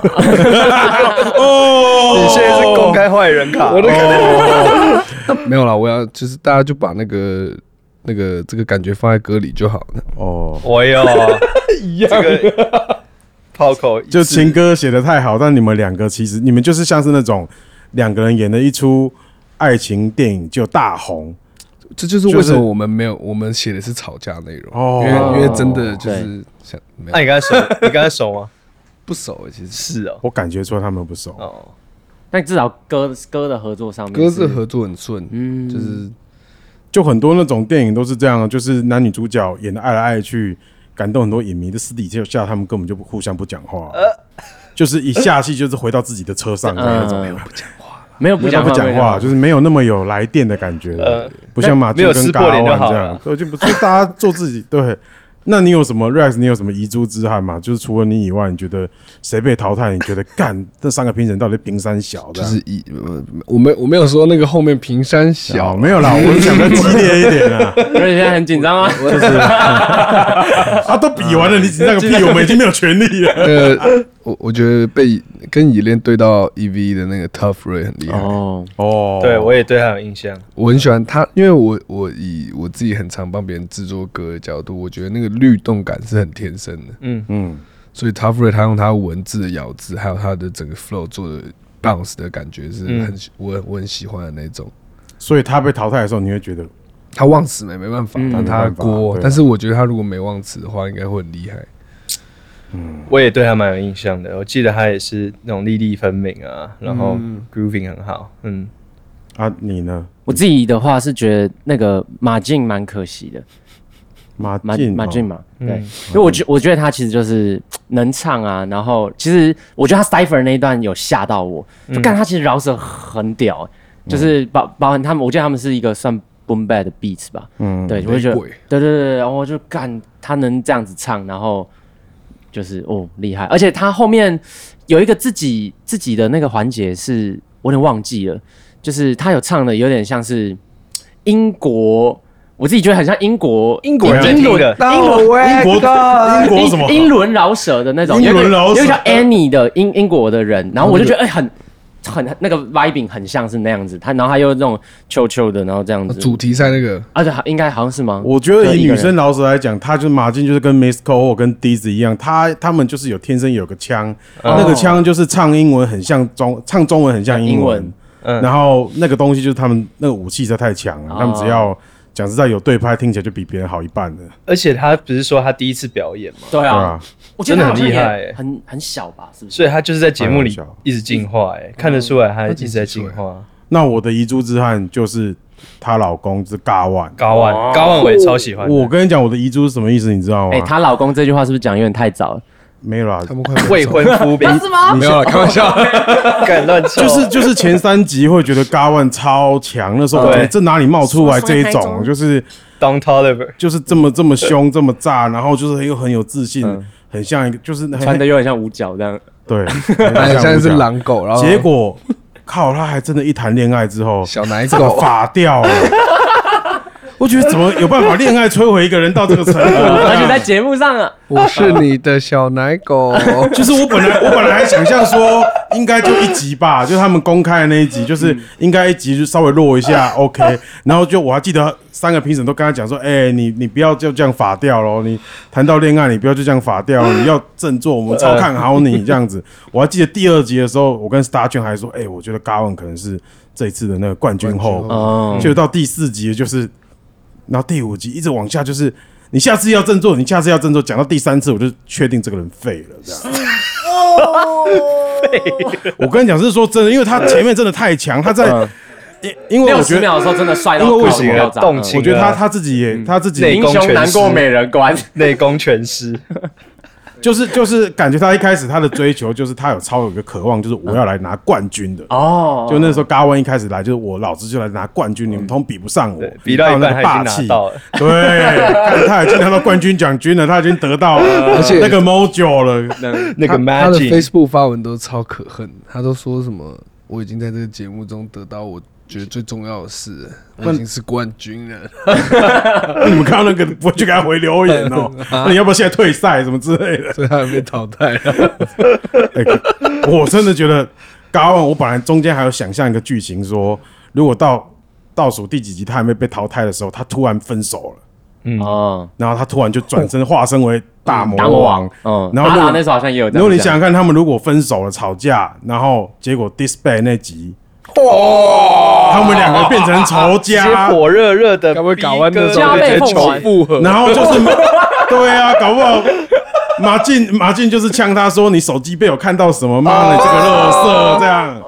Speaker 1: 哦，
Speaker 6: 你现在是公开坏人卡，我的
Speaker 7: 没有啦，我要就是大家就把那个那个这个感觉放在歌里就好了。
Speaker 1: 哦，
Speaker 6: 我有 一样哎这个炮口一致
Speaker 1: 就情歌写的太好，但你们两个其实你们就是像是那种两个人演的一出爱情电影就大红
Speaker 7: 这就
Speaker 1: 就
Speaker 7: 是
Speaker 1: 是
Speaker 7: 为什么我们没有，我们写的是吵架内容，
Speaker 1: 哦
Speaker 7: 因为因为真的就是想没
Speaker 6: 那
Speaker 7: 有
Speaker 6: 你跟他熟？你跟他熟吗？
Speaker 7: 不熟，欸其实
Speaker 6: 是哦，
Speaker 1: 我感觉出来他们不熟。
Speaker 6: 哦，
Speaker 3: 但至少歌歌的合作上面
Speaker 7: 歌
Speaker 3: 是
Speaker 7: 是合作很顺，
Speaker 3: 嗯
Speaker 7: 就是
Speaker 1: 就很多那种电影都是这样啊，就是男女主角演的爱来爱去，感动很多影迷的私底下，他们根本就不互相不讲话，啊
Speaker 6: 呃
Speaker 1: 就是一下戏就是回到自己的车上的那种，
Speaker 3: 嗯没有
Speaker 1: 没
Speaker 3: 不
Speaker 1: 有
Speaker 3: 讲
Speaker 1: 不
Speaker 3: 话，
Speaker 1: 讲话，就是没有那么有来电的感觉，
Speaker 6: 呃
Speaker 1: 不像马
Speaker 6: 没
Speaker 1: 竞
Speaker 6: 有撕
Speaker 1: 跟
Speaker 6: 破
Speaker 1: 嘎拉
Speaker 6: 脸就
Speaker 1: 万
Speaker 6: 好
Speaker 1: 这
Speaker 6: 了
Speaker 1: 样，对，就不就大家做自己。对，那你有什么 Rex？你有什么遗珠之憾吗？就是除了你以外，你觉得谁被淘汰？你觉得干 这三个评审到底冰山小的？啊
Speaker 7: 就是以呃我没我没有说那个后面平山
Speaker 1: 小
Speaker 7: 小，
Speaker 1: 哦没有啦，我是想的激烈一点啊！
Speaker 3: 而且现在很紧 张啊，
Speaker 1: 啊，都比完了，你紧张个屁！我们已经没有权利 了。
Speaker 7: 呃，我我觉得被跟以恋对到 EV 的那个 Tough Ray 很厉 害，
Speaker 3: 哦，
Speaker 1: 哦
Speaker 6: 对我也对他有印象。
Speaker 7: 我很喜欢他，因为我我以我自己很常帮别人制作歌的角度，我觉得那个律动感是很天生的，
Speaker 6: 嗯
Speaker 1: 嗯，
Speaker 7: 所以 Tough Ray 他用他文字的咬字，还有他的整个 flow 做的 bounce 的感觉是很、
Speaker 6: 嗯
Speaker 7: 我我很喜欢的那种。
Speaker 1: 所以他被淘汰的时候，你会觉得
Speaker 7: 他忘词没没办法，
Speaker 3: 嗯
Speaker 7: 但他
Speaker 1: 没办法
Speaker 7: 锅
Speaker 1: 对啊。
Speaker 7: 但是我觉得他如果没忘词的话，应该会很厉害。
Speaker 6: 我也对他蛮有印象的，我记得他也是那种粒粒分明啊，然后 grooving 很好，嗯，
Speaker 1: 啊，你呢？
Speaker 3: 我自己的话是觉得那个马竞蛮可惜的，
Speaker 1: 马
Speaker 3: 马
Speaker 1: 竞，
Speaker 3: 马竞
Speaker 1: 哦
Speaker 3: 嘛，对，因为我觉我觉得他其实就是能唱啊，然后其实我觉得他 Cipher 那一段有吓到我，就干他其实饶舌很屌、就是
Speaker 1: 嗯
Speaker 3: 包包含他们，我记得他们是一个算 Boom Bad 的 Beats 吧，
Speaker 1: 嗯，
Speaker 3: 对，我就觉得，
Speaker 7: 雷鬼
Speaker 3: 对对对，然后我就干他能这样子唱，然后就是哦厉害，而且他后面有一个自己自己的那个环节是我有点忘记了，就是他有唱的有点像是英国，我自己觉得很像英国英
Speaker 6: 国人在
Speaker 3: 英
Speaker 6: 听
Speaker 3: 伦
Speaker 6: 的
Speaker 3: 英伦
Speaker 1: 英国英国什么
Speaker 3: 呃英英伦饶舌的那种，
Speaker 1: 英
Speaker 3: 有一
Speaker 1: 伦
Speaker 3: 个
Speaker 1: 饶舌
Speaker 3: 有一个叫 Annie 的英英国的人，然后我就觉得哎、很。很那个 vibing 很像是那样子，他然后他又那种秋秋的，然后这样子，
Speaker 7: 主题赛那个
Speaker 3: 而且好应该好像是吗？
Speaker 1: 啊我觉得
Speaker 3: 对
Speaker 1: 以
Speaker 3: 一个
Speaker 1: 女
Speaker 3: 人
Speaker 1: 生老师来讲，她就是马竞，就是跟 Miss Cole 或跟 d i z 一样，她她们就是有天生有个腔，那个腔就是唱英文很像中，唱中文很像英
Speaker 3: 英
Speaker 1: 文
Speaker 3: 文，
Speaker 6: 嗯
Speaker 1: 然后那个东西就是他们那个武器实在太强了，他们只要讲实在，有对拍听起来就比别人好一半了，
Speaker 6: 而且他不是说他第一次表演嘛，
Speaker 3: 对
Speaker 1: 对
Speaker 3: 啊
Speaker 1: 吧，？
Speaker 3: 我觉得他好
Speaker 6: 真的很
Speaker 3: 像
Speaker 6: 厉害
Speaker 3: 也
Speaker 6: 欸
Speaker 3: 很很小吧，是不是？
Speaker 1: 啊
Speaker 6: 所以他就是在节目里
Speaker 1: 开玩笑
Speaker 6: 一直进化、哎，看得出来他一直在进化。
Speaker 1: 那我的遗珠之憾就是她老公是嘎万。
Speaker 6: 高万，高万我也超喜欢的，
Speaker 1: 我跟你讲，我的遗珠是什么意思，你知道吗？
Speaker 3: 哎，她老公这句话是不是讲有点太早了？
Speaker 1: 没有啦，
Speaker 7: 他们快分手
Speaker 6: 未婚夫 被
Speaker 2: 是吗？
Speaker 7: 没有了，开玩笑。
Speaker 6: 敢乱叫，
Speaker 1: 就是就是前三集会觉得嘎万超强，那时候我觉得
Speaker 6: 对
Speaker 1: 这哪里冒出来这一
Speaker 3: 什么
Speaker 1: 种，就是。
Speaker 6: Don Toliver，
Speaker 1: 就是这么这么凶，这么炸，然后就是又很有自信，
Speaker 3: 嗯
Speaker 1: 很像一个就是很
Speaker 3: 穿的有点像五角这样，
Speaker 1: 对，
Speaker 7: 哎，
Speaker 1: 很
Speaker 7: 现在
Speaker 1: 像
Speaker 7: 是狼哦狗，然后
Speaker 1: 结果靠，他还真的，一谈恋爱之后，
Speaker 7: 小奶
Speaker 1: 这个
Speaker 7: 狗，
Speaker 1: 法掉了。我觉得怎么有办法恋爱摧毁一个人到这个程度？
Speaker 3: 而且在节目上啊，
Speaker 7: 我是你的小奶狗。
Speaker 1: 就是我本来我本来还想象说，应该就一集 吧，就他们公开的那一
Speaker 7: 嗯
Speaker 1: 集，就是应该一集就稍微落一 下，OK。然后就我还记得三个评审都跟他讲说，哎、你你不要就这样法掉咯，你谈到恋爱你不要就这样法掉， 你要振作，我们超看好你这样子。我还记得第二集的时候，我跟 Star 圈还说，哎、我觉得 Garvin 可能是这一次的那个冠军后，
Speaker 7: 冠军后
Speaker 3: 哦，
Speaker 1: 就到第四集就是，然后第五集一直往下就是。你下次要振作，你下次要振作。讲到第三次，我就确定这个人废了，这样。 我跟你讲是说真的，因为他前面真的太强，他在，因因为
Speaker 3: 六
Speaker 1: 我
Speaker 3: 十
Speaker 1: 觉得，
Speaker 3: 秒的时候真的帅到
Speaker 1: 因为为
Speaker 3: 靠
Speaker 1: 什么
Speaker 3: 腰斩
Speaker 6: 动情
Speaker 1: 我觉得他他自己也他自己也
Speaker 6: 内
Speaker 3: 英
Speaker 6: 功
Speaker 3: 雄
Speaker 6: 全
Speaker 3: 难过
Speaker 6: 失
Speaker 3: 美人关，
Speaker 6: 内功全失，
Speaker 1: 就是就是感觉他一开始他的追求就是他有超有一个渴望，就是我要来拿冠军的。
Speaker 3: 哦，
Speaker 1: 就那时候，嘎湾一开始来，就是我老子就来拿冠军，你们通比不上我
Speaker 6: 对，比到一
Speaker 1: 那
Speaker 6: 半
Speaker 1: 个
Speaker 6: 他
Speaker 1: 霸
Speaker 6: 已经
Speaker 1: 气
Speaker 6: 拿，到了，
Speaker 1: 对， 看他已经拿到冠军奖军了，他已经得 到了，
Speaker 7: 而且
Speaker 1: 那个 mojo 了，
Speaker 6: 呃那
Speaker 7: 他
Speaker 6: 个
Speaker 7: 他的
Speaker 6: Magic
Speaker 7: Facebook 发文都超可恨，他都说什么我已经在这个节目中得到我觉得最重要的事了，
Speaker 6: 嗯
Speaker 7: 我已经是冠军 了。
Speaker 1: 你们看到那个不会去给他回留言 哦？
Speaker 6: 啊
Speaker 1: 那你要不要现在退赛什么之类的？
Speaker 7: 所以他还被淘汰啊 了。
Speaker 1: 哎可我真的觉得嘎万，我本来中间还有想象一个剧情说，如果到倒数第几集他还没被淘汰的时候，他突然分手了，
Speaker 3: 哦，
Speaker 1: 然后他突然就转身化身为大嗯魔
Speaker 3: 打魔王，嗯，
Speaker 1: 然后
Speaker 3: 阿
Speaker 1: 如
Speaker 3: 达
Speaker 1: 果
Speaker 3: 那时候好像也有这
Speaker 1: 如
Speaker 3: 样
Speaker 1: 果你
Speaker 3: 讲
Speaker 1: 想想看，他们如果分手了吵架，然后结果 disband 那集，他们两个变成仇
Speaker 6: 直接
Speaker 1: 家，
Speaker 6: 火热热的，
Speaker 7: 该不会搞完的时
Speaker 3: 加
Speaker 7: 候就
Speaker 3: 倍
Speaker 7: 直接
Speaker 3: 奉
Speaker 7: 求
Speaker 3: 还
Speaker 7: 复合？
Speaker 1: 然后 就是，对啊，搞不好马进马进就是呛他说你手机被我看到什么？妈的，你这个垃圾这样。
Speaker 3: 哦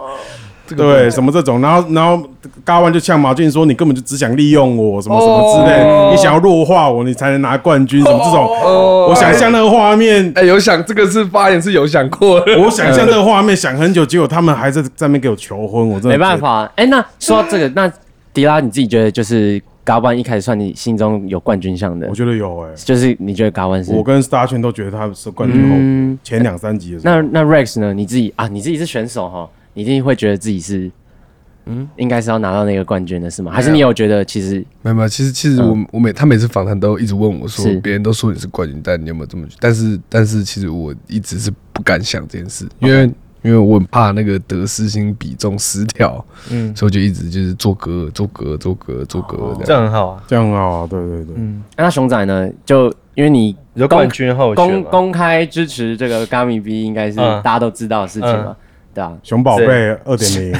Speaker 1: 对，什么这种，然后然后嘎完就呛马俊说：“你根本就只想利用我，什么什么之类，你想要弱化我，你才能拿冠军，什么这
Speaker 3: 哦
Speaker 1: 种。”我想象那个画面，
Speaker 7: 哎，有想这个是发言是有想过的。
Speaker 1: 我想象那个画面，想很久，结果他们还在在那边给我求婚，我真的
Speaker 3: 没办。法。哎、那说到这个，那迪拉你自己觉得就是嘎湾一开始算你心中有冠军相的
Speaker 1: 我，觉得有哎、
Speaker 3: 就是你觉得嘎湾是？
Speaker 1: 我跟 Star 圈都觉得他是冠军后、
Speaker 3: 嗯
Speaker 1: 前两三集的时候，
Speaker 3: 那那 Rex 呢？你自己啊，你自己是选手哈，你一定会觉得自己是。嗯，应该是要拿到那个冠军的是吗？还是你有觉得其实
Speaker 7: 没有没有，其实其
Speaker 6: 嗯
Speaker 7: 实我我每他每次访谈都一直问我说
Speaker 3: 是，
Speaker 7: 别人都说你是冠军，但你有没有这么觉得？但是但是其实我一直是不敢想这件事，因为因为我很怕那个得失心比重失调，嗯，所以我就一直就是做隔阂做隔阂做隔阂做隔阂
Speaker 6: 这
Speaker 7: 这样。
Speaker 6: 样很好啊。
Speaker 1: 这样啊，对对对，
Speaker 3: 啊那熊仔呢？就因为你
Speaker 6: 你说
Speaker 3: 公
Speaker 6: 冠军后选
Speaker 3: 公
Speaker 6: 吗？
Speaker 3: 公开支持这个 Gummy B，应该是
Speaker 6: 嗯
Speaker 3: 大家都知道的事情嘛，对啊，
Speaker 1: 熊宝贝二点零，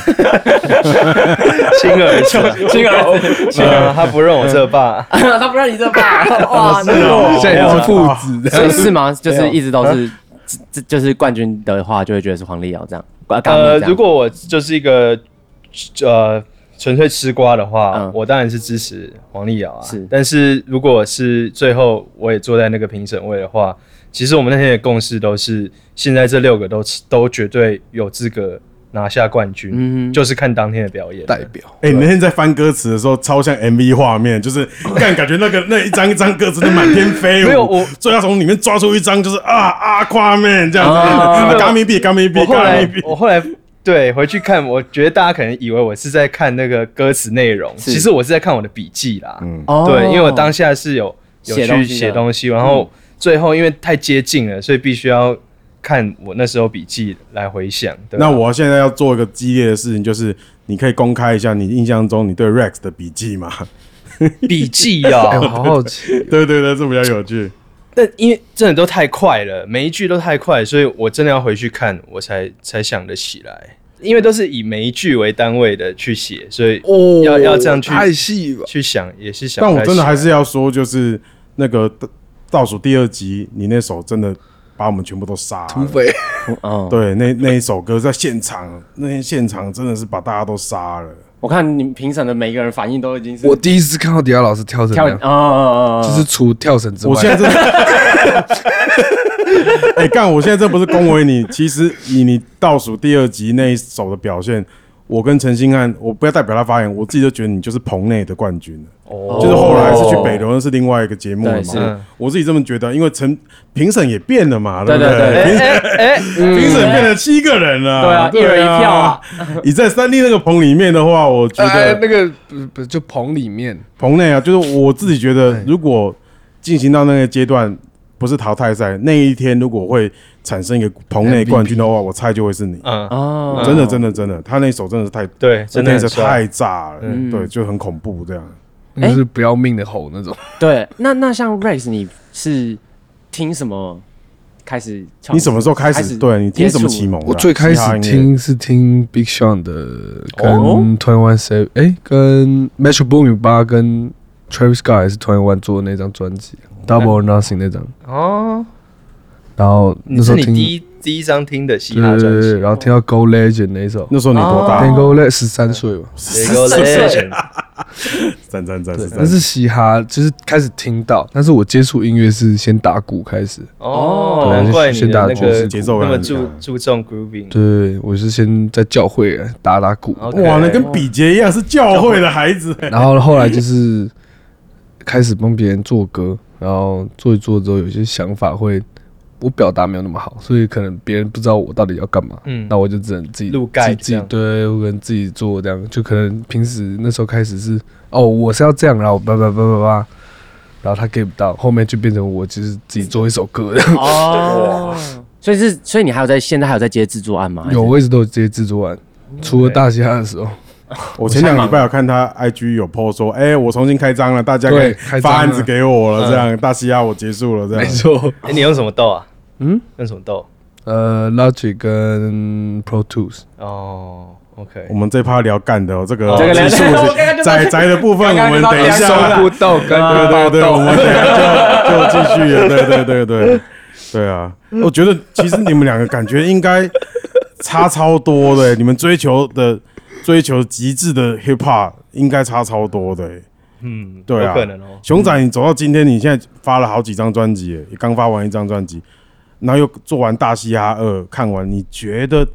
Speaker 6: 亲儿子啊，
Speaker 3: 这个
Speaker 6: 亲儿子他不认我这爸，
Speaker 3: 他不让你这把，
Speaker 6: 哦
Speaker 3: 哇，那
Speaker 7: 现在是父子这样
Speaker 3: 所以是吗？就是一直都
Speaker 6: 嗯
Speaker 3: 是，这这就是冠军的话，就会觉得是黄立尧这样。啊刚刚
Speaker 6: 呃，
Speaker 3: 你这样
Speaker 6: 如果我就是一个呃纯粹吃瓜的话，
Speaker 3: 嗯
Speaker 6: 我当然是支持黄丽瑶啊。
Speaker 3: 是
Speaker 6: 但是如果是最后我也坐在那个评审位的话，其实我们那天的共识都是，现在这六个都都绝对有资格拿下冠军，
Speaker 3: 嗯哼
Speaker 6: 就是看当天的表演了。
Speaker 7: 代表。
Speaker 1: 哎、你那天在翻歌词的时候，超像 MV 画面，就是干感觉那个那一张一张歌词都满天飞舞，
Speaker 6: 没有我
Speaker 1: 最后从里面抓出一张，就是啊啊夸面这样
Speaker 3: 啊
Speaker 1: 子，嘎咪币嘎咪币
Speaker 6: 我后
Speaker 1: 嘎咪
Speaker 6: 来
Speaker 1: 币，
Speaker 6: 我后来对回去看，我觉得大家可能以为我是在看那个歌词内容，
Speaker 3: 是
Speaker 6: 其实我是在看我的笔记啦。
Speaker 1: 嗯，
Speaker 3: 哦
Speaker 6: 对，因为我当下是有有
Speaker 3: 写东
Speaker 6: 去
Speaker 3: 西的嗯
Speaker 6: 写东西，然后最后因为太接近了，所以必须要看我那时候笔记来回想。对吧
Speaker 1: 那我现在要做一个激烈的事情，就是你可以公开一下你印象中你对 Rex 的笔记嘛？
Speaker 6: 笔记
Speaker 1: 哦
Speaker 7: 哎，我
Speaker 6: 啊，
Speaker 7: 好好奇，
Speaker 1: 对对对，这比较有趣。
Speaker 6: 但因为真的都太快了，每一句都太快，所以我真的要回去看，我才才想得起来。因为都是以每一句为单位的去写，所以
Speaker 7: 哦
Speaker 6: 要要这样去
Speaker 7: 太细了吧？
Speaker 6: 去想也是想。
Speaker 1: 但我真的还是要说，就是那个倒倒数第二集，你那首真的把我们全部都杀
Speaker 7: 土
Speaker 1: 了。
Speaker 7: 匪，
Speaker 3: 哦，
Speaker 1: 对，那那一首歌在现场，那天现场真的是把大家都杀了。
Speaker 3: 我看你们评审的每一个人反应都已经是
Speaker 7: 我第一次看到迪亚老师跳绳
Speaker 3: 跳
Speaker 7: 这
Speaker 3: 啊
Speaker 7: 样，
Speaker 3: 啊啊，
Speaker 7: 就是
Speaker 6: 哦
Speaker 7: 除跳绳之外，
Speaker 1: 我现在真的， 哎、干！我现在这不是恭维你，其实以你倒数第二集那一首的表现，我跟陈星汉，我不要代表他发言，我自己就觉得你就是棚内的冠军了。
Speaker 6: 哦
Speaker 1: 就是后来是去北流，那是另外一个节目了
Speaker 3: 对是
Speaker 1: 嘛。嗯我自己这么觉得，因为陈评审也变了嘛，
Speaker 3: 对
Speaker 1: 不
Speaker 3: 对对
Speaker 1: 评审
Speaker 6: 哎哎
Speaker 1: 评审变了七个人了，
Speaker 3: 对啊一人一票啊。
Speaker 1: 你在三 D 那个棚里面的话，我觉
Speaker 7: 哎
Speaker 1: 得
Speaker 7: 那个不不就棚里面，
Speaker 1: 棚内啊，就是我自己觉得，如果进行到那个阶段，不是淘汰赛那一天，如果会产生一个棚内冠军的话，我猜就会是你。
Speaker 6: 嗯，
Speaker 7: 啊
Speaker 3: 哦，
Speaker 1: 真的，真的，真的，他那首真的是太，
Speaker 6: 对，真的
Speaker 1: 那
Speaker 6: 很
Speaker 1: 首
Speaker 6: 帅
Speaker 1: 太炸了，
Speaker 7: 嗯
Speaker 1: 对，就很恐怖这样。
Speaker 7: 那
Speaker 6: 哎
Speaker 7: 就是不要命的吼那种。
Speaker 3: 对，那那像 Rex，你是听什么开始唱？
Speaker 1: 你什么时候开
Speaker 3: 开
Speaker 1: 始？
Speaker 3: 始
Speaker 1: 对你听什么
Speaker 3: 接触
Speaker 1: 启蒙的啊？
Speaker 7: 我最开
Speaker 1: 嘻哈
Speaker 7: 始
Speaker 1: 音乐
Speaker 7: 听是听 Big Sean 的，
Speaker 3: 哦
Speaker 7: 跟 Twenty One s a v 哎，跟 Metro Boomin 八跟 Travis Scott 还是 Twenty One 做的那张专辑 Double or Nothing 那张，
Speaker 6: 哦，
Speaker 7: 然后
Speaker 6: 你
Speaker 7: 那时
Speaker 6: 是
Speaker 7: 候
Speaker 6: 你
Speaker 7: 听，
Speaker 6: 第一第一张听的嘻
Speaker 7: 对
Speaker 6: 哈
Speaker 7: 对
Speaker 6: 专
Speaker 7: 对
Speaker 6: 辑，哦啊
Speaker 7: 对，然后听到 Go Legend 那一首，
Speaker 1: 那时候你多大？
Speaker 7: 听 Go Legend 十三岁吧，
Speaker 6: 有一个 legend，
Speaker 1: 赞赞赞
Speaker 7: 对
Speaker 1: 赞，赞
Speaker 7: 但是嘻哈就是开始听到，但是我接触音乐是先打鼓开始，
Speaker 6: 哦，
Speaker 7: 对
Speaker 6: 难怪你的
Speaker 7: 先打
Speaker 6: 那
Speaker 7: 爵
Speaker 6: 个
Speaker 7: 士
Speaker 1: 节奏
Speaker 6: 那么
Speaker 1: 感很
Speaker 6: 注
Speaker 1: 强
Speaker 6: 注重 grooving，
Speaker 7: 对我是先在教会啊打打鼓，
Speaker 6: OK
Speaker 1: 哇，那跟比杰一样是教会的孩子。
Speaker 7: 然后后来就是开始帮别人做歌，然后做一做之后，有些想法会我表达没有那么好，所以可能别人不知道我到底要干嘛，
Speaker 6: 嗯
Speaker 7: 那我就只能自己
Speaker 6: 路
Speaker 7: 自
Speaker 6: 盖
Speaker 7: 己自
Speaker 6: 这
Speaker 7: 己
Speaker 6: 样
Speaker 7: 对，我可能自己做这样，就可能平时那时候开始是哦，我是要这样，然后叭叭叭叭叭，然后他 get 不到，后面就变成我就是自己做一首歌，
Speaker 3: 哦，所以是，所以你还有在现在还有在接制作案吗？还是
Speaker 7: 有我一直都有直接制作完，
Speaker 3: 嗯
Speaker 7: 除了大嘻哈的时候，
Speaker 1: 我前两个礼拜有看他 IG 有 po 说，哎，我重新开张了，大家可以
Speaker 7: 对开张了嗯
Speaker 1: 发案子给我了，这样大西亚我结束了，这
Speaker 7: 没
Speaker 1: 样。
Speaker 7: 错，
Speaker 6: 哎，你用什么豆啊？
Speaker 7: 嗯，
Speaker 6: 用什么豆？
Speaker 7: 呃，Logic 跟 Pro Tools。
Speaker 6: 哦，OK，
Speaker 1: 我们这趴聊干的哦，这个
Speaker 6: 这个
Speaker 1: 技
Speaker 6: 聊
Speaker 1: 术
Speaker 3: 我刚刚就
Speaker 1: 宅宅的部分，我们等一
Speaker 3: 刚刚就
Speaker 1: 下
Speaker 3: 到
Speaker 1: 啦，
Speaker 7: 豆跟
Speaker 1: 对对对，我们等一下就就继续了，对对对对对啊！我觉得其实你们两个感觉应该差超多的，你们追求的追求极致的 hip hop 应该差超多的。
Speaker 6: 嗯，
Speaker 1: 对啊
Speaker 6: 有可能哦，
Speaker 1: 熊仔，你走到今天，你现在发了好几张专辑耶，也刚发完一张专辑，然后又做完《大嘻哈二》，看完，你觉得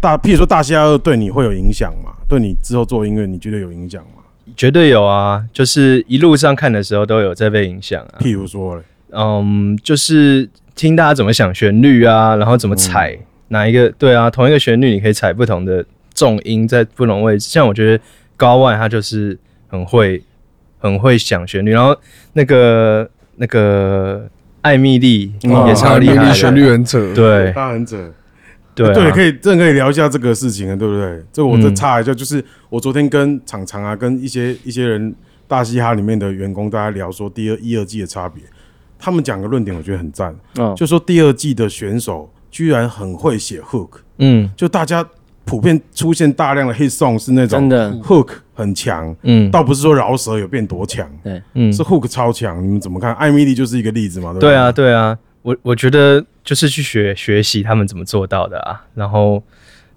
Speaker 1: 大，譬如说《大嘻哈二》对你会有影响吗？对你之后做音乐，你觉得有影响吗？
Speaker 6: 绝对有啊，就是一路上看的时候都有在被影响啊，
Speaker 1: 譬如说嘞，
Speaker 6: 嗯，就是听大家怎么想旋律啊，然后怎么踩、哪一个，对啊，同一个旋律你可以踩不同的重音在不同位置。像我觉得高万他就是很会很会想旋律，然后那个那个艾米丽
Speaker 1: 哦
Speaker 6: 也超厉害
Speaker 7: 魅
Speaker 6: 的，
Speaker 7: 力旋律很扯，
Speaker 6: 对
Speaker 1: 大很者。
Speaker 6: 对、啊、
Speaker 1: 对，可以，这可以聊一下这个事情啊，对不对？这个我再
Speaker 6: 嗯
Speaker 1: 插一下，就是我昨天跟厂长啊，跟一些一些人大嘻哈里面的员工，大家聊说第二一二季的差别，他们讲个论点，我觉得很赞，
Speaker 3: 嗯
Speaker 1: 就说第二季的选手居然很会写 hook，
Speaker 6: 嗯
Speaker 1: 就大家普遍出现大量的 hit song 是那
Speaker 3: 真
Speaker 1: 种
Speaker 3: 的
Speaker 1: hook 很强，
Speaker 6: 嗯
Speaker 1: 倒不是说饶舌有变多强，
Speaker 6: 嗯
Speaker 1: 是 hook 超强，你们怎么看？艾米丽就是一个例子嘛，对不
Speaker 6: 对啊，，对啊，我我觉得就是去学学习他们怎么做到的啊，然后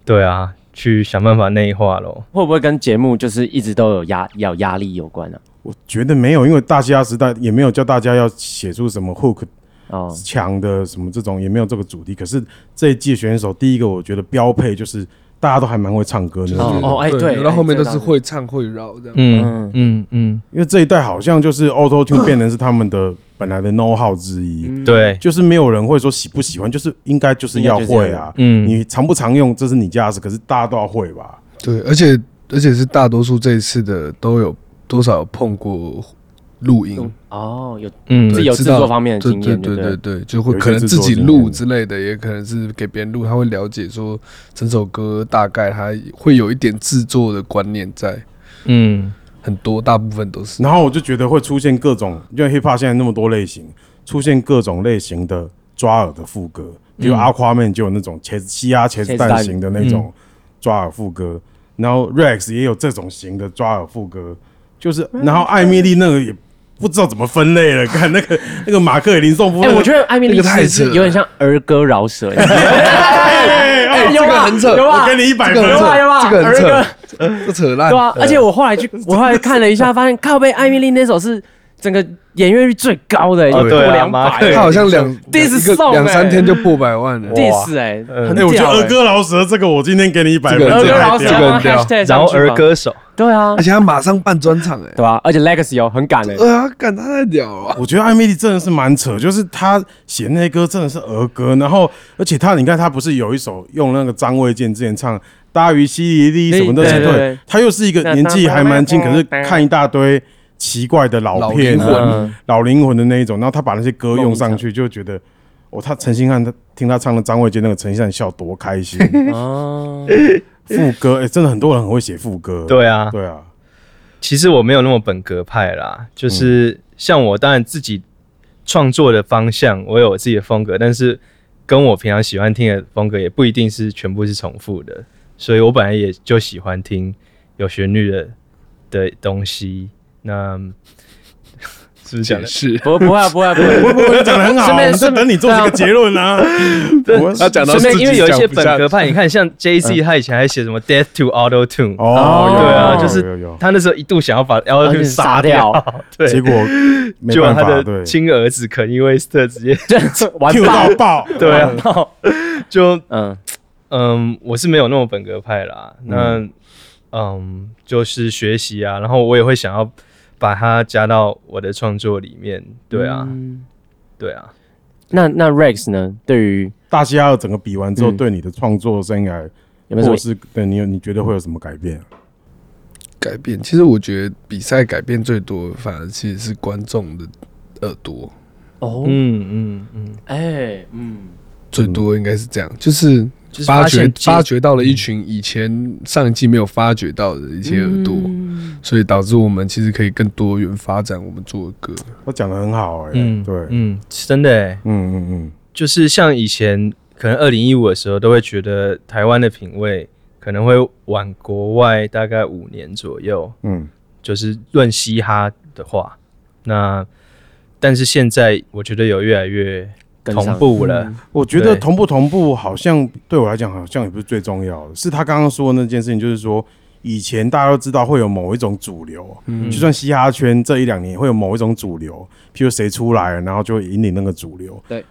Speaker 6: 对啊，去想办法内化咯。
Speaker 3: 会不会跟节目就是一直都有压有压力有关呢？啊
Speaker 1: 我觉得没有，因为大嘻哈时代也没有叫大家要写出什么 hook
Speaker 3: 哦，
Speaker 1: 强的什么这种也没有这个主题。可是这一届选手，第一个我觉得标配就是大家都还蛮会唱歌的，
Speaker 7: 就是
Speaker 1: 我觉得
Speaker 3: 哦哎对
Speaker 7: 然后后面
Speaker 3: 哎这
Speaker 7: 都
Speaker 3: 倒
Speaker 7: 是
Speaker 3: 是
Speaker 7: 会唱会绕这样。
Speaker 6: 嗯嗯嗯，
Speaker 1: 因为这一代好像就是 Auto Tune 变成是他们的本来的 know how 之一，
Speaker 6: 对，
Speaker 1: 就是没有人会说喜不喜欢，就是应该就是要会啊。
Speaker 6: 嗯
Speaker 1: 你常不常用这是你家的事，可是大家都要会吧？
Speaker 7: 对，而且而且是大多数这一次的都有多少有碰过录音，
Speaker 3: 哦，有
Speaker 6: 嗯
Speaker 3: 自
Speaker 7: 对
Speaker 3: 己有
Speaker 7: 知
Speaker 3: 制作
Speaker 7: 道
Speaker 3: 方面的
Speaker 7: 对
Speaker 3: 经
Speaker 7: 对
Speaker 3: 验，对
Speaker 7: 对
Speaker 3: 不
Speaker 7: 对
Speaker 3: 对？
Speaker 7: 对，就会
Speaker 1: 有一些
Speaker 7: 可能
Speaker 1: 制
Speaker 7: 自
Speaker 1: 作
Speaker 7: 己
Speaker 1: 经验嗯
Speaker 7: 录之类的，也可能是给别人录，他会了解说整首歌大概他会有一点制作的观念在，
Speaker 6: 嗯
Speaker 7: 很多大部分都是。
Speaker 1: 然后我就觉得会出现各种，因为 hip hop 现在那么多类型，出现各种类型
Speaker 3: 嗯
Speaker 1: 的抓耳的副歌，比如阿夸面就有那种茄子西亚茄子蛋型的那种，抓耳副歌，然后 Rex 也有这种型的抓耳副歌，就是然后艾米丽那个也不知道怎么分类了，看那个那个马克与林颂夫那
Speaker 3: 哎、
Speaker 1: 个，
Speaker 3: 我觉得艾米丽
Speaker 7: 那个太
Speaker 3: 是
Speaker 7: 扯了
Speaker 3: 有点像儿歌饶舌，你知道吗
Speaker 1: 哎哎
Speaker 3: 哎
Speaker 1: 哦
Speaker 3: 有
Speaker 7: 这个
Speaker 3: 吧
Speaker 7: 很扯
Speaker 3: 有吧
Speaker 1: 我给你一百
Speaker 7: 这
Speaker 1: 分
Speaker 7: 个，
Speaker 3: 有
Speaker 7: 很
Speaker 3: 吧有吧
Speaker 7: 扯，这个很
Speaker 3: 哎儿
Speaker 7: 扯，这扯烂。
Speaker 3: 对啊，而且我后来去，我后来看了一下，发现靠背艾米丽那首是整个点阅率最高的、有
Speaker 6: 哦对
Speaker 3: 破
Speaker 6: 啊
Speaker 3: 两
Speaker 6: 马
Speaker 3: 百、
Speaker 6: 克
Speaker 7: 他好像两
Speaker 1: 哎
Speaker 3: 第一次
Speaker 7: 一个
Speaker 3: 送
Speaker 7: 两
Speaker 3: 欸
Speaker 7: 三天就破百万了。
Speaker 3: diss 哎、很
Speaker 1: 哎，
Speaker 3: 屌、
Speaker 1: 我觉得
Speaker 3: 欸。
Speaker 1: 儿歌饶舌这个我今天给你一百分，
Speaker 7: 这个
Speaker 3: 儿
Speaker 7: 很
Speaker 1: 这
Speaker 3: 歌
Speaker 1: 个
Speaker 3: 饶
Speaker 1: 还
Speaker 3: 舌，
Speaker 1: 屌
Speaker 6: 这个很
Speaker 3: 然后 hashtag 上
Speaker 6: 然后
Speaker 3: 去吧
Speaker 6: 儿，歌手，
Speaker 3: 对啊
Speaker 7: 而，且他马上办专场哎、
Speaker 3: 对吧？而且 Legacy 有很敢哎、
Speaker 7: 对啊，干他太屌了吧，
Speaker 1: 我觉得艾米丽真的是蛮扯，就是她写那些歌真的是儿歌，然后而且她你看她不是有一首用那个张卫健之前唱《大鱼西里里》什么的，
Speaker 3: 对对对
Speaker 1: 对，她又是一个年纪还蛮轻，可是看一大堆奇怪的老片
Speaker 7: 老
Speaker 1: 啊
Speaker 7: 灵魂
Speaker 3: 嗯，
Speaker 1: 老灵魂的那一种，然后她把那些歌用上去，就觉得哦，她陈星汉她听她唱的张卫健那个陈星汉笑多开 心，
Speaker 3: 哦，
Speaker 1: 副歌哎、真的很多人很会写副歌，
Speaker 6: 对啊，
Speaker 1: 对啊，
Speaker 6: 其实我没有那么本格派啦，就是像我当然自己创作的方向，我有我自己的风格，但是跟我平常喜欢听的风格也不一定是全部是重复的，所以我本来也就喜欢听有旋律的的东西。那 是不是讲
Speaker 7: 解
Speaker 6: 的？
Speaker 7: 释。
Speaker 3: 不不会啊不会啊不会啊，
Speaker 1: 你讲的很好，
Speaker 3: 顺
Speaker 1: 我
Speaker 3: 便
Speaker 1: 们在等你做这个结论 啊。我
Speaker 7: 他讲到
Speaker 6: 顺
Speaker 7: 自
Speaker 6: 便，
Speaker 7: 己
Speaker 6: 因为有一些
Speaker 7: 讲不
Speaker 6: 本
Speaker 7: 下嗯
Speaker 6: 格派，你看像 J C，他以前还写什么 Death to Auto Tune，
Speaker 1: 哦，有
Speaker 6: 对啊，
Speaker 1: 有
Speaker 6: 就是
Speaker 1: 有有有
Speaker 6: 他那时候一度想要把 Auto
Speaker 3: 而
Speaker 6: Tune
Speaker 3: 且
Speaker 6: 杀
Speaker 3: 杀掉，
Speaker 6: 对，
Speaker 1: 结果没
Speaker 6: 就
Speaker 1: 办
Speaker 6: 他
Speaker 1: 法，
Speaker 6: 的
Speaker 1: 对
Speaker 6: 亲儿子肯尼威斯特 直接
Speaker 3: 完
Speaker 1: Q
Speaker 3: 爆
Speaker 1: 到，爆，嗯
Speaker 6: 对啊， 就
Speaker 3: 嗯，
Speaker 6: 嗯，我是没有那么本格派啦。那嗯就是学习啊，然后我也会想要把它加到我的创作里面。对啊，
Speaker 1: 嗯
Speaker 3: 嗯
Speaker 6: 对啊，
Speaker 3: 那那 Rex 呢？对于
Speaker 1: 大西二整个比完之后，
Speaker 3: 嗯
Speaker 1: 对你的创作生涯，
Speaker 3: 有没有
Speaker 1: 或
Speaker 3: 什
Speaker 1: 者
Speaker 3: 么
Speaker 1: 是对你有你觉得会有什么改变啊？
Speaker 7: 改变，其实我觉得比赛改变最多，反而其实是观众的耳朵
Speaker 3: 哦
Speaker 6: 嗯嗯嗯，
Speaker 3: 哎、嗯，
Speaker 7: 最多，应该是这样，就是
Speaker 6: 就是
Speaker 7: 发
Speaker 6: 现
Speaker 7: 掘
Speaker 6: 其实
Speaker 7: 发掘到了
Speaker 1: 嗯
Speaker 7: 一群以前上一季没有发掘到的一些耳朵，
Speaker 3: 嗯
Speaker 7: 所以导致我们其实可以更多元发展我们做的歌。
Speaker 1: 他讲的很好，哎，
Speaker 6: 嗯
Speaker 1: 对，嗯
Speaker 6: 嗯，真的、欸，
Speaker 1: 嗯嗯，
Speaker 6: 就是像以前可能二零一五的时候，都会觉得台湾的品味可能会晚国外大概五年左右。
Speaker 1: 嗯，
Speaker 6: 就是论嘻哈的话，那但是现在我觉得有越来越
Speaker 3: 跟上
Speaker 6: 同步了，
Speaker 3: 嗯
Speaker 1: 我觉得
Speaker 6: 对
Speaker 1: 同不同步好像对我来讲好像也不是最重要的，是他刚刚说的那件事情，就是说以前大家都知道会有某一种主流，
Speaker 7: 嗯
Speaker 1: 就算嘻哈圈这一两年会有某一种主流，譬如谁出来了，然后就引领那个主流。
Speaker 3: 对。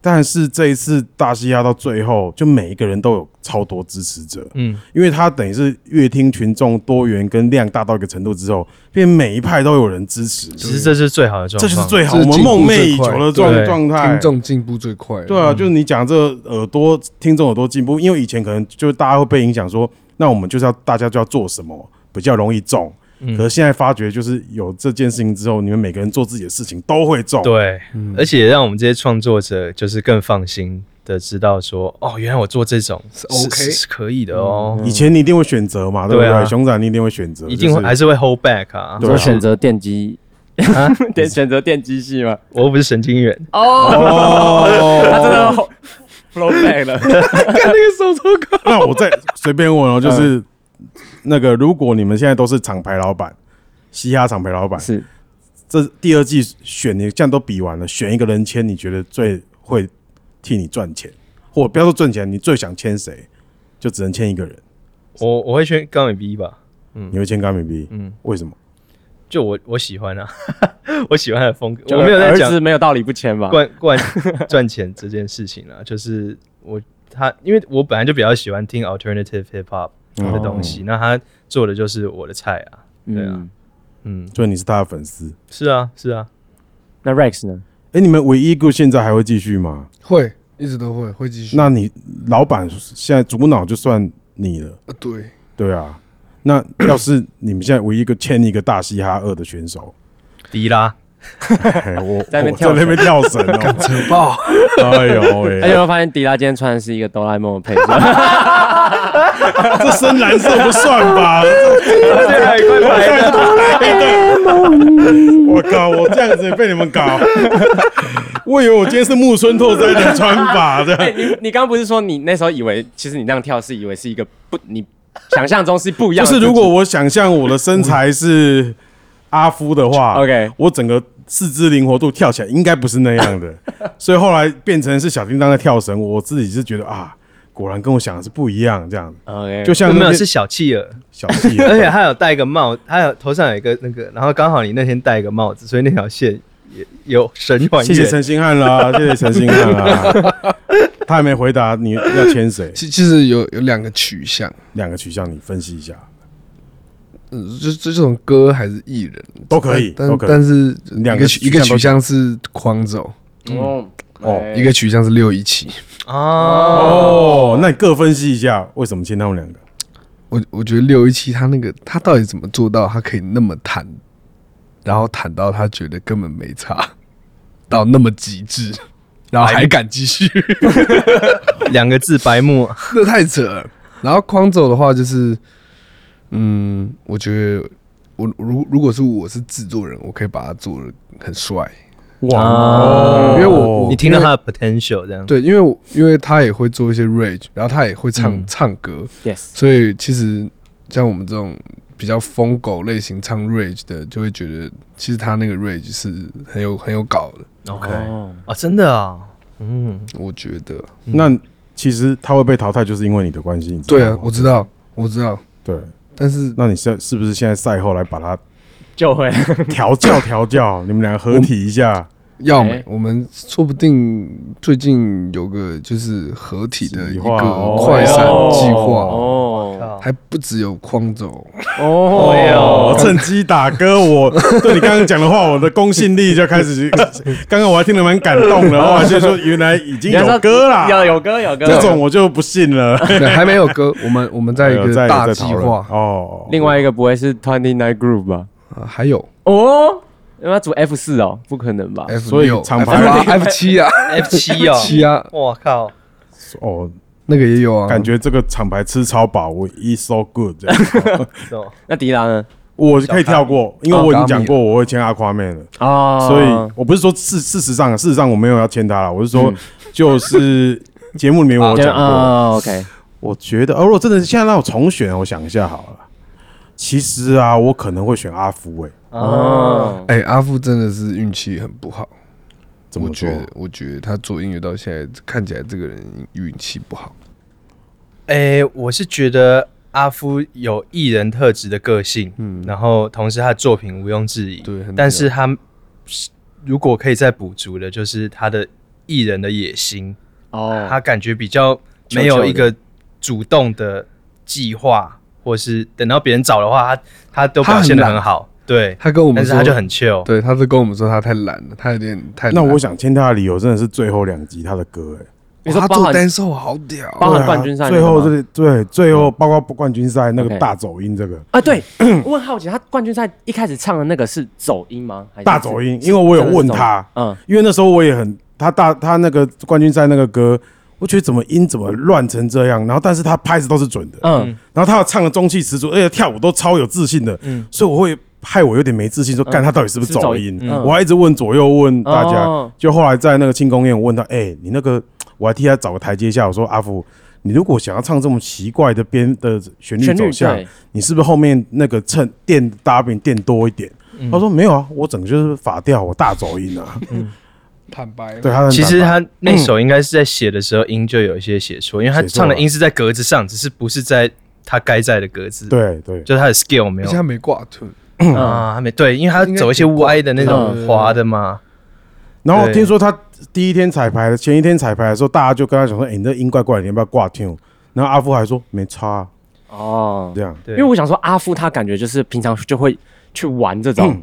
Speaker 1: 但是这一次大嘻哈到最后，就每一个人都有超多支持者，
Speaker 6: 嗯，
Speaker 1: 因为他等于是乐听群众多元跟量大到一个程度之后，变每一派都有人支持，
Speaker 6: 其实这是最好的状
Speaker 1: 这
Speaker 6: 况，
Speaker 1: 就是最好
Speaker 7: 这
Speaker 1: 我
Speaker 7: 是
Speaker 1: 们
Speaker 7: 进步
Speaker 1: 梦寐
Speaker 7: 最
Speaker 1: 以
Speaker 7: 快
Speaker 1: 求的状
Speaker 6: 对
Speaker 1: 状态。
Speaker 7: 听众进步最快，嗯
Speaker 1: 对啊，
Speaker 6: 嗯
Speaker 1: 就是你讲这个耳朵听众耳朵进步，因为以前可能就大家会被影响说，那我们就是要大家就要做什么比较容易中。
Speaker 6: 嗯
Speaker 1: 可是现在发觉，就是有这件事情之后，你们每个人做自己的事情都会中。，
Speaker 6: 对，
Speaker 1: 嗯
Speaker 6: 而且也让我们这些创作者就是更放心的知道说，哦，原来我做这种是
Speaker 7: OK
Speaker 6: 是是可以的哦，
Speaker 1: 以嗯前你一定会选择嘛，对不
Speaker 6: 对啊
Speaker 1: 对？熊仔你一定会选择，
Speaker 6: 一定会
Speaker 1: 就是
Speaker 6: 还是会 hold back 啊，
Speaker 1: 对啊
Speaker 3: 我选择电机， 对，选择电机系嘛，
Speaker 6: 我又不是 神经元，
Speaker 2: 어.
Speaker 3: 他真的哦 flow back 了。
Speaker 1: 那我再随便问哦，就是
Speaker 6: 嗯
Speaker 1: 那个，如果你们现在都是厂牌老板，嘻哈厂牌老板，
Speaker 3: 是
Speaker 1: 这第二季选你，这样都比完了，选一个人签，你觉得最会替你赚钱，或不要说赚钱，你最想签谁，就只能签一个人。
Speaker 6: 我我会选高美 B 吧，
Speaker 1: 你会签高敏 B？
Speaker 6: 嗯，
Speaker 1: 为什么？
Speaker 6: 就我我喜欢啊， 我喜欢他的风格，
Speaker 3: 就
Speaker 6: 我没有在
Speaker 3: 儿
Speaker 6: 讲
Speaker 3: 子没有道理不签吧？
Speaker 6: 赚赚 赚钱这件事情啦，就是我他，因为我本来就比较喜欢听 alternative hip hop 的东西，
Speaker 7: 哦
Speaker 6: 那他做的就是我的菜啊，对啊，
Speaker 3: 嗯，
Speaker 6: 嗯，
Speaker 1: 所以你是他的粉丝。
Speaker 6: 是啊，是啊，
Speaker 3: 那 Rex 呢？
Speaker 1: 哎，你们唯一 good 现在还会继续吗？
Speaker 7: 会一直都会会继续。
Speaker 1: 那你老板现在主脑就算你了，
Speaker 7: 呃对，
Speaker 1: 对啊。那要是你们现在唯一一个签一个大嘻哈二的选手，
Speaker 6: 迪拉，
Speaker 1: 哎我
Speaker 3: 在那边
Speaker 1: 我
Speaker 3: 跳
Speaker 1: 在那边跳绳哦，扯爆！ 哎呦
Speaker 3: 而且
Speaker 1: 喂，
Speaker 3: 我发现迪拉今天穿的是一个哆啦 A 梦的配色，
Speaker 1: 这深蓝色不算吧？
Speaker 6: 而且啊还有一块白的，
Speaker 1: 我靠，我这样子也被你们 搞，我以为我今天是木村拓哉的穿 法的。
Speaker 3: 哎你你刚刚不是说你那时候以为，其实你那样跳是以为是一个不你想象中是不一样
Speaker 1: 就
Speaker 3: 的
Speaker 1: 是
Speaker 3: 自己，
Speaker 1: 如果我想象我的身材是阿夫的话
Speaker 3: 嗯 OK
Speaker 1: 我整个四肢灵活度跳起来应该不是那样 的，所以后来变成是小叮当在跳绳，我自己是觉得啊，果然跟我想的是不一样，这样子
Speaker 3: OK，
Speaker 1: 就像
Speaker 6: 没
Speaker 1: 那
Speaker 6: 有
Speaker 1: 些
Speaker 6: 是小企鹅，
Speaker 1: 小屁，
Speaker 3: 哎
Speaker 6: 而且他有戴一个帽，他有头上有一个那个，然后刚好你那天戴一个帽子，所以那条线也有神还
Speaker 1: 谢谢
Speaker 6: 原。
Speaker 1: 陈星汉 啦，谢谢陈星汉啦，他还没回答你要签谁，
Speaker 7: 其其实有有两个取向，
Speaker 1: 两个取向你分析一下，
Speaker 7: 嗯，就就这种歌还是艺人
Speaker 1: 都可以，
Speaker 7: 但
Speaker 1: 都可以
Speaker 7: 但。是
Speaker 1: 两
Speaker 7: 一
Speaker 1: 个
Speaker 7: 个
Speaker 1: 取
Speaker 7: 一个
Speaker 1: 向都
Speaker 7: 取向是框走，
Speaker 3: 哦
Speaker 1: 哦
Speaker 3: 哎
Speaker 7: 一个取向是六一七。
Speaker 6: 哦，
Speaker 1: 哦，那你各分析一下为什么签他们两个？
Speaker 7: 我我觉得六一七他那个他到底怎么做到他可以那么弹，然后弹到他觉得根本没差，到那么极致，然后还敢继续，
Speaker 6: 两个字白目，
Speaker 7: 这太扯了。然后框走的话就是，嗯，我觉得我如如果是我是制作人，我可以把它做的很帅，
Speaker 1: 哇
Speaker 7: 因为我
Speaker 6: 哦你听到他的 potential 这
Speaker 1: 嗯
Speaker 6: 样。
Speaker 7: 对，因为我因为他也会做一些 rage，然后他也会唱、
Speaker 1: 嗯
Speaker 7: 唱歌，
Speaker 3: yes，
Speaker 7: 所以其实像我们这种比较疯狗类型唱 rage 的，就会觉得其实他那个 rage 是很有很有搞的，
Speaker 6: OK，
Speaker 3: 哦，
Speaker 6: 哦，真的啊，嗯，
Speaker 7: 我觉得。
Speaker 1: 那其实他会被淘汰，就是因为你的关系。你知道
Speaker 7: 对啊
Speaker 1: 吗，
Speaker 7: 我知道，我知道，
Speaker 1: 对。
Speaker 7: 但是
Speaker 1: 那你现在是不是现在赛后来把他
Speaker 3: 就会
Speaker 1: 调教调教？你们两个合体一下，
Speaker 7: 要美
Speaker 3: 哎，
Speaker 7: 我们说不定最近有个就是合体的一
Speaker 1: 计
Speaker 7: 个
Speaker 1: 划哦
Speaker 7: 快闪计划，
Speaker 6: 啊
Speaker 3: 哦
Speaker 7: 还不只有框走，
Speaker 3: 哦
Speaker 6: 哎呦
Speaker 1: 我趁机打歌。我对你刚刚讲的话，我的公信力就开 始。刚刚我还听得蛮感动的，后来就说原来已经有歌
Speaker 3: 有
Speaker 1: 啦。
Speaker 3: 有歌有歌，
Speaker 1: 这种我就不信了。
Speaker 7: 对还没有歌，我们我们在一
Speaker 1: 有
Speaker 7: 个
Speaker 1: 在
Speaker 7: 大
Speaker 1: 在
Speaker 7: 计
Speaker 1: 讨论
Speaker 7: 划，
Speaker 1: 哦，
Speaker 3: 另外一个不会是 Twenty Nine Group 吧？
Speaker 7: 啊还有
Speaker 3: 哦，要不要组 F 四哦？不可能吧？
Speaker 7: F
Speaker 1: 所以
Speaker 7: 六、
Speaker 1: 厂
Speaker 7: F
Speaker 1: 牌
Speaker 7: 八、F 七啊，
Speaker 6: F 七哦，
Speaker 7: 七啊，
Speaker 6: 我靠，
Speaker 1: 哦，
Speaker 7: 那个也有啊，
Speaker 1: 感觉这个厂牌吃超饱，我 is so good 这样。
Speaker 6: 是哦
Speaker 3: 那迪拉呢？
Speaker 1: 我可以跳过，因为我已经讲
Speaker 7: 哦
Speaker 1: 过我会签阿夸妹了。
Speaker 3: 哦
Speaker 1: 所以我不是说事事实上，事实上我没有要签他了，我是
Speaker 3: 嗯
Speaker 1: 说就是节目里面我
Speaker 3: 就
Speaker 1: 讲过，
Speaker 3: 啊，OK，
Speaker 1: 我觉得，哦，如果真的现在让我重选，我想一下好了。其实啊，我可能会选阿福欸诶、
Speaker 3: 哦，
Speaker 7: 哎、阿富真的是运气很不好。
Speaker 1: 怎
Speaker 7: 我
Speaker 1: 么
Speaker 7: 觉
Speaker 1: 说？
Speaker 7: 得，我觉得他做音乐到现在，看起来这个人运气不好。
Speaker 6: 哎、我是觉得阿夫有艺人特质的个性，嗯，然后同时他的作品毋庸置疑，
Speaker 7: 对很
Speaker 6: 但是他如果可以再补足的，就是他的艺人的野心，
Speaker 7: 嗯
Speaker 3: 哦
Speaker 6: 他感觉比较没有一个主动的计划，或是等到别人找的话，他他都表现的很好，对，
Speaker 7: 他跟我
Speaker 6: 但
Speaker 7: 们
Speaker 6: 是
Speaker 7: 说，
Speaker 6: 他就很 chill，
Speaker 7: 对，他是跟我们说他太懒了，他有点太懒。
Speaker 1: 那我想签他的理由真的是最后两集他的歌诶、欸
Speaker 3: 你说
Speaker 7: 哇他
Speaker 3: 包
Speaker 7: 做
Speaker 3: 含
Speaker 7: 单手好屌
Speaker 3: 包含
Speaker 7: 啊，
Speaker 1: 对啊
Speaker 3: 冠军赛那
Speaker 1: 最
Speaker 3: 个
Speaker 1: 后
Speaker 3: 吗嗯
Speaker 1: 这里对最后包括冠军赛那个
Speaker 3: OK
Speaker 1: 大走音这个
Speaker 3: 啊，对， 我很好奇，他冠军赛一开始唱的那个是走音吗？还是
Speaker 1: 大走音，因为我有问他，
Speaker 3: 嗯，
Speaker 1: 因为那时候我也很他大他那个冠军赛那个歌，我觉得怎么音怎么乱成这样，然后但是他拍子都是准的，
Speaker 3: 嗯，
Speaker 1: 然后他唱的中气十足，而且跳舞都超有自信的，
Speaker 3: 嗯
Speaker 1: 所以我会害我有点没自信，说干他到底是不是
Speaker 3: 是走
Speaker 1: 走
Speaker 3: 音
Speaker 1: 音？
Speaker 3: 嗯
Speaker 1: 我还一直问左右问大家，
Speaker 3: 哦
Speaker 1: 就后来在那个庆功宴，我问他，哎、你那个我还替他找个台阶下，我说阿福，你如果想要唱这么奇怪的编的嗯旋律
Speaker 3: 旋律
Speaker 1: 走向
Speaker 3: 对，
Speaker 1: 你是不是后面那个衬垫搭饼垫多一点？
Speaker 3: 嗯
Speaker 1: 他说没有啊，我整个就是法调，我大走音啊。
Speaker 7: 坦白
Speaker 1: 对，他很
Speaker 6: 其实
Speaker 1: 坦白
Speaker 6: 他那首应该是在写的时候音就有一些写错，因为他
Speaker 1: 写错
Speaker 6: 唱的
Speaker 1: 了
Speaker 6: 音是在格子上，只是不是在他该在的格子，，
Speaker 1: 对对
Speaker 6: 就是他的 skill 没
Speaker 7: 而
Speaker 6: 有
Speaker 7: 且他没挂臀，
Speaker 6: 啊，他没对，因为他走一些歪的那种滑的嘛，
Speaker 1: 然后
Speaker 6: 对
Speaker 1: 听说他第一天彩排的前一天彩排的时候，大家就跟他讲说：“哎、你那音怪怪，你要不要挂 tune？” 然后阿夫还说：“没差、啊，
Speaker 3: 哦，
Speaker 1: 这样。
Speaker 6: 对，
Speaker 3: 因为我想说阿夫他感觉就是平常就会去玩这种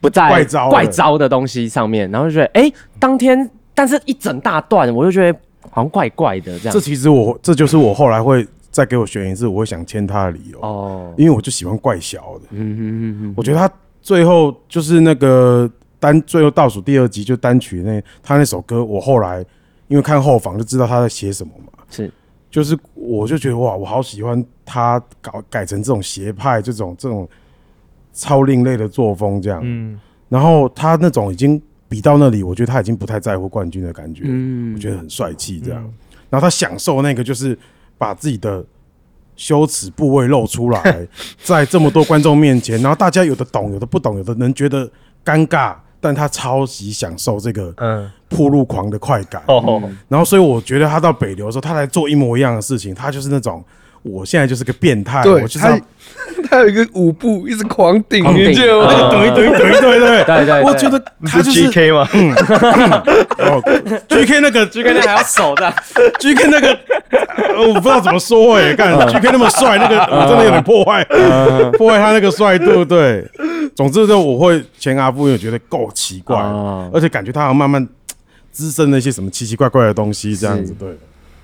Speaker 3: 不
Speaker 1: 嗯
Speaker 3: 在
Speaker 1: 怪招的
Speaker 3: 怪招的东西上面，然后就觉得哎，当天但是一整大段，我就觉得好像怪怪的这”
Speaker 1: 这
Speaker 3: 样，
Speaker 1: 其实我这就是我后来会再给我选一次，我会想签他的理由，
Speaker 3: 哦，
Speaker 1: 因为我就喜欢怪小的。
Speaker 3: 嗯嗯嗯
Speaker 1: 我觉得他最后就是那个单最后倒数第二集就单曲那他那首歌，我后来因为看后访就知道他在写什么嘛，
Speaker 3: 是，
Speaker 1: 就是我就觉得哇，我好喜欢他搞改成这种邪派这种这种超另类的作风这样，
Speaker 6: 嗯，
Speaker 1: 然后他那种已经比到那里，我觉得他已经不太在乎冠军的感觉，
Speaker 3: 嗯
Speaker 1: 我觉得很帅气这样。
Speaker 6: 嗯
Speaker 1: 然后他享受那个就是把自己的羞耻部位露出 来，在这么多观众面前，然后大家有的懂，有的不懂，有的人觉得尴尬，但他超级享受这个
Speaker 6: 嗯，
Speaker 1: 铺路狂的快感。
Speaker 3: 嗯
Speaker 6: 哦，
Speaker 1: 然后所以我觉得他到北流的时候，他来做一模一样的事情，他就是那种。我现在就是个变态，哎我
Speaker 7: 对
Speaker 1: 就是要
Speaker 7: 他， 他有一个舞步一直狂顶，
Speaker 3: 狂顶
Speaker 7: 你就
Speaker 1: 我就等一等一等一等一等一等，
Speaker 3: 对对对
Speaker 1: 我觉得他就
Speaker 6: 是
Speaker 1: 是
Speaker 6: GK 吗？
Speaker 1: 哦，GK 那个 GK 那
Speaker 3: 还要手的，
Speaker 1: GK 那个，呃我不知道怎么说哎、欸，干
Speaker 3: 嗯
Speaker 1: GK 那么帅，那个我真的有点破坏， 破坏他那个帅度，对。总之就我会前阿布，我觉得够奇怪
Speaker 3: 哦，
Speaker 1: 而且感觉他好像慢慢滋生了一些什么奇奇怪怪的东西，这样子
Speaker 3: 是
Speaker 1: 对。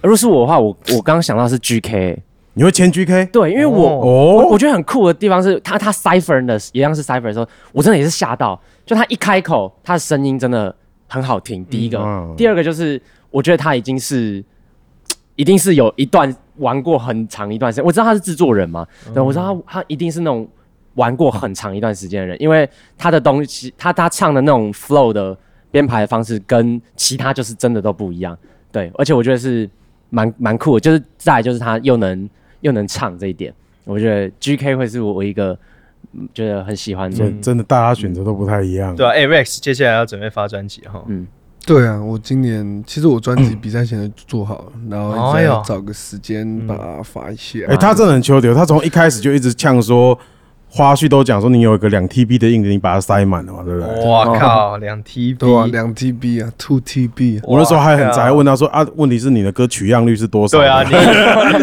Speaker 3: 如果是我的话，我我刚刚想到是 GK，
Speaker 1: 你会签 GK？
Speaker 3: 对，因为我、我
Speaker 1: 哦
Speaker 3: 我，觉得很酷的地方是他他 cipher 的一样是 cipher 的时候，我真的也是吓到，就他一开口，他的声音真的很好听。第一个，
Speaker 1: 嗯
Speaker 3: 第二个就是我觉得他已经是一定是有一段玩过很长一段时间，我知道他是制作人嘛，对，我知
Speaker 1: 嗯
Speaker 3: 道他他一定是那种玩过很长一段时间的人，因为他的东西，他他唱的那种 flow 的编排的方式跟其他就是真的都不一样，对，而且我觉得是蛮蛮酷的，就是再来就是他又能又能唱这一点，我觉得 G K 会是我我一个嗯觉得很喜欢的
Speaker 1: 所以真的大家选择都不太一样。
Speaker 6: 对啊，哎，Rex 接下来要准备发专辑哈，
Speaker 7: 对啊，我今年其实我专辑比赛前就做好了，然后一直
Speaker 6: 哎呦
Speaker 7: 在找个时间把它发一下。
Speaker 6: 啊
Speaker 1: 哎、他真的很求丢，他从一开始就一直呛说，花絮都讲说你有一个两 TB 的硬碟，你把它塞满了嘛，对不对？
Speaker 6: 哇靠，两 TB，
Speaker 7: 对啊，两 TB 啊，two TB 啊，
Speaker 1: 我那时候还很宅，
Speaker 6: 哇靠
Speaker 1: 问他说啊，问题是你的歌取样率是多少？
Speaker 6: 对啊，你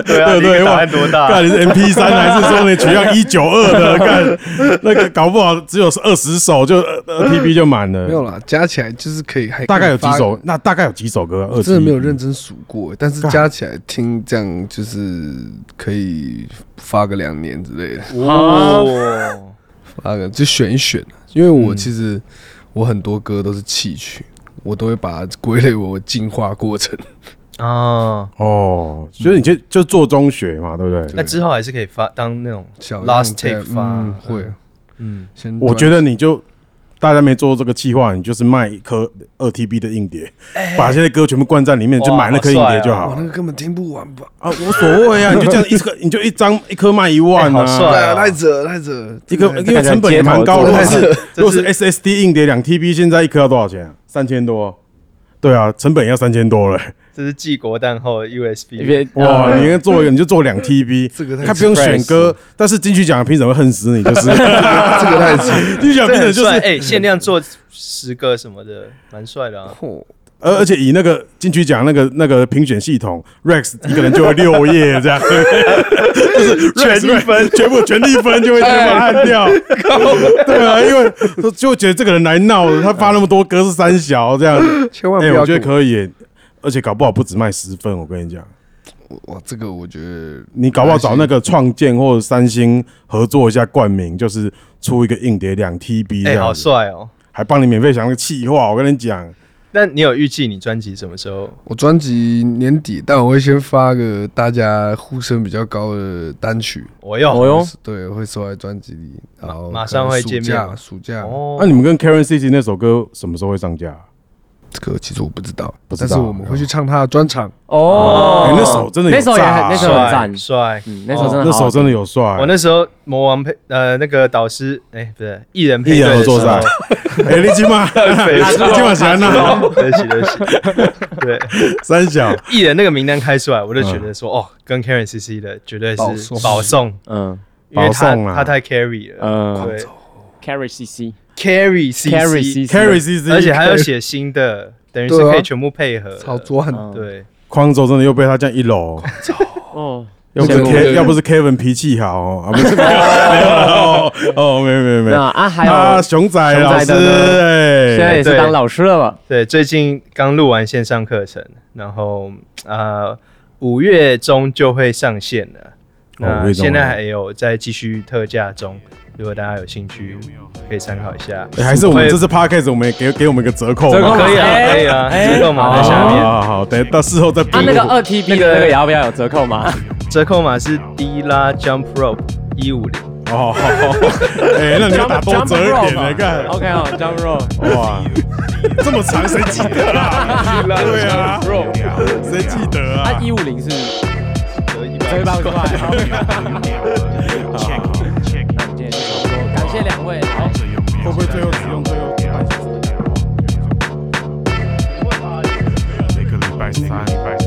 Speaker 6: 对啊，
Speaker 1: 对
Speaker 6: 你
Speaker 1: 对
Speaker 6: 的答
Speaker 1: 哇
Speaker 6: 案多大
Speaker 1: 看？你是 MP 三还是说你取样一九二 的？看那个搞不好只有二十首就呃 TB 就满
Speaker 7: 没有
Speaker 1: 了，
Speaker 7: 啦，加起来就是可以还
Speaker 1: 大概有几首
Speaker 7: 发？
Speaker 1: 那大概有几首歌啊？二
Speaker 7: 真的没有认
Speaker 1: 认，
Speaker 7: 真数过，但是
Speaker 1: 干
Speaker 7: 加起来听这样就是可以发个两年之类的，
Speaker 6: 哦，
Speaker 7: 发个就选一选。啊因为
Speaker 1: 嗯
Speaker 7: 我其实我很多歌都是弃曲，我都会把它归类为我进化过程。
Speaker 6: 啊，
Speaker 1: 哦，所以你就就做中学嘛，对不对？
Speaker 6: 那之后还是可以发当那种
Speaker 7: 小
Speaker 6: last
Speaker 7: 样再
Speaker 6: take 发
Speaker 7: 嗯，会，
Speaker 6: 嗯，
Speaker 7: 先
Speaker 1: 我觉
Speaker 7: 得
Speaker 1: 得你就大家没做这个计划，你就是卖一颗二 TB 的硬碟，把这些歌全部灌在里面，
Speaker 6: 哇
Speaker 1: 就买那颗硬碟就好
Speaker 7: 哇，那
Speaker 1: 了
Speaker 7: 个根本听不完吧？
Speaker 1: 啊，无所谓啊，你就这样一颗，你就一张一颗卖一万
Speaker 6: 哎好帅
Speaker 1: 啊
Speaker 6: 对。
Speaker 7: 对
Speaker 6: 啊
Speaker 7: 啊，赖着赖着，
Speaker 1: 一个因为成本也蛮高的，如果是如果是 SSD 硬碟两 TB，现在一颗要多少钱、啊？三千多。对啊，成本也要三千多了、
Speaker 6: 这是继国蛋后的 USB，
Speaker 3: 别
Speaker 1: 哇！你应该做一个，你就做两 TB，
Speaker 7: 这个太
Speaker 1: 他不用选歌，但是金曲奖的评审会恨死你，就是
Speaker 7: 这个太扯。
Speaker 1: 金曲奖评审
Speaker 6: 这
Speaker 1: 就
Speaker 6: 很
Speaker 1: 是
Speaker 6: 帅，，哎，限量做十个什么的，蛮帅的啊。
Speaker 1: 而而且以那个金曲奖那个那个评选系统，Rex 一个人就会六页 这样，就是全力分，全部全力分就会全部按掉。
Speaker 6: 哎
Speaker 1: 对啊，因为就觉得这个人来闹的，他发那么多歌是三小这样子。
Speaker 7: 千万不
Speaker 1: 哎、
Speaker 7: 要。
Speaker 1: 我觉得可以耶，而且搞不好不止卖十份。我跟你讲，
Speaker 7: 哇，这个我觉得
Speaker 1: 你搞不好找那个创建或者三星合作一下冠名，就是出一个硬碟两 TB 这
Speaker 6: 哎，好
Speaker 1: 样子，
Speaker 6: 帅哦！
Speaker 1: 还帮你免费想个气话。我跟你讲，
Speaker 6: 那你有预计你专辑什么时候？
Speaker 7: 我专辑年底，但我会先发个大家呼声比较高的单曲，
Speaker 6: 我要
Speaker 3: 哦哟，
Speaker 7: 对，会收在专辑里，然后
Speaker 6: 马上会见面
Speaker 7: 可能暑假暑假
Speaker 6: 哦
Speaker 1: 那、你们跟 Karen City 那首歌什么时候会上架啊？
Speaker 7: 这个其实我不知道，
Speaker 1: 不知道
Speaker 7: 但是我们会去唱他的专场。
Speaker 3: 哦
Speaker 1: 哎那首真的有
Speaker 3: 那首也很
Speaker 1: 炸
Speaker 3: 那首很
Speaker 6: 帅
Speaker 3: 赞，
Speaker 6: 帅。
Speaker 3: 嗯，那首真的
Speaker 1: 哦那
Speaker 3: 好
Speaker 1: 首真的有帅，
Speaker 6: 我那时候魔王配呃那个导师哎不是艺人配
Speaker 1: 艺
Speaker 6: 对
Speaker 1: 人
Speaker 6: 的
Speaker 1: 合
Speaker 6: 时
Speaker 1: 作
Speaker 6: 候
Speaker 1: 赛，哎，你起 码，
Speaker 6: 肥
Speaker 1: 你起码喜欢 那
Speaker 6: 对不起对不起，对
Speaker 1: 三小，
Speaker 6: 艺人那个名单开出来，我就觉得说哦，跟 Karen CC 的绝对
Speaker 7: 保
Speaker 6: 是
Speaker 7: 送
Speaker 6: 保送，
Speaker 3: 嗯
Speaker 6: 因
Speaker 1: 保
Speaker 6: 为他
Speaker 1: 送啊
Speaker 6: 他太 carry 了，
Speaker 1: 呃
Speaker 3: 嗯
Speaker 6: 对
Speaker 3: ，Carry CC
Speaker 6: carry CC
Speaker 3: Carry CC
Speaker 1: Carry CC，
Speaker 6: 而且还有写新的，等于是
Speaker 7: 对啊
Speaker 6: 可以全部配合的，
Speaker 7: 操作很
Speaker 3: 嗯
Speaker 6: 对，
Speaker 1: 匡州真的又被他这样一 搂，
Speaker 3: 哦，
Speaker 1: 要不是
Speaker 7: 羡慕
Speaker 1: K，要不是 Kevin 脾气好哦，啊，不 是没有没有哦哦，没有没有没
Speaker 3: 那
Speaker 1: 有，
Speaker 3: 啊还
Speaker 1: 啊，
Speaker 3: 有
Speaker 1: 熊仔
Speaker 3: 熊
Speaker 1: 老
Speaker 3: 仔
Speaker 1: 师，
Speaker 3: 的呢现在
Speaker 1: 哎，
Speaker 3: 也是当老师了吧？
Speaker 6: 对，最近刚录完线上课程，然后呃五月中就会上线了。那
Speaker 1: 魏忠
Speaker 6: 现在
Speaker 1: 文
Speaker 6: 还有在继续特价中，如果大家有兴趣，可以参考一下。
Speaker 1: 欸还是我们
Speaker 6: 会
Speaker 1: 这次 podcast 我们也给给我们一个折扣嘛，
Speaker 5: 折扣
Speaker 6: 可以啊，
Speaker 5: 哎
Speaker 6: 可以啊，
Speaker 3: 哎
Speaker 6: 折扣码在下
Speaker 1: 好
Speaker 6: 面。
Speaker 1: 好好，等到事后再补
Speaker 3: 啊，那个二 TB 的那个也要不要有折扣吗？
Speaker 6: 折扣码是 D 拉 Jump Rope 一五零，
Speaker 1: 哦，好 好好哎， 那你要打多折一 点来看，
Speaker 3: OK 哦 j u m Roll，
Speaker 1: 哇，这么长谁 记得啊？对啊，谁记得啊？
Speaker 3: 它一五零是
Speaker 6: 折一
Speaker 3: 折一
Speaker 6: 百
Speaker 3: 百五十块。好，那我们今天就差不多，感谢两位。好。
Speaker 1: 会不会最后只用最后半小时？
Speaker 8: 那个礼拜三、礼拜